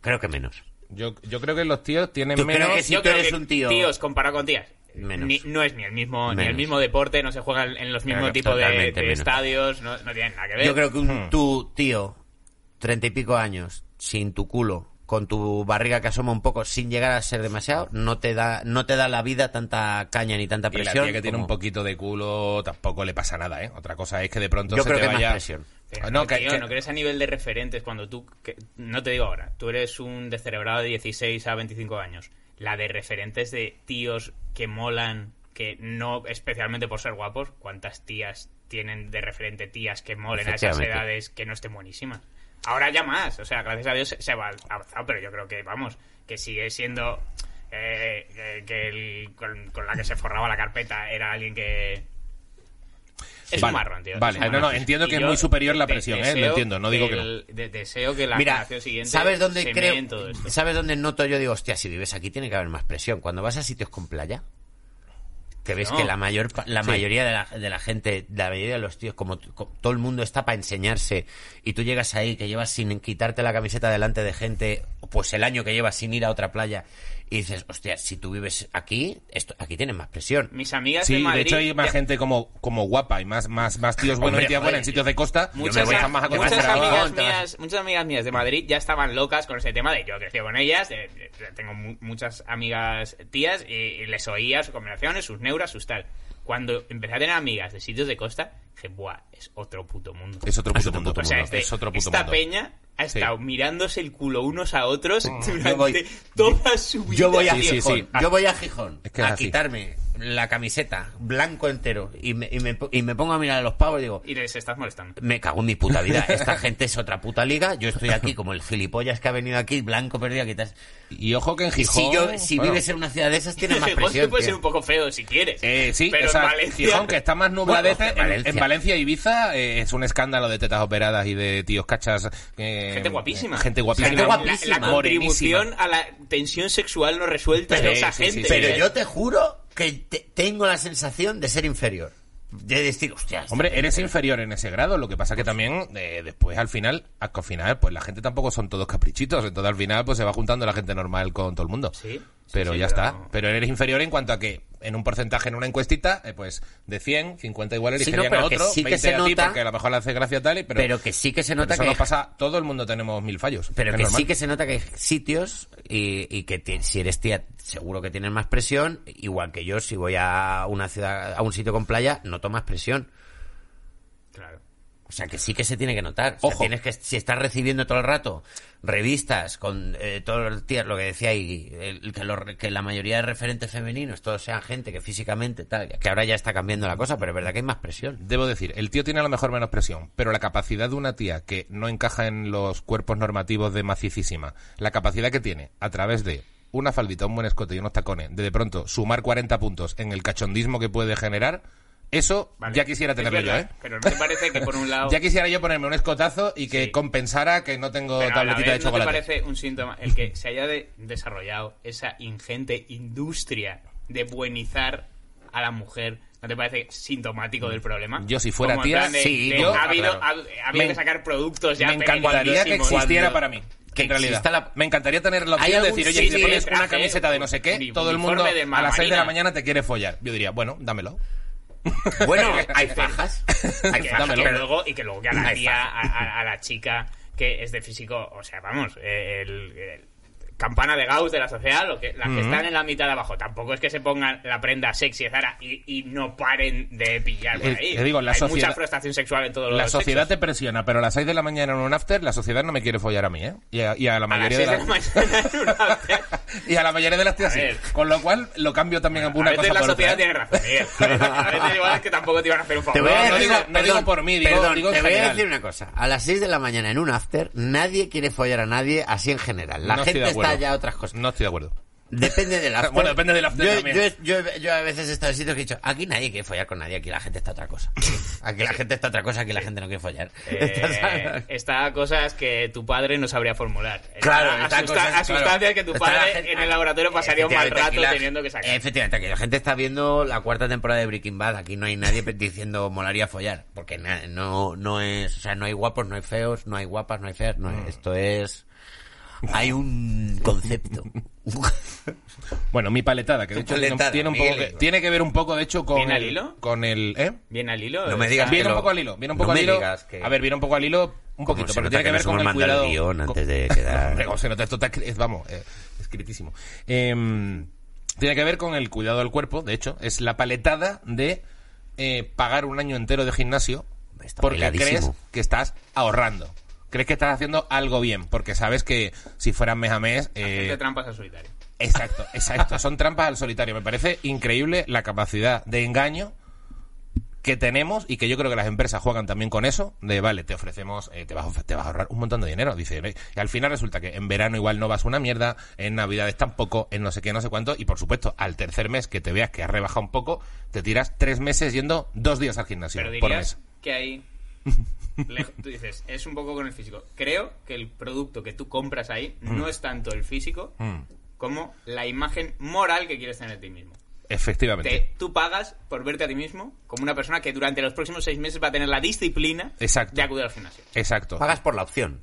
[SPEAKER 1] Creo que menos.
[SPEAKER 3] Yo, yo creo que los tíos tienen
[SPEAKER 1] Yo creo
[SPEAKER 3] menos...
[SPEAKER 1] que sí. Si
[SPEAKER 2] yo
[SPEAKER 1] tú
[SPEAKER 2] creo
[SPEAKER 1] eres
[SPEAKER 2] que
[SPEAKER 1] un tío-
[SPEAKER 2] tíos comparado con tías.
[SPEAKER 1] Menos.
[SPEAKER 2] ni- no es ni el mismo ni el
[SPEAKER 1] Menos.
[SPEAKER 2] mismo deporte, no se juegan en los mismos
[SPEAKER 1] Claro,
[SPEAKER 2] tipos de,
[SPEAKER 1] totalmente
[SPEAKER 2] de
[SPEAKER 1] menos.
[SPEAKER 2] estadios, no, no tienen nada que ver.
[SPEAKER 1] Yo creo que
[SPEAKER 3] hmm.
[SPEAKER 1] un, tu tío, treinta y pico años, sin tu culo, con tu barriga que asoma un poco, sin llegar a ser demasiado, no te da, no te da la vida tanta caña ni tanta
[SPEAKER 3] Y la
[SPEAKER 1] presión.
[SPEAKER 3] tía que tiene
[SPEAKER 1] como-
[SPEAKER 3] un poquito de culo tampoco le pasa nada, ¿eh? Otra cosa es que de pronto
[SPEAKER 1] Yo
[SPEAKER 3] se
[SPEAKER 1] creo
[SPEAKER 3] te
[SPEAKER 1] que más
[SPEAKER 3] vaya...
[SPEAKER 1] presión.
[SPEAKER 2] Pero,
[SPEAKER 3] Ah, No, que-
[SPEAKER 2] tío,
[SPEAKER 3] que-
[SPEAKER 2] Eh, no crees a nivel de referentes cuando tú, que- no te digo ahora, tú eres un descerebrado de 16 a 25 años. La de referentes de tíos que molan, que no especialmente por ser guapos, ¿cuántas tías tienen de referente tías que molen a esas
[SPEAKER 1] Efectivamente.
[SPEAKER 2] edades que no estén buenísimas? Ahora ya más, o sea, gracias a Dios se- se ha avanz- avanzado, pero yo creo que, vamos, que sigue siendo eh, eh, que el- con, con la que se forraba la carpeta era alguien que... Es
[SPEAKER 3] Vale,
[SPEAKER 2] un marrón, tío.
[SPEAKER 3] vale.
[SPEAKER 2] es un
[SPEAKER 3] No, no,
[SPEAKER 2] marrón.
[SPEAKER 3] entiendo que
[SPEAKER 2] Y
[SPEAKER 3] es
[SPEAKER 2] yo
[SPEAKER 3] muy superior la
[SPEAKER 2] de-
[SPEAKER 3] presión, ¿eh? Lo
[SPEAKER 2] deseo
[SPEAKER 3] entiendo, no digo que no.
[SPEAKER 2] el- de- deseo que la
[SPEAKER 1] Mira,
[SPEAKER 2] generación siguiente
[SPEAKER 1] ¿sabes dónde
[SPEAKER 2] se
[SPEAKER 1] creo?
[SPEAKER 2] mee en todo esto.
[SPEAKER 1] ¿Sabes dónde noto yo? Digo, hostia, si vives aquí tiene que haber más presión. Cuando vas a sitios con playa, que ves
[SPEAKER 2] No.
[SPEAKER 1] que la mayor pa- la mayoría de la, de la gente, la mayoría de los tíos, como, t- co- todo el mundo está para enseñarse, y tú llegas ahí que llevas sin quitarte la camiseta delante de gente, pues el año que llevas sin ir a otra playa, y dices, hostia, si tú vives aquí, esto, aquí tienes más presión.
[SPEAKER 2] Mis amigas
[SPEAKER 3] Sí,
[SPEAKER 2] de Madrid...
[SPEAKER 3] de hecho hay más
[SPEAKER 2] ya-
[SPEAKER 3] gente como, como guapa y más, más, más tíos buenos
[SPEAKER 1] Hombre,
[SPEAKER 3] y tías
[SPEAKER 1] joder,
[SPEAKER 3] buenas en sitios de costa.
[SPEAKER 2] Muchas,
[SPEAKER 3] Yo me voy a-
[SPEAKER 2] muchas
[SPEAKER 3] a comprar agua.
[SPEAKER 2] amigas
[SPEAKER 1] te vas-
[SPEAKER 2] mías, muchas amigas mías de Madrid ya estaban locas con ese tema de yo crecí con ellas, de- de- tengo mu- muchas amigas tías y, y les oía sus conversaciones, sus neuras, sus tal. Cuando empecé a tener amigas de sitios de costa, dije, buah, es otro puto mundo.
[SPEAKER 3] Es otro puto mundo.
[SPEAKER 2] O sea,
[SPEAKER 3] es,
[SPEAKER 2] este-
[SPEAKER 3] otro puto
[SPEAKER 2] esta
[SPEAKER 3] mundo.
[SPEAKER 2] peña ha estado mirándose el culo unos a otros durante
[SPEAKER 1] voy-
[SPEAKER 2] toda su vida.
[SPEAKER 1] Yo voy a
[SPEAKER 3] Sí, sí,
[SPEAKER 1] Gijón,
[SPEAKER 3] sí.
[SPEAKER 1] yo voy a Gijón
[SPEAKER 3] Es que es
[SPEAKER 1] a
[SPEAKER 3] así.
[SPEAKER 1] quitarme la camiseta blanco entero y me, y, me, po- y me pongo a mirar a los pavos y digo,
[SPEAKER 2] Y les estás molestando.
[SPEAKER 1] me cago en mi puta vida, esta gente es otra puta liga, yo estoy aquí como el gilipollas que ha venido aquí, blanco perdido a quitar.
[SPEAKER 3] Y ojo que en
[SPEAKER 1] Y
[SPEAKER 3] Gijón...
[SPEAKER 1] si, yo, si
[SPEAKER 3] bueno,
[SPEAKER 1] vives en una ciudad de esas tienes más
[SPEAKER 3] Pues
[SPEAKER 2] Gijón
[SPEAKER 1] presión.
[SPEAKER 2] puede
[SPEAKER 1] tío.
[SPEAKER 2] ser un poco feo si quieres.
[SPEAKER 3] Eh, sí,
[SPEAKER 2] pero
[SPEAKER 3] o sea,
[SPEAKER 2] en Valencia.
[SPEAKER 3] Gijón, que está más
[SPEAKER 1] Bueno,
[SPEAKER 3] nubladete, en,
[SPEAKER 1] en Valencia.
[SPEAKER 3] en Valencia y Ibiza eh, es un escándalo de tetas operadas y de tíos cachas. eh,
[SPEAKER 2] Gente guapísima.
[SPEAKER 3] Gente guapísima.
[SPEAKER 1] Gente
[SPEAKER 2] La-
[SPEAKER 1] guapísima.
[SPEAKER 2] La, la
[SPEAKER 3] morenísima.
[SPEAKER 2] contribución a la tensión sexual no resuelta de
[SPEAKER 3] Sí,
[SPEAKER 2] esa
[SPEAKER 3] sí, sí,
[SPEAKER 2] gente.
[SPEAKER 3] sí.
[SPEAKER 1] Pero
[SPEAKER 2] ¿eh?
[SPEAKER 1] yo te juro que te- tengo la sensación de ser inferior. De decir, hostia. esta
[SPEAKER 3] Hombre,
[SPEAKER 1] gente-
[SPEAKER 3] eres inferior en ese grado, lo que pasa que también eh, después al final, al al final, pues la gente tampoco son todos caprichitos, entonces al final pues se va juntando la gente normal con todo el mundo.
[SPEAKER 2] Sí, sí,
[SPEAKER 3] Pero
[SPEAKER 2] sí,
[SPEAKER 3] ya
[SPEAKER 2] pero
[SPEAKER 3] está.
[SPEAKER 2] no.
[SPEAKER 3] Pero eres inferior en cuanto a que en un porcentaje en una encuestita, eh, pues de 100, 50 igual
[SPEAKER 1] Sí, no,
[SPEAKER 3] elegirían a
[SPEAKER 1] pero que
[SPEAKER 3] otro,
[SPEAKER 1] sí que
[SPEAKER 3] 20
[SPEAKER 1] se
[SPEAKER 3] a ti
[SPEAKER 1] nota-
[SPEAKER 3] porque a lo mejor le hace gracia tal y pero,
[SPEAKER 1] pero, que sí que se
[SPEAKER 3] pero
[SPEAKER 1] nota
[SPEAKER 3] eso
[SPEAKER 1] que.
[SPEAKER 3] nos pasa, todo el mundo tenemos mil fallos.
[SPEAKER 1] Pero
[SPEAKER 3] es
[SPEAKER 1] que
[SPEAKER 3] normal.
[SPEAKER 1] sí que se nota que hay sitios y, y que ti- si eres tía seguro que tienes más presión, igual que yo si voy a una ciudad, a un sitio con playa, no tomas presión.
[SPEAKER 2] Claro.
[SPEAKER 1] O sea, que sí que se tiene que notar. O sea,
[SPEAKER 3] Ojo.
[SPEAKER 1] tienes que, si estás recibiendo todo el rato revistas con eh, todo el tier, lo que decía ahí, el- que, lo- que la mayoría de referentes femeninos, todos sean gente que físicamente tal, que ahora ya está cambiando la cosa, pero es verdad que hay más presión.
[SPEAKER 3] Debo decir, el tío tiene a lo mejor menos presión, pero la capacidad de una tía que no encaja en los cuerpos normativos de macizísima, la capacidad que tiene a través de una faldita, un buen escote y unos tacones, de de pronto sumar 40 puntos en el cachondismo que puede generar, Eso
[SPEAKER 2] Vale.
[SPEAKER 3] ya quisiera
[SPEAKER 2] Es
[SPEAKER 3] tenerlo yo,
[SPEAKER 2] verdad,
[SPEAKER 3] ¿eh?
[SPEAKER 2] Pero no te parece que por un lado.
[SPEAKER 3] Ya quisiera yo ponerme un escotazo y que
[SPEAKER 2] Sí.
[SPEAKER 3] compensara que no tengo
[SPEAKER 2] Pero a la
[SPEAKER 3] tabletita de
[SPEAKER 2] vez, ¿no te
[SPEAKER 3] chocolate.
[SPEAKER 2] parece un síntoma el que se haya de- desarrollado esa ingente industria de buenizar a la mujer? ¿No te parece sintomático del problema?
[SPEAKER 3] Mm, Yo, si fuera
[SPEAKER 2] Como en
[SPEAKER 3] tía,
[SPEAKER 2] plan de-
[SPEAKER 3] sí,
[SPEAKER 2] de-
[SPEAKER 3] yo-
[SPEAKER 2] ha habido,
[SPEAKER 3] claro.
[SPEAKER 2] ha, ha habido
[SPEAKER 3] Me-
[SPEAKER 2] que sacar productos ya
[SPEAKER 3] me encantaría que
[SPEAKER 2] pequeñísimos.
[SPEAKER 3] existiera
[SPEAKER 2] Cuando-
[SPEAKER 3] para mí.
[SPEAKER 1] Que
[SPEAKER 3] en realidad.
[SPEAKER 1] exista la-
[SPEAKER 3] Me encantaría tener la
[SPEAKER 1] ¿Hay
[SPEAKER 3] opción de
[SPEAKER 1] algún
[SPEAKER 3] decir, oye,
[SPEAKER 1] sitio
[SPEAKER 3] si te pones
[SPEAKER 2] de
[SPEAKER 3] una
[SPEAKER 2] traje,
[SPEAKER 3] camiseta de no sé qué,
[SPEAKER 2] un
[SPEAKER 3] todo el mundo
[SPEAKER 2] uniforme de
[SPEAKER 3] a las 6 de la
[SPEAKER 2] mamarina?
[SPEAKER 3] mañana te quiere follar. Yo diría, bueno, dámelo.
[SPEAKER 1] Bueno, hay fajas. Hay
[SPEAKER 2] que,
[SPEAKER 1] fajas.
[SPEAKER 2] que
[SPEAKER 1] pero-
[SPEAKER 2] luego, y que luego que a la
[SPEAKER 1] Ahí
[SPEAKER 2] tía,
[SPEAKER 1] está.
[SPEAKER 2] a, a- a la chica que es de físico, o sea, vamos, eh, el, el campana de Gauss de la sociedad, lo que, las que están en la mitad de abajo, tampoco es que se pongan la prenda sexy de Zara y, y no paren de pillar por
[SPEAKER 3] El-
[SPEAKER 2] ahí.
[SPEAKER 3] Eh, te digo, la
[SPEAKER 2] Hay
[SPEAKER 3] sociedad-
[SPEAKER 2] mucha frustración sexual en todos
[SPEAKER 3] La
[SPEAKER 2] los
[SPEAKER 3] sociedad
[SPEAKER 2] sexos.
[SPEAKER 3] te presiona, pero a las 6 de la mañana en un after, la sociedad no me quiere follar a mí, ¿eh? Y a, y a la
[SPEAKER 2] A las
[SPEAKER 3] mayoría
[SPEAKER 2] seis de
[SPEAKER 3] de
[SPEAKER 2] la
[SPEAKER 3] las...
[SPEAKER 2] mañana en un after.
[SPEAKER 3] y a la mayoría de las tías
[SPEAKER 2] A
[SPEAKER 3] sí.
[SPEAKER 2] ver.
[SPEAKER 3] Con lo cual, lo cambio también a una
[SPEAKER 2] a veces
[SPEAKER 3] cosa
[SPEAKER 2] la
[SPEAKER 3] por otra.
[SPEAKER 2] sociedad
[SPEAKER 3] ¿eh?
[SPEAKER 2] tiene razón, Miguel. A veces igual es que tampoco te iban a hacer un favor.
[SPEAKER 1] Te voy a
[SPEAKER 3] no
[SPEAKER 1] decir
[SPEAKER 3] digo-
[SPEAKER 1] una-
[SPEAKER 3] no digo por mí, digo-
[SPEAKER 1] perdón,
[SPEAKER 3] digo en
[SPEAKER 1] te voy a
[SPEAKER 3] general.
[SPEAKER 1] decir una cosa. A las 6 de la mañana en un after, nadie quiere follar a nadie así en general. La
[SPEAKER 3] No estoy
[SPEAKER 1] gente
[SPEAKER 3] de acuerdo.
[SPEAKER 1] está ya a otras cosas.
[SPEAKER 3] No estoy de acuerdo.
[SPEAKER 1] Depende del after.
[SPEAKER 3] Bueno, depende del after
[SPEAKER 1] yo,
[SPEAKER 3] también.
[SPEAKER 1] Yo, yo- yo a veces he estado en sitios que he dicho, aquí nadie quiere follar con nadie, aquí la gente está a otra cosa. Aquí la gente está a otra cosa, aquí la gente no quiere follar.
[SPEAKER 2] Eh, está cosas que tu padre no sabría formular. Está
[SPEAKER 1] Claro,
[SPEAKER 2] a
[SPEAKER 1] está
[SPEAKER 2] susta-
[SPEAKER 1] cosas-
[SPEAKER 2] a sustancias
[SPEAKER 1] claro.
[SPEAKER 2] que tu
[SPEAKER 1] Está la
[SPEAKER 2] padre
[SPEAKER 1] gente-
[SPEAKER 2] en el laboratorio pasaría un mal
[SPEAKER 1] Efectivamente,
[SPEAKER 2] rato
[SPEAKER 1] aquí la-
[SPEAKER 2] teniendo que sacar.
[SPEAKER 1] Efectivamente, aquí la gente está viendo la cuarta temporada de Breaking Bad. Aquí no hay nadie pe- diciendo molaría follar. Porque na- no, no es. O sea, no hay guapos, no hay feos, no hay guapas, no hay feas. No,
[SPEAKER 2] Mm.
[SPEAKER 1] Esto es. Hay un concepto.
[SPEAKER 3] Bueno, mi paletada, que de
[SPEAKER 1] Tu
[SPEAKER 3] hecho tiene-
[SPEAKER 1] paletada,
[SPEAKER 3] tiene, un poco
[SPEAKER 1] Miguel.
[SPEAKER 3] que, tiene que ver un poco, de hecho, con...
[SPEAKER 2] ¿Viene al
[SPEAKER 3] el-
[SPEAKER 2] hilo? Ah,
[SPEAKER 3] Con el... ¿eh?
[SPEAKER 2] Bien al hilo.
[SPEAKER 1] No me
[SPEAKER 2] está-
[SPEAKER 1] digas que
[SPEAKER 3] Viene un
[SPEAKER 1] lo-
[SPEAKER 3] poco al hilo, viene un
[SPEAKER 1] no
[SPEAKER 3] poco
[SPEAKER 1] me
[SPEAKER 3] al hilo.
[SPEAKER 1] digas que-
[SPEAKER 3] A ver, viene un poco al hilo, un poquito, pero tiene que ver con el cuidado.
[SPEAKER 1] guión
[SPEAKER 3] con-
[SPEAKER 1] antes de quedar.
[SPEAKER 3] Hombre, como se nota, esto está escri- es- vamos, eh, escritísimo. Eh, tiene que ver con el cuidado del cuerpo, de hecho, es la paletada de eh, pagar un año entero de gimnasio
[SPEAKER 1] Está
[SPEAKER 3] porque
[SPEAKER 1] bailadísimo.
[SPEAKER 3] crees que estás ahorrando. Crees que estás haciendo algo bien, porque sabes que si fueras mes a mes... eh,
[SPEAKER 2] Hacerte trampas al solitario.
[SPEAKER 3] Exacto, exacto. Son trampas al solitario. Me parece increíble la capacidad de engaño que tenemos y que yo creo que las empresas juegan también con eso, de vale, te ofrecemos, eh, te, vas a, of- te vas a ahorrar un montón de dinero, dice, ¿no? y al final resulta que en verano igual no vas a una mierda, en navidades tampoco, en no sé qué, no sé cuánto, y por supuesto, al tercer mes que te veas que has rebajado un poco, te tiras tres meses yendo dos días al gimnasio
[SPEAKER 2] Pero
[SPEAKER 3] por
[SPEAKER 2] dirías
[SPEAKER 3] mes.
[SPEAKER 2] que ahí. le- Tú dices, es un poco con el físico. Creo que el producto que tú compras ahí
[SPEAKER 1] Mm.
[SPEAKER 2] no es tanto el físico
[SPEAKER 3] Mm,
[SPEAKER 2] como la imagen moral que quieres tener de ti mismo.
[SPEAKER 1] Pues
[SPEAKER 3] efectivamente.
[SPEAKER 2] Te- tú pagas por verte a ti mismo como una persona que durante los próximos seis meses va a tener la disciplina
[SPEAKER 3] Exacto.
[SPEAKER 2] de acudir al gimnasio.
[SPEAKER 3] Exacto.
[SPEAKER 1] Pagas por la opción.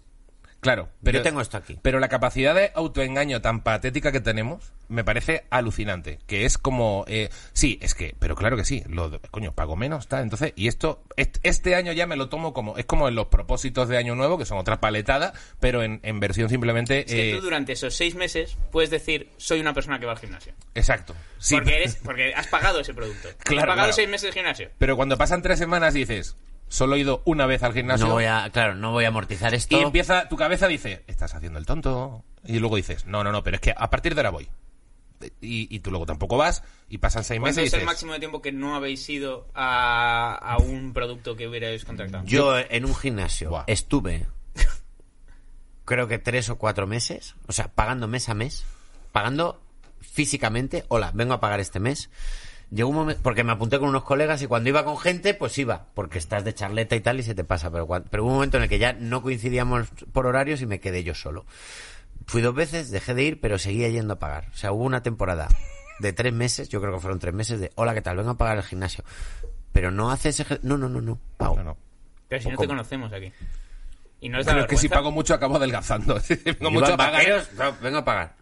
[SPEAKER 3] Claro, pero
[SPEAKER 1] Yo tengo esto aquí.
[SPEAKER 3] Pero la capacidad de autoengaño tan patética que tenemos me parece alucinante. Que es como, eh, sí, es que, pero claro que sí, lo, de- coño, pago menos, tal. Entonces, y esto, est- este año ya me lo tomo como, es como en los propósitos de año nuevo, que son otras paletadas, pero en, en versión simplemente.
[SPEAKER 2] Es que
[SPEAKER 3] eh,
[SPEAKER 2] tú durante esos seis meses puedes decir, soy una persona que va al gimnasio.
[SPEAKER 3] exacto. Sí,
[SPEAKER 2] Porque, eres, porque has pagado ese producto.
[SPEAKER 3] Claro,
[SPEAKER 2] has pagado
[SPEAKER 3] claro.
[SPEAKER 2] seis meses de gimnasio.
[SPEAKER 3] Pero cuando pasan tres semanas dices, solo he ido una vez al gimnasio.
[SPEAKER 1] No voy a, claro, no voy a amortizar esto.
[SPEAKER 3] Y empieza, tu cabeza dice, estás haciendo el tonto. Y luego dices, no, no, no, pero es que a partir de ahora voy. Y, y tú luego tampoco vas y pasan seis meses
[SPEAKER 2] ¿Cuánto
[SPEAKER 3] y
[SPEAKER 2] es el
[SPEAKER 3] dices,
[SPEAKER 2] máximo de tiempo que no habéis ido a, a un producto que hubierais contratado?
[SPEAKER 1] Yo en un gimnasio
[SPEAKER 3] Buah.
[SPEAKER 1] estuve creo que tres o cuatro meses, o sea, pagando mes a mes, pagando físicamente, hola, vengo a pagar este mes. Llegó un momento, porque me apunté con unos colegas y cuando iba con gente, pues iba, porque estás de charleta y tal y se te pasa, pero, cuan- pero hubo un momento en el que ya no coincidíamos por horarios y me quedé yo solo. Fui dos veces, dejé de ir, pero seguía yendo a pagar. O sea, hubo una temporada de tres meses, yo creo que fueron tres meses, de hola, ¿qué tal? Vengo a pagar el gimnasio. Pero no haces... ejer- No, no, no, no, pago.
[SPEAKER 3] no, no.
[SPEAKER 2] Pero si no
[SPEAKER 1] ¿cómo?
[SPEAKER 2] te conocemos aquí. Y no os da
[SPEAKER 3] Pero es que si
[SPEAKER 2] vergüenza?
[SPEAKER 3] pago mucho acabo adelgazando. Vengo
[SPEAKER 1] Iba
[SPEAKER 3] mucho
[SPEAKER 1] en
[SPEAKER 3] a pagar.
[SPEAKER 1] vaqueros, no, vengo a pagar.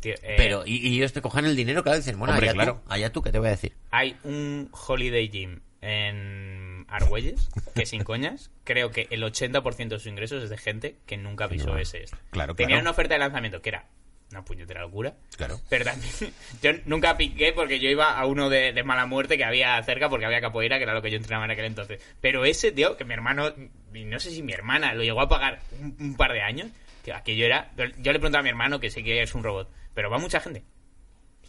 [SPEAKER 2] Tío, eh,
[SPEAKER 1] Pero, y, y ellos te cogen el dinero, claro, y dicen, bueno,
[SPEAKER 3] Hombre,
[SPEAKER 1] allá,
[SPEAKER 3] claro.
[SPEAKER 1] tú, allá tú, ¿qué te voy a decir?
[SPEAKER 2] Hay un Holiday Gym en Argüelles que, sin coñas, creo que el 80% de sus ingresos es de gente que nunca pisó ese. este.
[SPEAKER 3] Claro,
[SPEAKER 2] Tenía
[SPEAKER 3] claro.
[SPEAKER 2] una oferta de lanzamiento que era una puñetera locura.
[SPEAKER 3] Claro.
[SPEAKER 2] Pero también, yo nunca piqué porque yo iba a uno de, de mala muerte que había cerca porque había capoeira, que era lo que yo entrenaba en aquel entonces. Pero ese, tío, que mi hermano, y no sé si mi hermana lo llegó a pagar un, un par de años, que aquello era. Yo le preguntaba a mi hermano, que sé que es un robot, pero va mucha gente.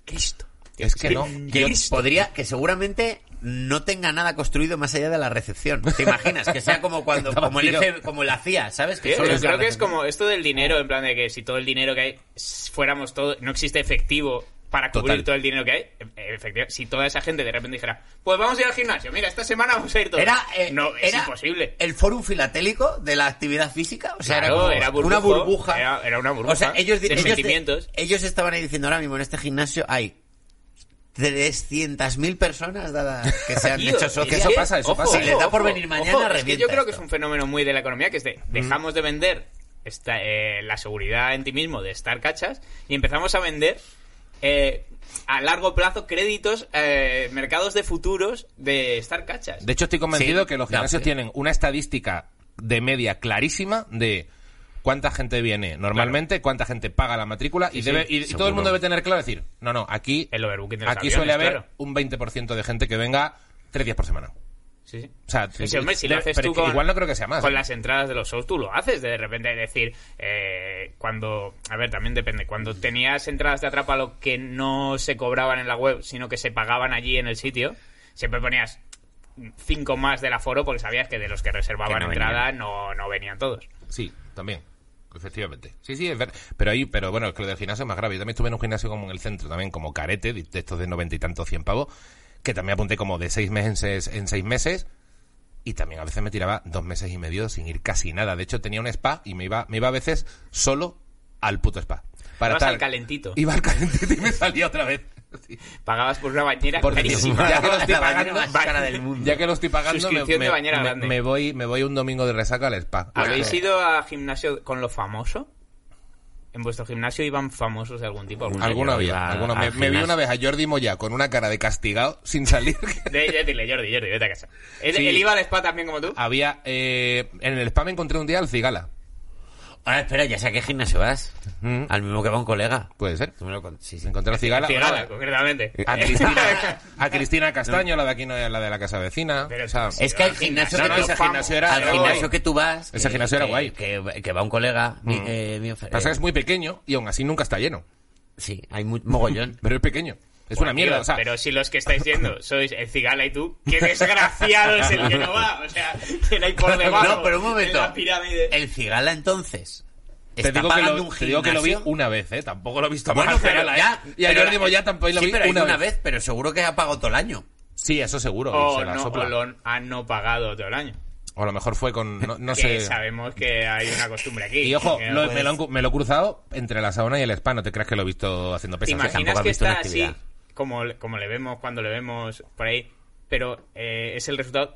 [SPEAKER 2] Cristo. tío,
[SPEAKER 3] Es que no.
[SPEAKER 1] Que
[SPEAKER 2] Yo-
[SPEAKER 1] podría, que seguramente no tenga nada construido más allá de la recepción. ¿Te imaginas? Que sea como cuando,
[SPEAKER 3] Está
[SPEAKER 1] como el,
[SPEAKER 3] vacío.
[SPEAKER 1] F- como la CIA, ¿sabes?
[SPEAKER 2] Sí,
[SPEAKER 1] Que solo
[SPEAKER 2] pero
[SPEAKER 1] la
[SPEAKER 2] creo que es
[SPEAKER 1] recepción.
[SPEAKER 2] como esto del dinero, en plan de que si todo el dinero que hay s- fuéramos todo, no existe efectivo para cubrir
[SPEAKER 3] Total.
[SPEAKER 2] todo el dinero que hay. E- Efectivamente, si toda esa gente de repente dijera, pues vamos a ir al gimnasio, mira, esta semana vamos a ir todos.
[SPEAKER 1] Era, eh,
[SPEAKER 2] no, es
[SPEAKER 1] era
[SPEAKER 2] imposible.
[SPEAKER 1] el fórum filatélico de la actividad física. O sea,
[SPEAKER 2] Claro,
[SPEAKER 1] era,
[SPEAKER 2] era
[SPEAKER 1] como
[SPEAKER 2] burbujo,
[SPEAKER 1] una burbuja.
[SPEAKER 2] era- era una burbuja
[SPEAKER 1] O sea, ellos, di-
[SPEAKER 2] de
[SPEAKER 1] ellos di-
[SPEAKER 2] sentimientos.
[SPEAKER 1] ellos estaban ahí diciendo ahora mismo en este gimnasio hay 300.000 personas dadas que se han
[SPEAKER 2] Tío,
[SPEAKER 1] hecho
[SPEAKER 2] es
[SPEAKER 3] que
[SPEAKER 1] socios.
[SPEAKER 3] eso pasa, eso pasa.
[SPEAKER 1] Si les da por
[SPEAKER 2] ojo,
[SPEAKER 1] venir mañana,
[SPEAKER 2] ojo, es que
[SPEAKER 1] revienta
[SPEAKER 2] yo creo que es
[SPEAKER 1] esto.
[SPEAKER 2] un fenómeno muy de la economía que es de dejamos de vender esta, eh, la seguridad en ti mismo de estar cachas y empezamos a vender eh, a largo plazo créditos, eh, mercados de futuros de estar cachas.
[SPEAKER 3] De hecho, estoy convencido
[SPEAKER 1] Sí.
[SPEAKER 3] que los
[SPEAKER 1] No,
[SPEAKER 3] gimnasios
[SPEAKER 1] sí.
[SPEAKER 3] tienen una estadística de media clarísima de cuánta gente viene normalmente, cuánta gente paga la matrícula y, debe- y- y todo el mundo debe tener claro decir, no, no, aquí,
[SPEAKER 2] El overbooking de los
[SPEAKER 3] aquí
[SPEAKER 2] aviones,
[SPEAKER 3] suele haber
[SPEAKER 2] claro.
[SPEAKER 3] un 20% de gente que venga tres días por semana.
[SPEAKER 2] Sí, sí.
[SPEAKER 3] O sea,
[SPEAKER 2] Ese hombre, si
[SPEAKER 3] de-
[SPEAKER 2] lo haces
[SPEAKER 3] pero
[SPEAKER 2] tú
[SPEAKER 3] es que
[SPEAKER 2] con-
[SPEAKER 3] igual no creo que sea más. ¿eh?
[SPEAKER 2] Con las entradas de los shows tú lo haces, de repente decir, eh, cuando, a ver, también depende, cuando tenías entradas de Atrápalo que no se cobraban en la web, sino que se pagaban allí en el sitio, siempre ponías cinco más del aforo porque sabías que de los que reservaban
[SPEAKER 1] Que no
[SPEAKER 2] entrada no, no venían todos.
[SPEAKER 3] Sí, también. Efectivamente. Sí, sí, es verdad. Pero ahí, pero bueno, es que lo del gimnasio es más grave. Yo también estuve en un gimnasio como en el centro, también como carete, de de estos de noventa y tantos, cien pavos, que también apunté como de seis meses en seis meses. Y también a veces me tiraba dos meses y medio sin ir casi nada. De hecho, tenía un spa y me iba, me iba a veces solo al puto spa. Para
[SPEAKER 2] Ibas al
[SPEAKER 3] estar-
[SPEAKER 2] calentito.
[SPEAKER 3] Iba al calentito y me salía otra vez. Sí.
[SPEAKER 2] Pagabas por una bañera
[SPEAKER 3] Porque
[SPEAKER 2] carísima.
[SPEAKER 3] ya que lo estoy
[SPEAKER 1] La bañera
[SPEAKER 3] pagando,
[SPEAKER 1] más cara del mundo.
[SPEAKER 3] Ya que lo estoy pagando, me,
[SPEAKER 2] Suscripción de
[SPEAKER 3] me-
[SPEAKER 2] bañera
[SPEAKER 3] me-
[SPEAKER 2] grande.
[SPEAKER 3] me voy, me voy un domingo de resaca al spa.
[SPEAKER 2] ¿Habéis ido a gimnasio con lo famoso? ¿En vuestro gimnasio iban famosos de algún tipo? algún tipo?
[SPEAKER 3] Alguno
[SPEAKER 1] yo
[SPEAKER 3] había.
[SPEAKER 1] iba
[SPEAKER 3] alguno.
[SPEAKER 1] al
[SPEAKER 3] Me, me vi
[SPEAKER 1] gimnasio.
[SPEAKER 3] una vez a Jordi Moya con una cara de castigado sin salir.
[SPEAKER 2] De, de decirle, Jordi, Jordi, vete a casa. ¿Él,
[SPEAKER 3] Sí. Ah,
[SPEAKER 2] él iba al spa también como tú?
[SPEAKER 3] había. eh, en el spam encontré un día al Cigala.
[SPEAKER 1] Ahora, espera, ya sé a qué gimnasio vas.
[SPEAKER 3] Mm.
[SPEAKER 1] Al mismo que va un colega.
[SPEAKER 3] Puede ser.
[SPEAKER 1] Tú me lo con- sí, sí.
[SPEAKER 3] Encontré al Cigala.
[SPEAKER 2] Cigala,
[SPEAKER 3] Bueno,
[SPEAKER 2] concretamente.
[SPEAKER 3] a Cristina, a Cristina Castaño, la de aquí, no es la de la casa vecina.
[SPEAKER 2] Pero
[SPEAKER 3] O sea,
[SPEAKER 2] sí,
[SPEAKER 1] Es que hay gimnasios
[SPEAKER 3] no,
[SPEAKER 1] que
[SPEAKER 3] no,
[SPEAKER 1] tú-
[SPEAKER 3] ese gimnasio era.
[SPEAKER 1] al
[SPEAKER 3] era
[SPEAKER 1] gimnasio
[SPEAKER 3] guay.
[SPEAKER 1] que tú vas.
[SPEAKER 3] Ese
[SPEAKER 1] que-
[SPEAKER 3] gimnasio era
[SPEAKER 1] que-
[SPEAKER 3] guay. Mm.
[SPEAKER 1] Que, que va un colega. mi- eh, mío, eh,
[SPEAKER 3] Pasa que es muy pequeño y aún así nunca está lleno.
[SPEAKER 1] Sí, hay mu- mogollón.
[SPEAKER 3] Pero es pequeño. Es una mierda.
[SPEAKER 2] Tío,
[SPEAKER 3] o sea,
[SPEAKER 2] pero si los que estáis yendo sois el Cigala y tú, qué desgraciado es el que no va. O sea, que no hay por debajo.
[SPEAKER 1] no, pero un
[SPEAKER 2] en
[SPEAKER 1] momento.
[SPEAKER 2] la pirámide.
[SPEAKER 3] Eh,
[SPEAKER 1] El cigala entonces.
[SPEAKER 3] te,
[SPEAKER 1] está
[SPEAKER 3] digo que
[SPEAKER 1] pagando
[SPEAKER 3] lo,
[SPEAKER 1] un
[SPEAKER 3] te digo que lo vi
[SPEAKER 1] gimnasio.
[SPEAKER 3] una vez, ¿eh? Tampoco lo he visto
[SPEAKER 1] Bueno,
[SPEAKER 3] más.
[SPEAKER 1] pero
[SPEAKER 3] Cigala, ¿eh?
[SPEAKER 1] ya.
[SPEAKER 3] Y a
[SPEAKER 1] pero
[SPEAKER 3] Jordi
[SPEAKER 1] la-
[SPEAKER 3] Moya tampoco lo
[SPEAKER 1] sí,
[SPEAKER 3] vi
[SPEAKER 1] pero hay
[SPEAKER 3] una,
[SPEAKER 1] una
[SPEAKER 3] vez.
[SPEAKER 1] vez. pero seguro que ha pagado todo el año.
[SPEAKER 3] Sí, eso seguro. y
[SPEAKER 2] O,
[SPEAKER 1] Oh,
[SPEAKER 3] se la
[SPEAKER 2] Oh, no,
[SPEAKER 3] sopla.
[SPEAKER 2] o lo han no pagado todo el año.
[SPEAKER 3] O a lo mejor fue con. No, no
[SPEAKER 2] que
[SPEAKER 3] sé.
[SPEAKER 2] sabemos que hay una costumbre aquí.
[SPEAKER 3] Y ojo,
[SPEAKER 2] Que
[SPEAKER 3] lo-
[SPEAKER 2] no
[SPEAKER 3] me,
[SPEAKER 2] puedes-
[SPEAKER 3] lo, han cu- me lo he cruzado entre la sauna y el spa. No te creas que lo he visto haciendo
[SPEAKER 2] ¿Te
[SPEAKER 3] pesas. ¿eh?
[SPEAKER 2] imaginas
[SPEAKER 1] tampoco has
[SPEAKER 2] que
[SPEAKER 1] visto una
[SPEAKER 2] está así,
[SPEAKER 1] actividad.
[SPEAKER 2] como, como le vemos cuando le vemos por ahí, pero eh, es el resultado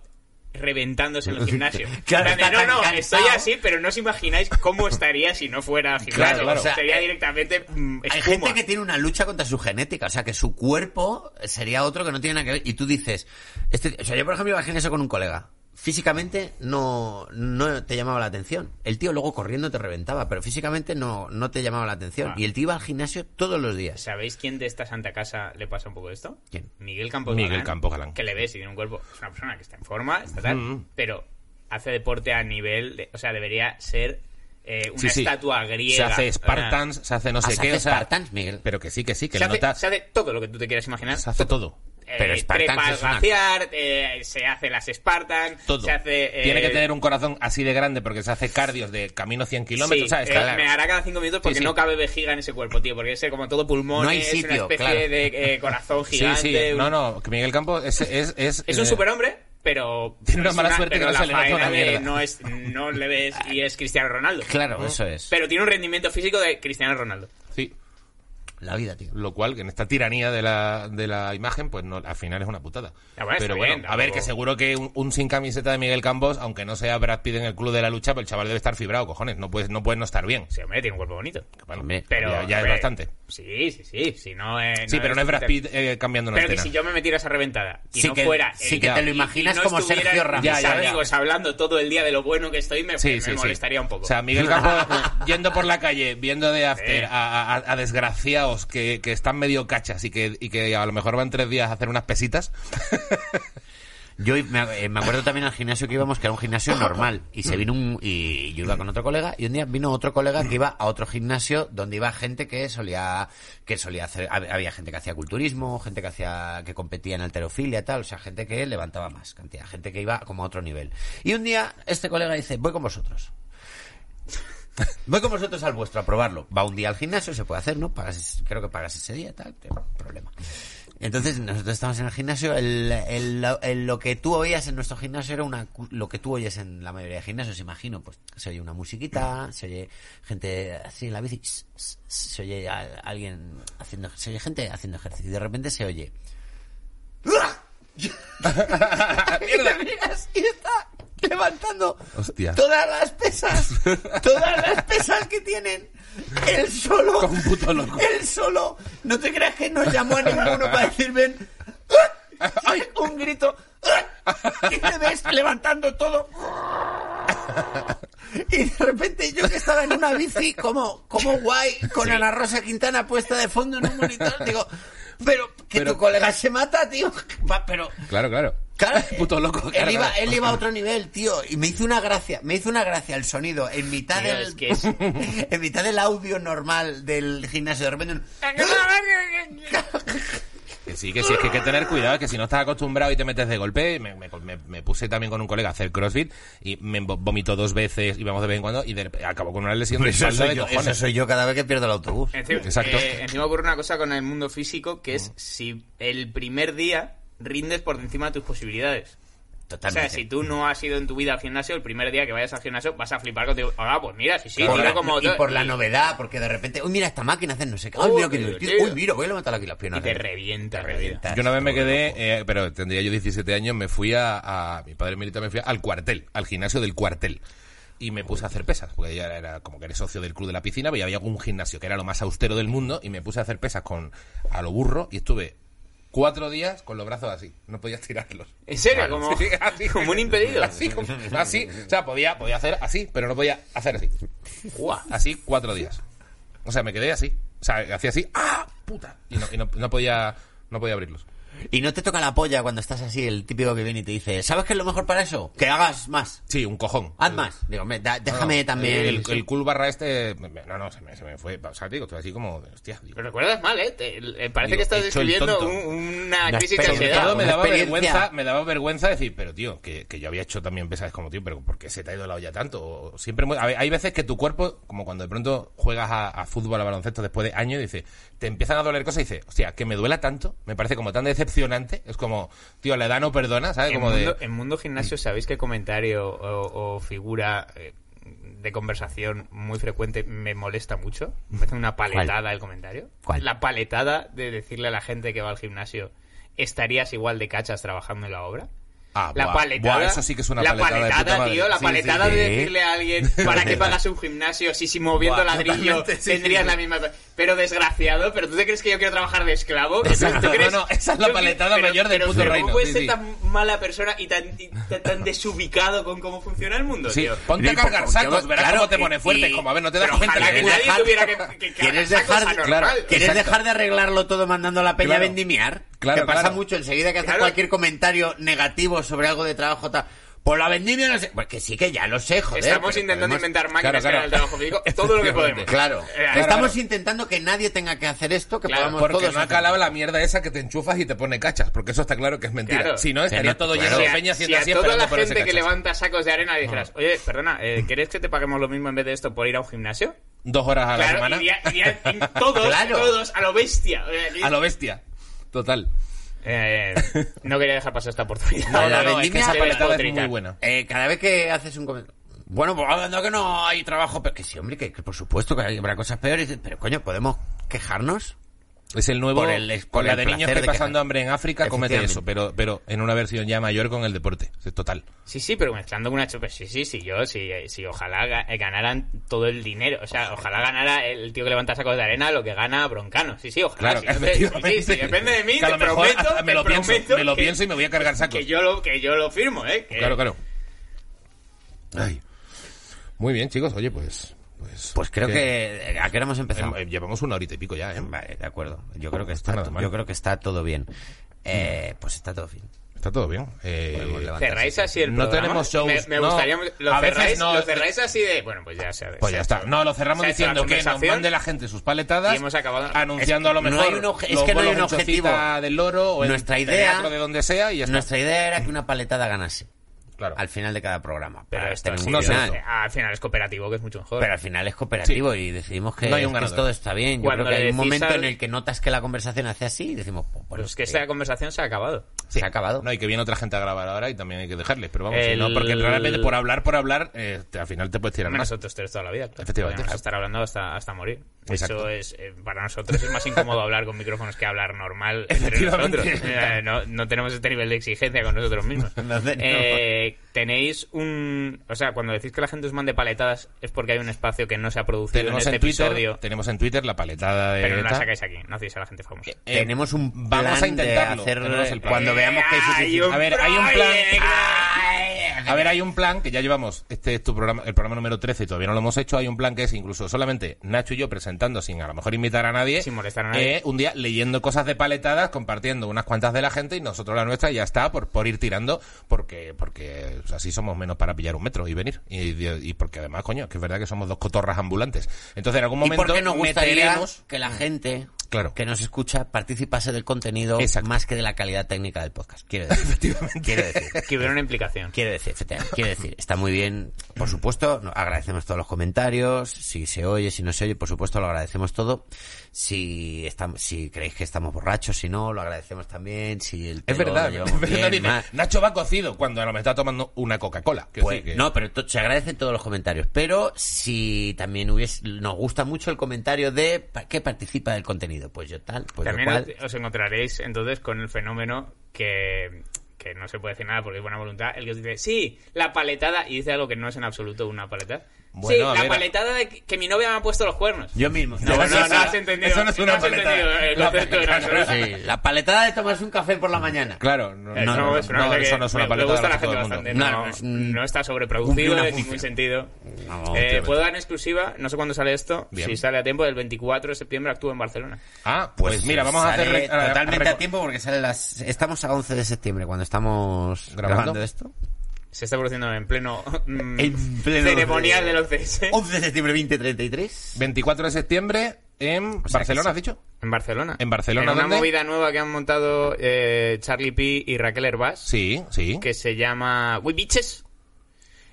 [SPEAKER 2] reventándose en el gimnasio.
[SPEAKER 1] Claro,
[SPEAKER 2] En plan de,
[SPEAKER 1] está tan
[SPEAKER 2] no, no,
[SPEAKER 1] cansado".
[SPEAKER 2] estoy así, pero no os imagináis cómo estaría si no fuera gimnasio.
[SPEAKER 3] Claro, claro.
[SPEAKER 2] Sería
[SPEAKER 1] O sea,
[SPEAKER 2] directamente mm,
[SPEAKER 1] Hay
[SPEAKER 2] espuma.
[SPEAKER 1] gente que tiene una lucha contra su genética, o sea, que su cuerpo sería otro que no tiene nada que ver. Y tú dices, este, o sea, yo por ejemplo iba al gimnasio con un colega. Físicamente no, no te llamaba la atención. El tío luego corriendo te reventaba, pero físicamente no, no te llamaba la atención.
[SPEAKER 2] Ah.
[SPEAKER 1] Y el tío iba al gimnasio todos los días.
[SPEAKER 2] ¿Sabéis quién de esta santa casa le pasa un poco esto?
[SPEAKER 1] ¿Quién?
[SPEAKER 2] Miguel Campos
[SPEAKER 3] Miguel
[SPEAKER 2] Galán,
[SPEAKER 3] Campos Galán.
[SPEAKER 2] Que le ves y tiene un cuerpo. Es una persona que está en forma, está tal,
[SPEAKER 3] Mm.
[SPEAKER 2] pero hace deporte a nivel. de- o sea, debería ser eh, una
[SPEAKER 3] Sí, sí.
[SPEAKER 2] estatua griega.
[SPEAKER 3] Se hace Spartans, se hace no
[SPEAKER 1] Ah,
[SPEAKER 3] sé
[SPEAKER 1] se
[SPEAKER 3] qué.
[SPEAKER 1] hace
[SPEAKER 3] o sea,
[SPEAKER 1] Spartans, Miguel.
[SPEAKER 3] Pero que sí, que sí, que
[SPEAKER 2] se,
[SPEAKER 3] le
[SPEAKER 2] hace,
[SPEAKER 3] nota.
[SPEAKER 2] se hace todo lo que tú te quieras imaginar.
[SPEAKER 3] Se hace todo.
[SPEAKER 1] Pero
[SPEAKER 2] Eh,
[SPEAKER 1] Spartans
[SPEAKER 2] trepa al
[SPEAKER 1] es una-
[SPEAKER 2] glaciar, eh, se hace las Spartan,
[SPEAKER 3] Todo.
[SPEAKER 2] se hace... eh,
[SPEAKER 3] Tiene que tener un corazón así de grande porque se hace cardios de camino 100 kilómetros.
[SPEAKER 2] sí,
[SPEAKER 3] ¿sabes?
[SPEAKER 2] eh,
[SPEAKER 3] Claro.
[SPEAKER 2] Me hará cada cinco minutos porque
[SPEAKER 3] sí.
[SPEAKER 2] no cabe vejiga en ese cuerpo, tío, porque ese como todo pulmón
[SPEAKER 1] No hay
[SPEAKER 2] es una
[SPEAKER 1] sitio,
[SPEAKER 2] especie
[SPEAKER 1] claro.
[SPEAKER 2] de eh, corazón
[SPEAKER 3] Sí,
[SPEAKER 2] gigante.
[SPEAKER 3] sí.
[SPEAKER 2] un-
[SPEAKER 3] No, no, que Miguel Campos es. Es, es,
[SPEAKER 2] Es un
[SPEAKER 3] eh,
[SPEAKER 2] superhombre, pero...
[SPEAKER 3] Tiene una
[SPEAKER 2] es
[SPEAKER 3] mala suerte
[SPEAKER 2] pero
[SPEAKER 3] que no
[SPEAKER 2] la
[SPEAKER 3] se le nota
[SPEAKER 2] faena
[SPEAKER 3] una
[SPEAKER 2] de
[SPEAKER 3] mierda.
[SPEAKER 2] no, es, no le ves y es Cristiano Ronaldo.
[SPEAKER 1] Claro, eso es.
[SPEAKER 2] Pero tiene un rendimiento físico de Cristiano Ronaldo.
[SPEAKER 3] Sí.
[SPEAKER 1] La vida, tío.
[SPEAKER 3] Lo cual, que en esta tiranía de la, de la imagen, pues no, al final es una putada.
[SPEAKER 2] Ya, Ah, bueno,
[SPEAKER 3] pero
[SPEAKER 2] está
[SPEAKER 3] bueno,
[SPEAKER 2] bien,
[SPEAKER 3] a ver,
[SPEAKER 2] tampoco-
[SPEAKER 3] que seguro que un, un sin camiseta de Miguel Campos, aunque no sea Brad Pitt en el club de la lucha, pero el chaval debe estar fibrado, cojones. No puedes no, puedes no estar bien.
[SPEAKER 2] Sí, hombre, tiene un cuerpo bonito.
[SPEAKER 3] Bueno,
[SPEAKER 1] Hombre,
[SPEAKER 2] Pero,
[SPEAKER 3] ya, ya es
[SPEAKER 2] hombre,
[SPEAKER 3] bastante.
[SPEAKER 2] Sí, sí, sí. Si no, eh,
[SPEAKER 3] Sí, pero no es Brad Pitt eh, cambiando una
[SPEAKER 2] Pero que
[SPEAKER 3] escena.
[SPEAKER 2] si yo me metiera esa reventada y
[SPEAKER 1] Sí
[SPEAKER 2] no
[SPEAKER 1] que-
[SPEAKER 2] fuera.
[SPEAKER 1] sí
[SPEAKER 2] el-
[SPEAKER 1] que te lo
[SPEAKER 2] y- y
[SPEAKER 1] imaginas
[SPEAKER 2] no
[SPEAKER 1] como
[SPEAKER 2] estuvieran
[SPEAKER 1] Sergio Ramos.
[SPEAKER 2] Mis
[SPEAKER 3] Ya, ya, ya.
[SPEAKER 2] amigos hablando todo el día de lo bueno que estoy, me, me molestaría un poco.
[SPEAKER 3] O sea, Miguel Campos yendo por la calle, viendo de after a, a- a desgraciados que, que están medio cachas y que, y que a lo mejor van tres días a hacer unas pesitas.
[SPEAKER 1] Yo me, eh, me acuerdo también al gimnasio que íbamos, que era un gimnasio normal. Y se vino un. Y yo iba con otro colega, y un día vino otro colega que iba a otro gimnasio donde iba gente que solía. que solía hacer. hab- Había gente que hacía culturismo, gente que hacía. que competía en alterofilia, tal. O sea, gente que levantaba más cantidad, gente que iba como a otro nivel. Y un día este colega dice: Voy con vosotros. Voy con vosotros al vuestro a probarlo. Va un día al gimnasio, se puede hacer, ¿no? Pagas- creo que pagas ese día, tal, pero problema. Entonces, nosotros estamos en el gimnasio. el- el- el- lo que tú oías en nuestro gimnasio era una, cu- lo que tú oyes en la mayoría de gimnasios, imagino. Pues se oye una musiquita, se oye gente así en la bici, s- s- se oye a- alguien haciendo, se oye gente haciendo ejercicio. Y de repente se oye. Mira, mira, así está levantando
[SPEAKER 3] Hostia.
[SPEAKER 1] todas las pesas, todas las pesas que tienen. El solo,
[SPEAKER 3] Como un puto loco.
[SPEAKER 1] el solo. No te creas que no llamó a ninguno para decir ven. Ay, un grito. Y te ves levantando todo. Y de repente yo que estaba en una bici como, como guay, con Ana Rosa Quintana puesta de fondo en un monitor, digo, pero que
[SPEAKER 3] Pero-
[SPEAKER 1] tu colega se mata, tío. Va, Pero
[SPEAKER 3] Claro, claro.
[SPEAKER 1] Claro,
[SPEAKER 3] Puto loco. claro,
[SPEAKER 1] él, iba,
[SPEAKER 3] claro.
[SPEAKER 1] él iba a otro nivel, tío. Y me hizo una gracia, me hizo una gracia el sonido en mitad
[SPEAKER 2] Tío,
[SPEAKER 1] del
[SPEAKER 2] es que es-
[SPEAKER 1] en mitad del audio normal del gimnasio. De repente, un-
[SPEAKER 3] Que sí, que sí, es que hay que tener cuidado, que si no estás acostumbrado y te metes de golpe, me, me- me- me puse también con un colega a hacer crossfit y me vo- vomitó dos veces, íbamos de vez en cuando, y de- acabó con una lesión de
[SPEAKER 1] Pues eso,
[SPEAKER 3] espalda
[SPEAKER 1] soy
[SPEAKER 3] de
[SPEAKER 1] yo,
[SPEAKER 3] cojones.
[SPEAKER 1] eso soy yo cada vez que pierdo el autobús.
[SPEAKER 2] Encima,
[SPEAKER 3] Exacto.
[SPEAKER 2] eh, encima ocurre una cosa con el mundo físico que es si el primer día rindes por encima de tus posibilidades.
[SPEAKER 1] Totalmente.
[SPEAKER 2] O sea, si tú no has ido en tu vida al gimnasio, el primer día que vayas al gimnasio vas a flipar contigo. Ah, pues mira, sí, sí,
[SPEAKER 1] por
[SPEAKER 2] tiro
[SPEAKER 1] la-
[SPEAKER 2] como
[SPEAKER 1] y por la novedad, porque de repente, uy, mira esta máquina hace no sé qué. Uy,
[SPEAKER 2] Uy,
[SPEAKER 1] mira qué
[SPEAKER 2] qué
[SPEAKER 1] divertido.
[SPEAKER 2] divertido.
[SPEAKER 1] Uy, mira, voy a levantar aquí las piernas.
[SPEAKER 2] Y te revienta,
[SPEAKER 1] Te
[SPEAKER 2] revienta.
[SPEAKER 1] revientas,
[SPEAKER 3] Yo una vez me
[SPEAKER 1] todo
[SPEAKER 3] quedé,
[SPEAKER 1] loco.
[SPEAKER 3] eh, pero tendría yo 17 años, me fui a, a- Mi padre militar me fui al cuartel, al gimnasio del cuartel. Y me puse a hacer pesas, porque ya era como que eres socio del club de la piscina, pero ya había un gimnasio que era lo más austero del mundo, y me puse a hacer pesas con a lo burro, y estuve cuatro días con los brazos así, no podías tirarlos.
[SPEAKER 2] ¿En serio?
[SPEAKER 3] Claro,
[SPEAKER 2] Como,
[SPEAKER 3] sí, así.
[SPEAKER 2] como un impedido.
[SPEAKER 3] Así, como- así, o sea, podía, podía hacer así, pero no podía hacer así.
[SPEAKER 2] Guau.
[SPEAKER 3] Así cuatro días. O sea, me quedé así. O sea, hacía así, ¡ah! ¡Puta! Y no, y no- no podía, no podía abrirlos.
[SPEAKER 1] Y no te toca la polla cuando estás así, el típico que viene y te dice, ¿sabes qué es lo mejor para eso? Que hagas más.
[SPEAKER 3] Sí, un cojón.
[SPEAKER 1] Haz más. Digo, "Me- da-
[SPEAKER 3] No, no,
[SPEAKER 1] déjame también.
[SPEAKER 3] El, el cool barra este. me- me- No, no, se me, se me fue. O sea, te digo, estoy así como. Hostia, digo.
[SPEAKER 2] Lo recuerdas mal, ¿eh? Te- eh, parece
[SPEAKER 3] Digo,
[SPEAKER 2] que estás
[SPEAKER 3] he hecho el
[SPEAKER 2] describiendo
[SPEAKER 3] tonto.
[SPEAKER 2] un- una
[SPEAKER 1] Una
[SPEAKER 2] crisis de
[SPEAKER 3] Sobre
[SPEAKER 1] experiencia.
[SPEAKER 2] ansiedad.
[SPEAKER 3] todo me
[SPEAKER 1] una
[SPEAKER 3] daba
[SPEAKER 1] experiencia.
[SPEAKER 3] vergüenza, me daba vergüenza decir, pero tío, que, que yo había hecho también pesas como tío, pero ¿por qué se te ha ido la olla tanto? O- o siempre mu- a ver, hay veces que tu cuerpo, como cuando de pronto juegas a, a fútbol, a baloncesto después de años, dice, te empiezan a doler cosas y dices, hostia, que me duela tanto, me parece como tan decepcionante, es como, tío, la edad no perdona, ¿sabes?
[SPEAKER 2] En
[SPEAKER 3] Como
[SPEAKER 2] mundo,
[SPEAKER 3] de...
[SPEAKER 2] en Mundo Gimnasio, ¿sabéis qué comentario o, o figura eh, de conversación muy frecuente me molesta mucho? Me hace una paletada el comentario.
[SPEAKER 1] ¿Cuál?
[SPEAKER 2] La paletada de decirle a la gente que va al gimnasio, ¿estarías igual de cachas trabajando en la obra?
[SPEAKER 3] Ah,
[SPEAKER 2] La
[SPEAKER 3] buah,
[SPEAKER 2] paletada.
[SPEAKER 3] buah, eso sí que es una
[SPEAKER 2] la
[SPEAKER 3] paletada de
[SPEAKER 2] paletada,
[SPEAKER 3] puta madre.
[SPEAKER 2] tío. La
[SPEAKER 3] Sí, sí,
[SPEAKER 2] paletada
[SPEAKER 3] sí.
[SPEAKER 2] de decirle a alguien para qué pagas un gimnasio si, si moviendo
[SPEAKER 1] Buah,
[SPEAKER 2] ladrillo
[SPEAKER 1] totalmente, sí,
[SPEAKER 2] tendrías
[SPEAKER 1] sí, sí.
[SPEAKER 2] la misma. co- Pero desgraciado, pero tú te crees que yo quiero trabajar de esclavo. ¿Tú- tú crees-
[SPEAKER 3] No, no, esa es la
[SPEAKER 2] yo-
[SPEAKER 3] paletada
[SPEAKER 2] pero-
[SPEAKER 3] mayor del
[SPEAKER 2] pero
[SPEAKER 3] puto
[SPEAKER 2] ¿cómo
[SPEAKER 3] reino,
[SPEAKER 2] puedes
[SPEAKER 3] sí,
[SPEAKER 2] ser
[SPEAKER 3] sí.
[SPEAKER 2] tan mala persona y tan, y tan- tan desubicado con cómo funciona el mundo,
[SPEAKER 3] Sí,
[SPEAKER 2] tío?
[SPEAKER 3] ponte a
[SPEAKER 1] Sí,
[SPEAKER 3] cargar
[SPEAKER 1] porque-
[SPEAKER 3] sacos, verás
[SPEAKER 1] claro,
[SPEAKER 3] cómo te
[SPEAKER 1] y-
[SPEAKER 3] pone fuerte,
[SPEAKER 1] y-
[SPEAKER 3] como a ver, no te das
[SPEAKER 2] Pero
[SPEAKER 3] cuenta.
[SPEAKER 2] ojalá
[SPEAKER 3] que-
[SPEAKER 2] que nadie
[SPEAKER 1] dejar-
[SPEAKER 2] tuviera que, que- que
[SPEAKER 1] ¿Quieres
[SPEAKER 2] hacer cosas
[SPEAKER 1] dejar-
[SPEAKER 2] anormal.
[SPEAKER 3] claro,
[SPEAKER 1] ¿Quieres
[SPEAKER 3] Exacto.
[SPEAKER 1] dejar de arreglarlo todo mandando a la peña
[SPEAKER 3] Claro.
[SPEAKER 1] a vendimiar?
[SPEAKER 3] Claro,
[SPEAKER 1] que pasa
[SPEAKER 3] claro.
[SPEAKER 1] mucho enseguida que haces
[SPEAKER 2] Claro.
[SPEAKER 1] cualquier comentario negativo sobre algo de trabajo. tal. Por la vendimia no sé. Pues que sí que ya lo sé, joder.
[SPEAKER 2] Estamos
[SPEAKER 1] pero
[SPEAKER 2] intentando
[SPEAKER 1] podemos-
[SPEAKER 2] inventar máquinas
[SPEAKER 3] Claro,
[SPEAKER 2] para el
[SPEAKER 3] claro.
[SPEAKER 2] trabajo físico, todo lo que podemos.
[SPEAKER 1] Claro.
[SPEAKER 2] Eh,
[SPEAKER 1] Estamos intentando que nadie tenga que hacer esto, que
[SPEAKER 2] Claro,
[SPEAKER 1] podamos
[SPEAKER 3] Porque
[SPEAKER 1] todos
[SPEAKER 3] no ha
[SPEAKER 1] hacer.
[SPEAKER 3] calado la mierda esa que te enchufas y te pone cachas, porque eso está claro que es mentira.
[SPEAKER 2] Claro.
[SPEAKER 3] Si no,
[SPEAKER 1] Que
[SPEAKER 3] estaría
[SPEAKER 1] no-
[SPEAKER 3] todo
[SPEAKER 1] claro.
[SPEAKER 3] lleno de
[SPEAKER 2] Si a-
[SPEAKER 3] peña
[SPEAKER 2] si
[SPEAKER 3] haciendo
[SPEAKER 2] a
[SPEAKER 3] así
[SPEAKER 2] toda
[SPEAKER 3] esperando
[SPEAKER 2] la
[SPEAKER 3] por ese
[SPEAKER 2] gente que
[SPEAKER 3] cachas. Mm.
[SPEAKER 2] levanta sacos de arena dijeras, oye, perdona, eh, ¿quieres que te paguemos lo mismo en vez de esto por ir a un gimnasio?
[SPEAKER 3] Dos horas a la
[SPEAKER 2] Claro,
[SPEAKER 3] semana.
[SPEAKER 2] iría, iría en todos,
[SPEAKER 1] Claro.
[SPEAKER 2] todos, a lo bestia. Eh, aquí-
[SPEAKER 3] A lo bestia. Total.
[SPEAKER 2] Eh, no quería dejar pasar esta oportunidad.
[SPEAKER 1] No, la
[SPEAKER 3] no, no, es que
[SPEAKER 1] vendimia-
[SPEAKER 3] esa
[SPEAKER 1] Te
[SPEAKER 3] paletada es
[SPEAKER 2] puedo
[SPEAKER 3] muy
[SPEAKER 2] trincar.
[SPEAKER 3] buena.
[SPEAKER 1] Eh, cada vez que haces un comentario. Bueno, pues hablando que no hay trabajo, pero que sí, hombre, que, que por supuesto que hay- habrá cosas peores. dices, Pero coño, ¿podemos quejarnos?
[SPEAKER 3] Es el nuevo.
[SPEAKER 1] Por el-
[SPEAKER 3] con
[SPEAKER 1] por
[SPEAKER 3] la
[SPEAKER 1] el
[SPEAKER 3] de niños
[SPEAKER 1] placer
[SPEAKER 3] que
[SPEAKER 1] de
[SPEAKER 3] pasando
[SPEAKER 1] quejar.
[SPEAKER 3] hambre en África comete eso,
[SPEAKER 1] Efectivamente.
[SPEAKER 3] pero, pero en una versión ya mayor con el deporte. Es Total.
[SPEAKER 2] Sí, sí, pero mezclando con una chupa. Sí, sí, sí, yo, sí, eh, sí, ojalá ga- eh, ganaran todo el dinero. O
[SPEAKER 3] Pues,
[SPEAKER 2] sea, ojalá ganara el tío que levanta sacos de arena lo que gana Broncano. Sí, sí, ojalá.
[SPEAKER 3] Claro,
[SPEAKER 2] sí, sí,
[SPEAKER 3] efectivamente.
[SPEAKER 2] sí, sí, depende de mí,
[SPEAKER 3] Que a
[SPEAKER 2] te
[SPEAKER 3] lo mejor
[SPEAKER 2] prometo,
[SPEAKER 3] hasta me
[SPEAKER 2] te
[SPEAKER 3] lo pienso,
[SPEAKER 2] prometo
[SPEAKER 3] me lo
[SPEAKER 2] que-
[SPEAKER 3] pienso y me voy a cargar sacos.
[SPEAKER 2] Que yo lo, que yo lo firmo, ¿eh? Que-
[SPEAKER 3] Claro, claro. Ay. Muy bien, chicos. Oye, pues. Pues,
[SPEAKER 1] Pues creo
[SPEAKER 3] ¿qué?
[SPEAKER 1] que. ¿A qué hora hemos empezado?
[SPEAKER 3] Eh, eh, llevamos una horita y pico ya, ¿eh?
[SPEAKER 1] Vale, de acuerdo. Yo creo que
[SPEAKER 3] está
[SPEAKER 1] está,
[SPEAKER 3] nada mal.
[SPEAKER 1] yo creo que está todo bien.
[SPEAKER 3] Mm.
[SPEAKER 1] Eh, pues está todo bien.
[SPEAKER 3] Está todo bien. Eh,
[SPEAKER 1] Podemos levantar.
[SPEAKER 2] Cerráis así el
[SPEAKER 3] No
[SPEAKER 2] programa.
[SPEAKER 3] tenemos shows,
[SPEAKER 2] Me, me
[SPEAKER 3] no.
[SPEAKER 2] gustaría. mu- Lo
[SPEAKER 3] A veces
[SPEAKER 2] cerráis,
[SPEAKER 3] no.
[SPEAKER 2] lo cerráis así de. Bueno, pues ya sabes.
[SPEAKER 3] Pues ya está. No, lo cerramos
[SPEAKER 2] Se ha hecho
[SPEAKER 3] diciendo
[SPEAKER 2] la
[SPEAKER 3] que nos
[SPEAKER 2] conversación
[SPEAKER 3] mande la gente sus paletadas.
[SPEAKER 2] y hemos acabado.
[SPEAKER 3] Anunciando a lo
[SPEAKER 1] Es que no
[SPEAKER 3] mejor.
[SPEAKER 1] hay un obje- es
[SPEAKER 3] los
[SPEAKER 1] que no hay
[SPEAKER 3] bolos
[SPEAKER 1] un
[SPEAKER 3] en Chocita
[SPEAKER 1] objetivo.
[SPEAKER 3] del loro o en
[SPEAKER 1] Nuestra
[SPEAKER 3] el
[SPEAKER 1] idea-
[SPEAKER 3] teatro de donde sea y ya está.
[SPEAKER 1] Nuestra idea era que una paletada ganase.
[SPEAKER 3] Claro.
[SPEAKER 1] Al final de cada programa.
[SPEAKER 2] Pero
[SPEAKER 1] para
[SPEAKER 2] esto
[SPEAKER 1] tener
[SPEAKER 2] es
[SPEAKER 1] un
[SPEAKER 3] Ah, no
[SPEAKER 1] final.
[SPEAKER 3] sé.
[SPEAKER 2] al final es cooperativo, que es mucho mejor.
[SPEAKER 1] Pero al final es cooperativo y decidimos que,
[SPEAKER 3] No hay un
[SPEAKER 1] que
[SPEAKER 3] ganador.
[SPEAKER 1] todo está bien. Yo
[SPEAKER 2] Cuando
[SPEAKER 1] creo que hay un
[SPEAKER 2] decís
[SPEAKER 1] momento
[SPEAKER 2] al-
[SPEAKER 1] en el que notas que la conversación hace así y decimos, pues, bueno,
[SPEAKER 2] pues que
[SPEAKER 1] eh,
[SPEAKER 2] esta conversación se ha acabado.
[SPEAKER 1] se ha acabado.
[SPEAKER 3] No, y que viene otra gente a grabar ahora y también hay que dejarles. Pero vamos, si
[SPEAKER 2] El-
[SPEAKER 3] no, porque realmente por hablar, por hablar, eh, te- al final te puedes tirar más.
[SPEAKER 2] Nosotros tres toda la vida. Claro.
[SPEAKER 3] Efectivamente.
[SPEAKER 2] Podemos estar hablando hasta, hasta morir. Eso
[SPEAKER 3] Exacto.
[SPEAKER 2] es, eh, para nosotros es más incómodo hablar con micrófonos que hablar normal entre
[SPEAKER 3] Efectivamente.
[SPEAKER 2] nosotros. Eh, no, no tenemos este nivel de exigencia con nosotros mismos.
[SPEAKER 1] No tenemos.
[SPEAKER 2] Eh, tenéis un... O sea, cuando decís que la gente os mande paletadas es porque hay un espacio que no se ha producido en
[SPEAKER 3] Tenemos
[SPEAKER 2] este
[SPEAKER 3] en,
[SPEAKER 2] episodio.
[SPEAKER 3] Twitter, tenemos en Twitter la paletada de.
[SPEAKER 2] Pero no la
[SPEAKER 3] ETA.
[SPEAKER 2] sacáis aquí, no hacéis a la gente famosa.
[SPEAKER 3] Eh,
[SPEAKER 1] tenemos un plan
[SPEAKER 3] vamos a intentarlo,
[SPEAKER 1] de
[SPEAKER 3] tenemos
[SPEAKER 1] hacer
[SPEAKER 3] el plan.
[SPEAKER 1] cuando veamos que eso es
[SPEAKER 2] Hay
[SPEAKER 1] difícil.
[SPEAKER 2] un
[SPEAKER 3] A ver, hay un plan.
[SPEAKER 2] proyecto.
[SPEAKER 3] A ver, hay un plan que ya llevamos. Este es tu programa, el programa número 13 y todavía no lo hemos hecho. Hay un plan que es incluso solamente Nacho y yo presentando sin a lo mejor invitar a nadie.
[SPEAKER 2] Sin molestar a nadie.
[SPEAKER 3] eh, un día leyendo cosas de paletadas, compartiendo unas cuantas de la gente y nosotros la nuestra y ya está por, por ir tirando porque porque o sea, así somos menos para pillar un metro y venir. Y, y- y porque además, coño, que es verdad que somos dos cotorras ambulantes. Entonces en algún
[SPEAKER 1] ¿Y
[SPEAKER 3] momento
[SPEAKER 1] por qué nos gustaría
[SPEAKER 3] meteremos-
[SPEAKER 1] que la gente
[SPEAKER 3] Claro.
[SPEAKER 1] que nos escucha participase del contenido
[SPEAKER 3] Exacto.
[SPEAKER 1] más que de la calidad técnica del podcast? Quiero decir. Quiero decir.
[SPEAKER 2] Que hubiera una implicación.
[SPEAKER 3] Pues
[SPEAKER 1] Quiero decir, efectivamente, quiero decir, está muy bien, por supuesto, no- agradecemos todos los comentarios, si se oye, si no se oye, por supuesto lo agradecemos todo, si estamos, si creéis que estamos borrachos, si no, lo agradecemos también, si el
[SPEAKER 3] Es
[SPEAKER 1] pelo
[SPEAKER 3] verdad,
[SPEAKER 1] lo llevamos
[SPEAKER 3] es verdad,
[SPEAKER 1] bien,
[SPEAKER 3] dice,
[SPEAKER 1] mal.
[SPEAKER 3] Nacho va cocido cuando a lo mejor está tomando una Coca-Cola. Quiero
[SPEAKER 1] Pues,
[SPEAKER 3] decir que-
[SPEAKER 1] No, pero to- se agradecen todos los comentarios. Pero si también hubiese, nos gusta mucho el comentario de pa- que participa del contenido, pues yo tal, pues yo
[SPEAKER 2] También
[SPEAKER 1] cual.
[SPEAKER 2] os- os encontraréis entonces con el fenómeno que, que no se puede decir nada porque es buena voluntad. El que os dice, sí, la paletada, y dice algo que no es en absoluto una paletada. sí,
[SPEAKER 3] Bueno, a
[SPEAKER 2] la
[SPEAKER 3] ver,
[SPEAKER 2] paletada de que, que mi novia me ha puesto los cuernos.
[SPEAKER 1] Yo mismo.
[SPEAKER 2] No, no,
[SPEAKER 3] Eso
[SPEAKER 2] no,
[SPEAKER 3] es
[SPEAKER 2] has
[SPEAKER 3] una-
[SPEAKER 2] entendido.
[SPEAKER 3] eso no es una
[SPEAKER 2] has entendido
[SPEAKER 3] paletada.
[SPEAKER 2] eh, el
[SPEAKER 3] La
[SPEAKER 2] concepto en
[SPEAKER 3] paletada no es-
[SPEAKER 2] absoluto.
[SPEAKER 1] Sí, la paletada de tomarse un café por la mañana.
[SPEAKER 3] Claro, no,
[SPEAKER 2] Eh,
[SPEAKER 3] no, no,
[SPEAKER 2] es una
[SPEAKER 3] no,
[SPEAKER 2] cosa que
[SPEAKER 3] eso no es una
[SPEAKER 2] me- me
[SPEAKER 3] paleta
[SPEAKER 2] gusta a la
[SPEAKER 3] de
[SPEAKER 2] gente
[SPEAKER 3] todo el
[SPEAKER 2] bastante.
[SPEAKER 1] mundo.
[SPEAKER 3] mundo.
[SPEAKER 2] No,
[SPEAKER 1] No, es un-
[SPEAKER 2] no está
[SPEAKER 3] cumple
[SPEAKER 2] sobreproducido
[SPEAKER 3] una
[SPEAKER 2] en ningún
[SPEAKER 3] función.
[SPEAKER 2] sentido.
[SPEAKER 1] No, pues,
[SPEAKER 2] Eh,
[SPEAKER 1] obviamente.
[SPEAKER 2] Puedo dar en exclusiva, no sé cuándo sale esto.
[SPEAKER 3] Bien.
[SPEAKER 2] Si sale a tiempo, el 24 de septiembre actúo en Barcelona.
[SPEAKER 3] Ah, pues, mira, vamos a
[SPEAKER 1] sale
[SPEAKER 3] hacer re- a- a-
[SPEAKER 1] totalmente
[SPEAKER 3] reco-
[SPEAKER 1] a tiempo porque sale las estamos a 11 de septiembre cuando estamos
[SPEAKER 3] ¿Grabando?
[SPEAKER 1] grabando, esto.
[SPEAKER 2] Se está produciendo en pleno, mm,
[SPEAKER 1] En pleno-
[SPEAKER 2] ceremonial del OCS.
[SPEAKER 3] Oh,
[SPEAKER 1] 11 de septiembre 2033.
[SPEAKER 3] 24 de septiembre en
[SPEAKER 1] sea, que
[SPEAKER 3] Barcelona,
[SPEAKER 1] sí.
[SPEAKER 3] ¿has dicho?
[SPEAKER 2] En Barcelona.
[SPEAKER 3] ¿En Barcelona,
[SPEAKER 2] una
[SPEAKER 3] dónde?
[SPEAKER 2] movida nueva que han montado eh, Charlie P y Raquel Herbás,
[SPEAKER 3] Sí, sí.
[SPEAKER 2] que se llama We Bitches.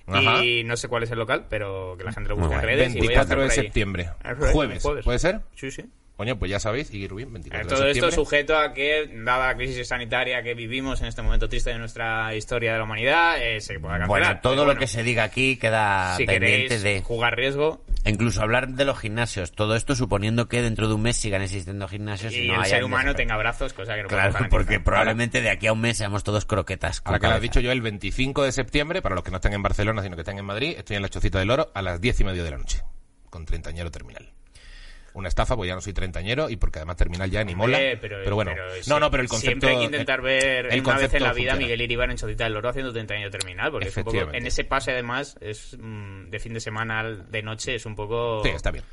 [SPEAKER 3] Ajá.
[SPEAKER 2] Y no sé cuál es el local, pero que la gente lo
[SPEAKER 1] Muy
[SPEAKER 2] busque en
[SPEAKER 1] guay.
[SPEAKER 2] redes. y voy a estar
[SPEAKER 3] 24 de
[SPEAKER 2] por allí.
[SPEAKER 3] septiembre.
[SPEAKER 2] Ah, right,
[SPEAKER 3] Jueves,
[SPEAKER 2] jueves.
[SPEAKER 3] ¿puede ser?
[SPEAKER 2] Sí, sí.
[SPEAKER 3] Coño, pues ya sabéis, y Rubín,
[SPEAKER 2] A
[SPEAKER 3] 24
[SPEAKER 2] ver,
[SPEAKER 3] de
[SPEAKER 2] Todo esto
[SPEAKER 3] septiembre.
[SPEAKER 2] sujeto a que, dada la crisis sanitaria que vivimos en este momento triste de nuestra historia de la humanidad, eh, se pueda cancelar.
[SPEAKER 1] Bueno, todo
[SPEAKER 2] Pero
[SPEAKER 1] lo
[SPEAKER 2] bueno,
[SPEAKER 1] que se diga aquí queda
[SPEAKER 2] si
[SPEAKER 1] pendiente
[SPEAKER 2] queréis
[SPEAKER 1] de
[SPEAKER 2] jugar riesgo
[SPEAKER 1] E incluso hablar de los gimnasios, todo esto suponiendo que dentro de un mes sigan existiendo gimnasios y,
[SPEAKER 2] y
[SPEAKER 1] no
[SPEAKER 2] el
[SPEAKER 1] hayan
[SPEAKER 2] ser humano
[SPEAKER 1] desaparecido.
[SPEAKER 2] tenga brazos, cosa que no podemos
[SPEAKER 1] Claro,
[SPEAKER 2] garantizar.
[SPEAKER 1] porque probablemente de aquí a un mes seamos todos croquetas. con
[SPEAKER 3] Ahora que lo has
[SPEAKER 1] cabeza.
[SPEAKER 3] dicho yo, el 25 de septiembre, para los que no están en Barcelona, sino que están en Madrid, estoy en la Chocita del Oro a las 10 y media de la noche, con treintañero terminal. Una estafa, pues ya no soy treintañero y porque además terminal ya ni mola.
[SPEAKER 2] Eh,
[SPEAKER 3] pero, bueno, no,
[SPEAKER 2] sí,
[SPEAKER 3] no, pero el concepto.
[SPEAKER 2] Siempre hay que intentar ver
[SPEAKER 3] el
[SPEAKER 2] una vez en la
[SPEAKER 3] concepto
[SPEAKER 2] vida a
[SPEAKER 3] funciona.
[SPEAKER 2] Miguel Iribar en Chocita del Oro haciendo 30 años terminal, porque es un poco- en
[SPEAKER 3] Efectivamente.
[SPEAKER 2] ese pase además es mm, de fin de semana al- de noche es un poco
[SPEAKER 3] Sí, está bien.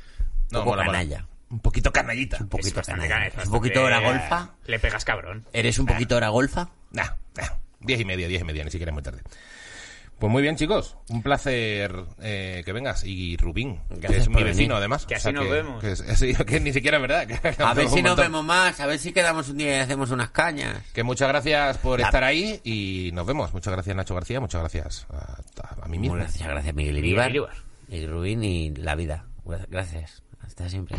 [SPEAKER 1] Un poco canalla.
[SPEAKER 3] Un poquito canallita.
[SPEAKER 1] Un poquito
[SPEAKER 2] es bastante
[SPEAKER 1] canalla.
[SPEAKER 2] canalla, es
[SPEAKER 1] Un poquito
[SPEAKER 2] bastante-
[SPEAKER 1] hora golfa.
[SPEAKER 2] Le pegas cabrón.
[SPEAKER 1] ¿Eres un poquito hora golfa?
[SPEAKER 3] Nah, nah. Diez y media, diez y media, ni siquiera es muy tarde. Pues muy bien, chicos. Un placer eh, que vengas. Y Rubín, que
[SPEAKER 1] Gracias
[SPEAKER 3] es mi
[SPEAKER 1] por venir.
[SPEAKER 3] vecino, además.
[SPEAKER 2] Que así nos
[SPEAKER 3] que,
[SPEAKER 2] vemos.
[SPEAKER 3] Que, es- así- que ni siquiera es verdad. que-
[SPEAKER 1] A ver
[SPEAKER 3] un
[SPEAKER 1] si nos
[SPEAKER 3] montón.
[SPEAKER 1] vemos más, a ver si quedamos un día y hacemos unas cañas.
[SPEAKER 3] Que muchas gracias por estar ahí y nos vemos. Muchas gracias, Nacho García. Muchas gracias a, a- a mí mismo.
[SPEAKER 1] Muchas gracias, Miguel
[SPEAKER 2] Miguel
[SPEAKER 1] Iribar.
[SPEAKER 2] Iribar.
[SPEAKER 1] Y Rubín y la vida. Gracias. Hasta siempre.